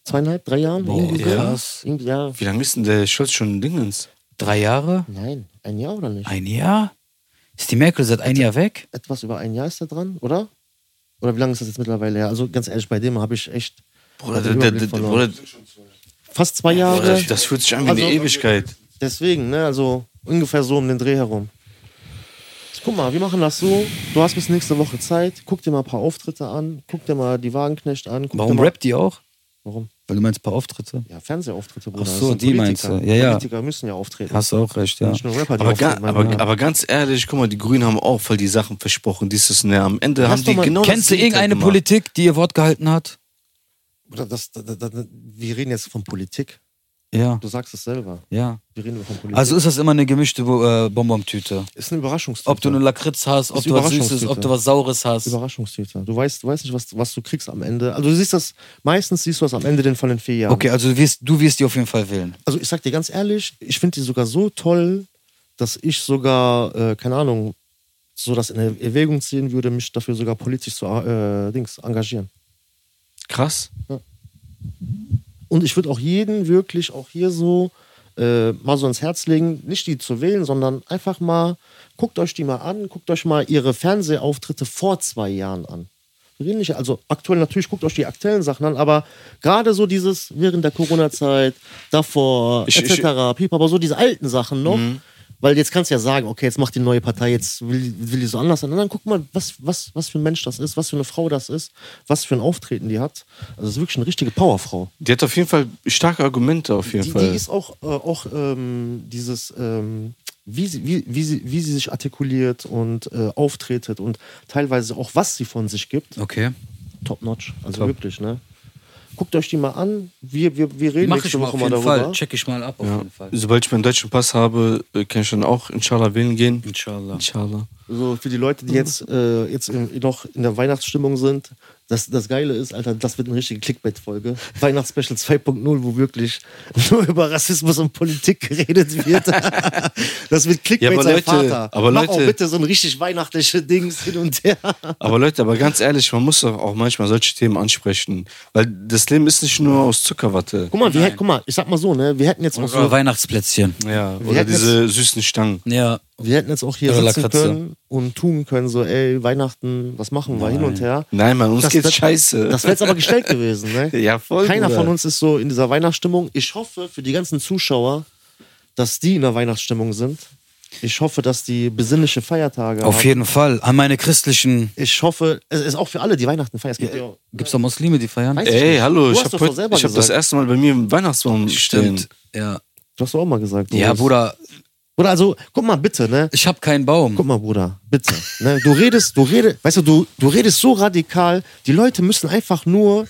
[SPEAKER 3] Zweieinhalb, drei Jahren?
[SPEAKER 1] Boah,
[SPEAKER 3] irgendwie so.
[SPEAKER 4] krass.
[SPEAKER 3] Irgendwie, ja.
[SPEAKER 2] Wie lange ist denn der Scholz schon Dingens?
[SPEAKER 4] Drei Jahre?
[SPEAKER 3] Nein, ein Jahr oder nicht?
[SPEAKER 4] Ein Jahr? Ist die Merkel seit ein Jahr weg?
[SPEAKER 3] Etwas über ein Jahr ist er dran, oder? Oder wie lange ist das jetzt mittlerweile her? Also ganz ehrlich, bei dem habe ich echt
[SPEAKER 2] Bruder,
[SPEAKER 3] den
[SPEAKER 2] der, der,
[SPEAKER 3] Überblick
[SPEAKER 2] der,
[SPEAKER 3] verloren.
[SPEAKER 2] Bruder,
[SPEAKER 3] fast zwei Jahre.
[SPEAKER 2] das, das fühlt sich an wie eine
[SPEAKER 3] Also-
[SPEAKER 2] Ewigkeit.
[SPEAKER 3] Deswegen, ne, also ungefähr so um den Dreh herum. Also Guck mal, wir machen das so. Du hast bis nächste Woche Zeit. Guck dir mal ein paar Auftritte an. Guck dir mal die Wagenknecht an. Guck
[SPEAKER 4] Warum
[SPEAKER 3] dir mal,
[SPEAKER 4] rappt die auch?
[SPEAKER 3] Warum?
[SPEAKER 4] Weil du meinst ein paar Auftritte.
[SPEAKER 3] Ja, Fernsehauftritte, Bruder.
[SPEAKER 4] Ach
[SPEAKER 3] Das
[SPEAKER 4] so,
[SPEAKER 3] sind
[SPEAKER 4] die meinst du. Ja, ja.
[SPEAKER 3] Politiker müssen ja auftreten.
[SPEAKER 4] Hast du auch recht, ja.
[SPEAKER 3] Nicht nur Rapper, die
[SPEAKER 2] Aber, ga,
[SPEAKER 3] auftreten.
[SPEAKER 2] aber, aber ganz ehrlich, guck mal, die Grünen haben auch voll die Sachen versprochen. Dieses, ne, am Ende
[SPEAKER 3] Lass
[SPEAKER 2] haben die
[SPEAKER 3] doch mal-
[SPEAKER 2] genau
[SPEAKER 4] Kennst du
[SPEAKER 2] das Gegenteil
[SPEAKER 4] irgendeine
[SPEAKER 2] gemacht.
[SPEAKER 4] Politik, die ihr Wort gehalten hat?
[SPEAKER 3] Bruder, das, das, das, das, wir reden jetzt von Politik.
[SPEAKER 4] Ja,
[SPEAKER 3] Du sagst es selber.
[SPEAKER 4] ja.
[SPEAKER 3] Wir reden von Politik.
[SPEAKER 4] Also ist das immer eine gemischte äh, Bonbon-Tüte.
[SPEAKER 3] ist eine Überraschungstüte.
[SPEAKER 4] Ob du eine Lakritz hast, ob
[SPEAKER 3] Ist
[SPEAKER 4] du was Süßes, ob
[SPEAKER 3] Überraschungstüte.
[SPEAKER 4] du was Saures hast.
[SPEAKER 3] Überraschungstüte. Du weißt, du weißt nicht, was, was du kriegst am Ende. Also du siehst das, meistens siehst du das am Ende den von den vier Jahren.
[SPEAKER 4] Okay, also du wirst, du wirst die auf jeden Fall wählen.
[SPEAKER 3] Also ich sag dir ganz ehrlich, ich finde die sogar so toll, dass ich sogar, äh, keine Ahnung, so das in Erwägung ziehen würde, mich dafür sogar politisch zu äh, Dings engagieren.
[SPEAKER 2] Krass.
[SPEAKER 3] Und ich würde auch jeden wirklich auch hier so äh, mal so ins Herz legen, nicht die zu wählen, sondern einfach mal, guckt euch die mal an, guckt euch mal ihre Fernsehauftritte vor zwei Jahren an. Wir reden nicht, also aktuell natürlich, guckt euch die aktuellen Sachen an, aber gerade so dieses während der Corona-Zeit, davor,
[SPEAKER 2] Ich-
[SPEAKER 3] etc.,
[SPEAKER 2] ich- Mhm.
[SPEAKER 3] piep, aber so diese alten Sachen noch. Weil jetzt kannst du ja sagen, okay, jetzt macht die neue Partei, jetzt will, will die so anders sein. Und dann guck mal, was, was, was für ein Mensch das ist, was für eine Frau das ist, was für ein Auftreten die hat. Also es ist wirklich eine richtige Powerfrau.
[SPEAKER 2] Die hat auf jeden Fall starke Argumente, auf jeden
[SPEAKER 3] Die,
[SPEAKER 2] Fall.
[SPEAKER 3] die ist auch, äh, auch ähm, dieses, ähm, wie, sie, wie, wie, sie, wie sie sich artikuliert und äh, auftretet und teilweise auch, was sie von sich gibt.
[SPEAKER 1] Okay.
[SPEAKER 3] Top notch. Also
[SPEAKER 1] Top.
[SPEAKER 3] wirklich, ne? Guckt euch die mal an. Wir, wir, wir reden
[SPEAKER 1] Mach ich
[SPEAKER 3] nächste
[SPEAKER 1] mal
[SPEAKER 3] Woche
[SPEAKER 1] auf
[SPEAKER 3] mal
[SPEAKER 1] jeden
[SPEAKER 3] darüber.
[SPEAKER 1] Fall. Check ich mal ab auf jeden Fall.
[SPEAKER 2] Sobald ich meinen deutschen Pass habe, äh, kann ich dann auch inshallah wählen gehen.
[SPEAKER 1] Inshallah.
[SPEAKER 2] Inshallah.
[SPEAKER 3] So für die Leute, die jetzt, äh, jetzt im, noch in der Weihnachtsstimmung sind, das, das Geile ist, Alter, das wird eine richtige Clickbait-Folge. Weihnachtsspecial 2.0, wo wirklich nur über Rassismus und Politik geredet [laughs] wird. das wird Clickbait
[SPEAKER 2] Ja, aber
[SPEAKER 3] sein
[SPEAKER 2] Leute,
[SPEAKER 3] Vater.
[SPEAKER 2] aber
[SPEAKER 3] Mach
[SPEAKER 2] Leute-
[SPEAKER 3] auch bitte so ein richtig weihnachtliche Dings hin und her.
[SPEAKER 2] Aber Leute, aber ganz ehrlich, man muss doch auch manchmal solche Themen ansprechen. Weil das Leben ist nicht nur aus Zuckerwatte.
[SPEAKER 3] Guck mal, wir, hätt- guck mal, ich sag mal so, ne, wir hätten jetzt auch
[SPEAKER 1] Unsere
[SPEAKER 3] so,
[SPEAKER 1] Weihnachtsplätzchen.
[SPEAKER 2] Ja,
[SPEAKER 3] Wir
[SPEAKER 2] oder
[SPEAKER 3] hätten
[SPEAKER 2] diese süßen Stangen.
[SPEAKER 1] Ja.
[SPEAKER 3] wir hätten jetzt auch hier
[SPEAKER 2] Also
[SPEAKER 1] Oder
[SPEAKER 3] sitzen
[SPEAKER 1] Lakritze.
[SPEAKER 3] können und tun können, so, ey, Weihnachten, was machen wir hin und her.
[SPEAKER 2] Nein, Mann, uns
[SPEAKER 3] Das
[SPEAKER 2] geht's
[SPEAKER 3] wird-
[SPEAKER 2] scheiße.
[SPEAKER 3] Das wäre jetzt
[SPEAKER 2] [laughs]
[SPEAKER 3] aber gestellt gewesen, ne?
[SPEAKER 2] ja, voll.
[SPEAKER 3] Keiner
[SPEAKER 2] Bruder.
[SPEAKER 3] von uns ist so in dieser Weihnachtsstimmung. Ich hoffe für die ganzen Zuschauer, dass die in der Weihnachtsstimmung sind. Ich hoffe, dass die besinnliche Feiertage
[SPEAKER 1] Auf
[SPEAKER 3] haben.
[SPEAKER 1] jeden Fall. An meine christlichen.
[SPEAKER 3] Ich hoffe, es ist auch für alle, die Weihnachten feiern. Es gibt ja,
[SPEAKER 1] Gibt es da Muslime, die feiern?
[SPEAKER 3] Weiß-
[SPEAKER 2] Ey, hallo,
[SPEAKER 3] Du
[SPEAKER 2] ich
[SPEAKER 3] hast
[SPEAKER 2] habe
[SPEAKER 3] doch vorhin selber
[SPEAKER 2] hab das
[SPEAKER 3] gesagt.
[SPEAKER 2] erste Mal bei mir im Weihnachtsbaum
[SPEAKER 1] Stimmt.
[SPEAKER 2] stehen.
[SPEAKER 1] Ja.
[SPEAKER 3] du hast doch auch mal gesagt.
[SPEAKER 1] Ja,
[SPEAKER 3] Boris.
[SPEAKER 1] Bruder,
[SPEAKER 3] Bruder, also, guck mal bitte, ne?
[SPEAKER 1] ich habe keinen Baum.
[SPEAKER 3] Guck mal, Bruder, bitte. Ne? Du redest, du redest, weißt du, du, du redest so radikal, die Leute müssen einfach nur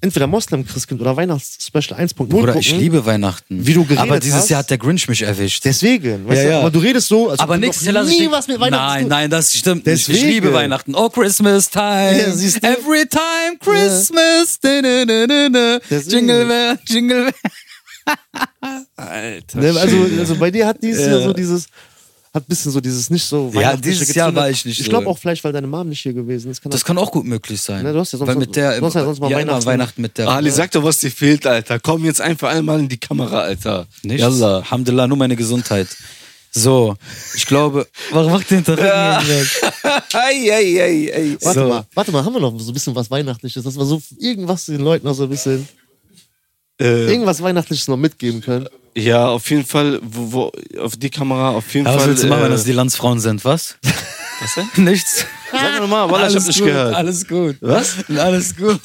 [SPEAKER 3] entweder Moslem-Christkind oder Weihnachtsspecial 1.0
[SPEAKER 1] Bruder,
[SPEAKER 3] gucken.
[SPEAKER 1] ich liebe Weihnachten.
[SPEAKER 3] Wie du geredet
[SPEAKER 1] Aber dieses
[SPEAKER 3] hast.
[SPEAKER 1] Jahr hat der Grinch mich erwischt.
[SPEAKER 3] Deswegen, weißt
[SPEAKER 1] Ja,
[SPEAKER 3] du,
[SPEAKER 1] ja.
[SPEAKER 3] aber du redest so, als ob
[SPEAKER 1] aber
[SPEAKER 3] du
[SPEAKER 1] nächstes
[SPEAKER 3] noch
[SPEAKER 1] Jahr lasse ich
[SPEAKER 3] nie
[SPEAKER 1] den-
[SPEAKER 3] was mit Weihnachten zu
[SPEAKER 1] Nein,
[SPEAKER 3] tun
[SPEAKER 1] nein, das stimmt nicht. Ich
[SPEAKER 3] Deswegen.
[SPEAKER 1] liebe Weihnachten. Oh, Christmas time.
[SPEAKER 3] Ja, siehst du?
[SPEAKER 1] Every time Christmas. Da, da, da, da, da.
[SPEAKER 3] Deswegen.
[SPEAKER 1] Jingle bell, jingle bell.
[SPEAKER 3] Ne, also, also bei dir hat dieses
[SPEAKER 1] Ja.
[SPEAKER 3] Jahr so dieses, hat ein bisschen so dieses nicht so. weihnachtliche
[SPEAKER 1] dieses Jahr
[SPEAKER 3] gezündet.
[SPEAKER 1] war ich nicht
[SPEAKER 3] Ich
[SPEAKER 1] so.
[SPEAKER 3] glaube auch vielleicht, weil deine Mom nicht hier gewesen ist. Kann
[SPEAKER 1] Das kann auch gut möglich sein.
[SPEAKER 3] Ne, du hast ja sonst-
[SPEAKER 1] Weil mit der,
[SPEAKER 3] du hast ja sonst mal
[SPEAKER 1] immer
[SPEAKER 3] Weihnachten.
[SPEAKER 1] Weihnachten mit der.
[SPEAKER 2] Ali, sag doch, was dir fehlt, Alter. Komm jetzt einfach einmal in die Kamera, Alter.
[SPEAKER 1] Nichts. Yalla, Alhamdulillah, nur meine Gesundheit. So, ich
[SPEAKER 3] [laughs]
[SPEAKER 1] glaube. Was macht den Terrain?
[SPEAKER 2] [laughs]
[SPEAKER 1] [laughs]
[SPEAKER 2] Ei, ei, ei, ei.
[SPEAKER 3] warte, mal, warte mal, haben wir noch so ein bisschen was Weihnachtliches, dass wir so irgendwas den Leuten noch so ein bisschen,
[SPEAKER 2] Äh,
[SPEAKER 3] irgendwas Weihnachtliches noch mitgeben können.
[SPEAKER 2] ja, auf jeden Fall, wo, wo, auf die Kamera, auf jeden
[SPEAKER 1] Ja, was
[SPEAKER 2] Fall.
[SPEAKER 1] willst du machen,
[SPEAKER 2] äh,
[SPEAKER 1] wenn
[SPEAKER 2] [laughs]
[SPEAKER 1] das die Landsfrauen sind,
[SPEAKER 3] [laughs]
[SPEAKER 1] was?
[SPEAKER 2] was denn?
[SPEAKER 1] Nichts.
[SPEAKER 2] Sag mir nochmal, Walla, ich hab
[SPEAKER 1] alles
[SPEAKER 2] nicht
[SPEAKER 1] gut,
[SPEAKER 2] gehört.
[SPEAKER 1] alles gut.
[SPEAKER 2] Was?
[SPEAKER 1] Alles gut.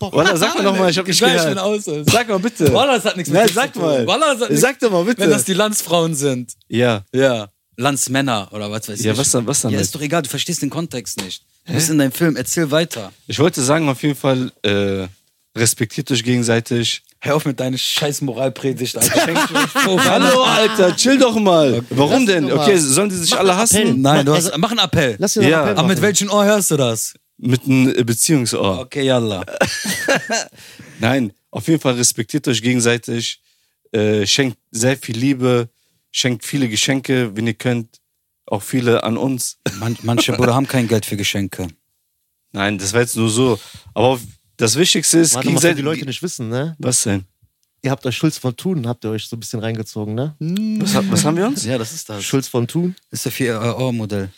[SPEAKER 2] [laughs] Walla, sag mir nochmal, ich hab nicht
[SPEAKER 1] Gleich, wenn
[SPEAKER 2] gehört.
[SPEAKER 1] aus ist.
[SPEAKER 2] Sag mal bitte.
[SPEAKER 1] Wallah, das hat nichts mit
[SPEAKER 2] Nein,
[SPEAKER 1] dir
[SPEAKER 2] sag
[SPEAKER 1] zu
[SPEAKER 2] mal.
[SPEAKER 1] tun. Wallah, das hat nichts-
[SPEAKER 2] Sag doch mal bitte.
[SPEAKER 1] Wenn das die Landsfrauen sind.
[SPEAKER 2] ja.
[SPEAKER 1] Ja. Landsmänner oder was weiß ich.
[SPEAKER 2] Ja, was dann- was dann halt.
[SPEAKER 1] Ja,
[SPEAKER 2] mit?
[SPEAKER 1] ist doch egal, du verstehst den Kontext nicht. Du bist in deinem Film, erzähl weiter.
[SPEAKER 2] Ich wollte sagen, auf jeden Fall, äh, respektiert euch gegenseitig.
[SPEAKER 1] Hör auf mit deiner scheiß Moralpredigt, [laughs] Alter. Schenkst du echt so
[SPEAKER 2] Hallo, Alter, chill doch mal. Warum
[SPEAKER 3] Lass
[SPEAKER 2] denn?
[SPEAKER 3] doch mal.
[SPEAKER 2] Okay, sollen die sich alle hassen?
[SPEAKER 1] Nein, du hast, mach einen Appell.
[SPEAKER 3] Lass dir noch
[SPEAKER 2] Ja.
[SPEAKER 3] einen Appell
[SPEAKER 1] Aber mit
[SPEAKER 3] machen.
[SPEAKER 1] welchem Ohr hörst du das?
[SPEAKER 2] Mit einem äh, Beziehungsohr.
[SPEAKER 1] Okay, yalla.
[SPEAKER 2] Nein, auf jeden Fall respektiert euch gegenseitig, äh, schenkt sehr viel Liebe, schenkt viele Geschenke, wenn ihr könnt, auch viele an uns.
[SPEAKER 1] Man, manche Brüder haben kein Geld für Geschenke.
[SPEAKER 2] Nein, das war jetzt nur so. Aber auf- das Wichtigste ist,
[SPEAKER 3] Warte mal, für die Leute nicht wissen, ne?
[SPEAKER 2] Was denn?
[SPEAKER 3] Ihr habt euch Schulz von Thun, habt ihr euch so ein bisschen reingezogen, ne?
[SPEAKER 2] Was, ha- was haben wir uns?
[SPEAKER 1] Ja, das ist das.
[SPEAKER 3] Schulz von Thun.
[SPEAKER 1] Ist der 4-Euro-Modell.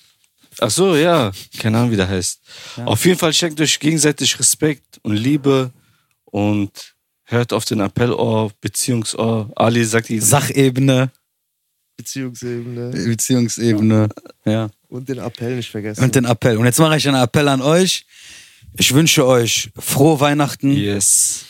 [SPEAKER 2] Ach so, ja. Keine Ahnung, wie der heißt. Auf jeden Fall schenkt euch gegenseitig Respekt und Liebe und hört auf den Appellohr, Beziehungsohr. Ali sagt die
[SPEAKER 1] Sachebene,
[SPEAKER 3] Beziehungsebene.
[SPEAKER 1] Beziehungsebene. Ja.
[SPEAKER 3] Und den Appell nicht vergessen.
[SPEAKER 1] Und den Appell. Und jetzt mache ich einen Appell an euch. Ich wünsche euch frohe Weihnachten,
[SPEAKER 2] Yes.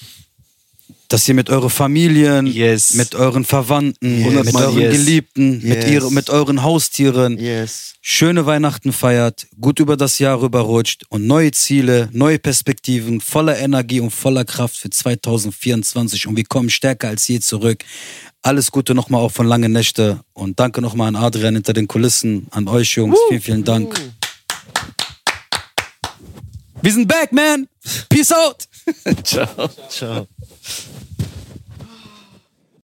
[SPEAKER 1] dass ihr mit euren Familien,
[SPEAKER 2] Yes.
[SPEAKER 1] mit euren Verwandten,
[SPEAKER 2] Yes.
[SPEAKER 1] mit euren
[SPEAKER 2] Yes.
[SPEAKER 1] Geliebten, mit,
[SPEAKER 3] Yes.
[SPEAKER 1] ihre, mit euren Haustieren
[SPEAKER 3] yes.
[SPEAKER 1] schöne Weihnachten feiert, gut über das Jahr rüberrutscht und neue Ziele, neue Perspektiven, voller Energie und voller Kraft für 2024. Und wir kommen stärker als je zurück. Alles Gute nochmal auch von lange Nächte. Und danke nochmal an Adrian hinter den Kulissen, an euch Jungs. Vielen, vielen Dank. Wir sind back, man. Peace out.
[SPEAKER 3] Ciao.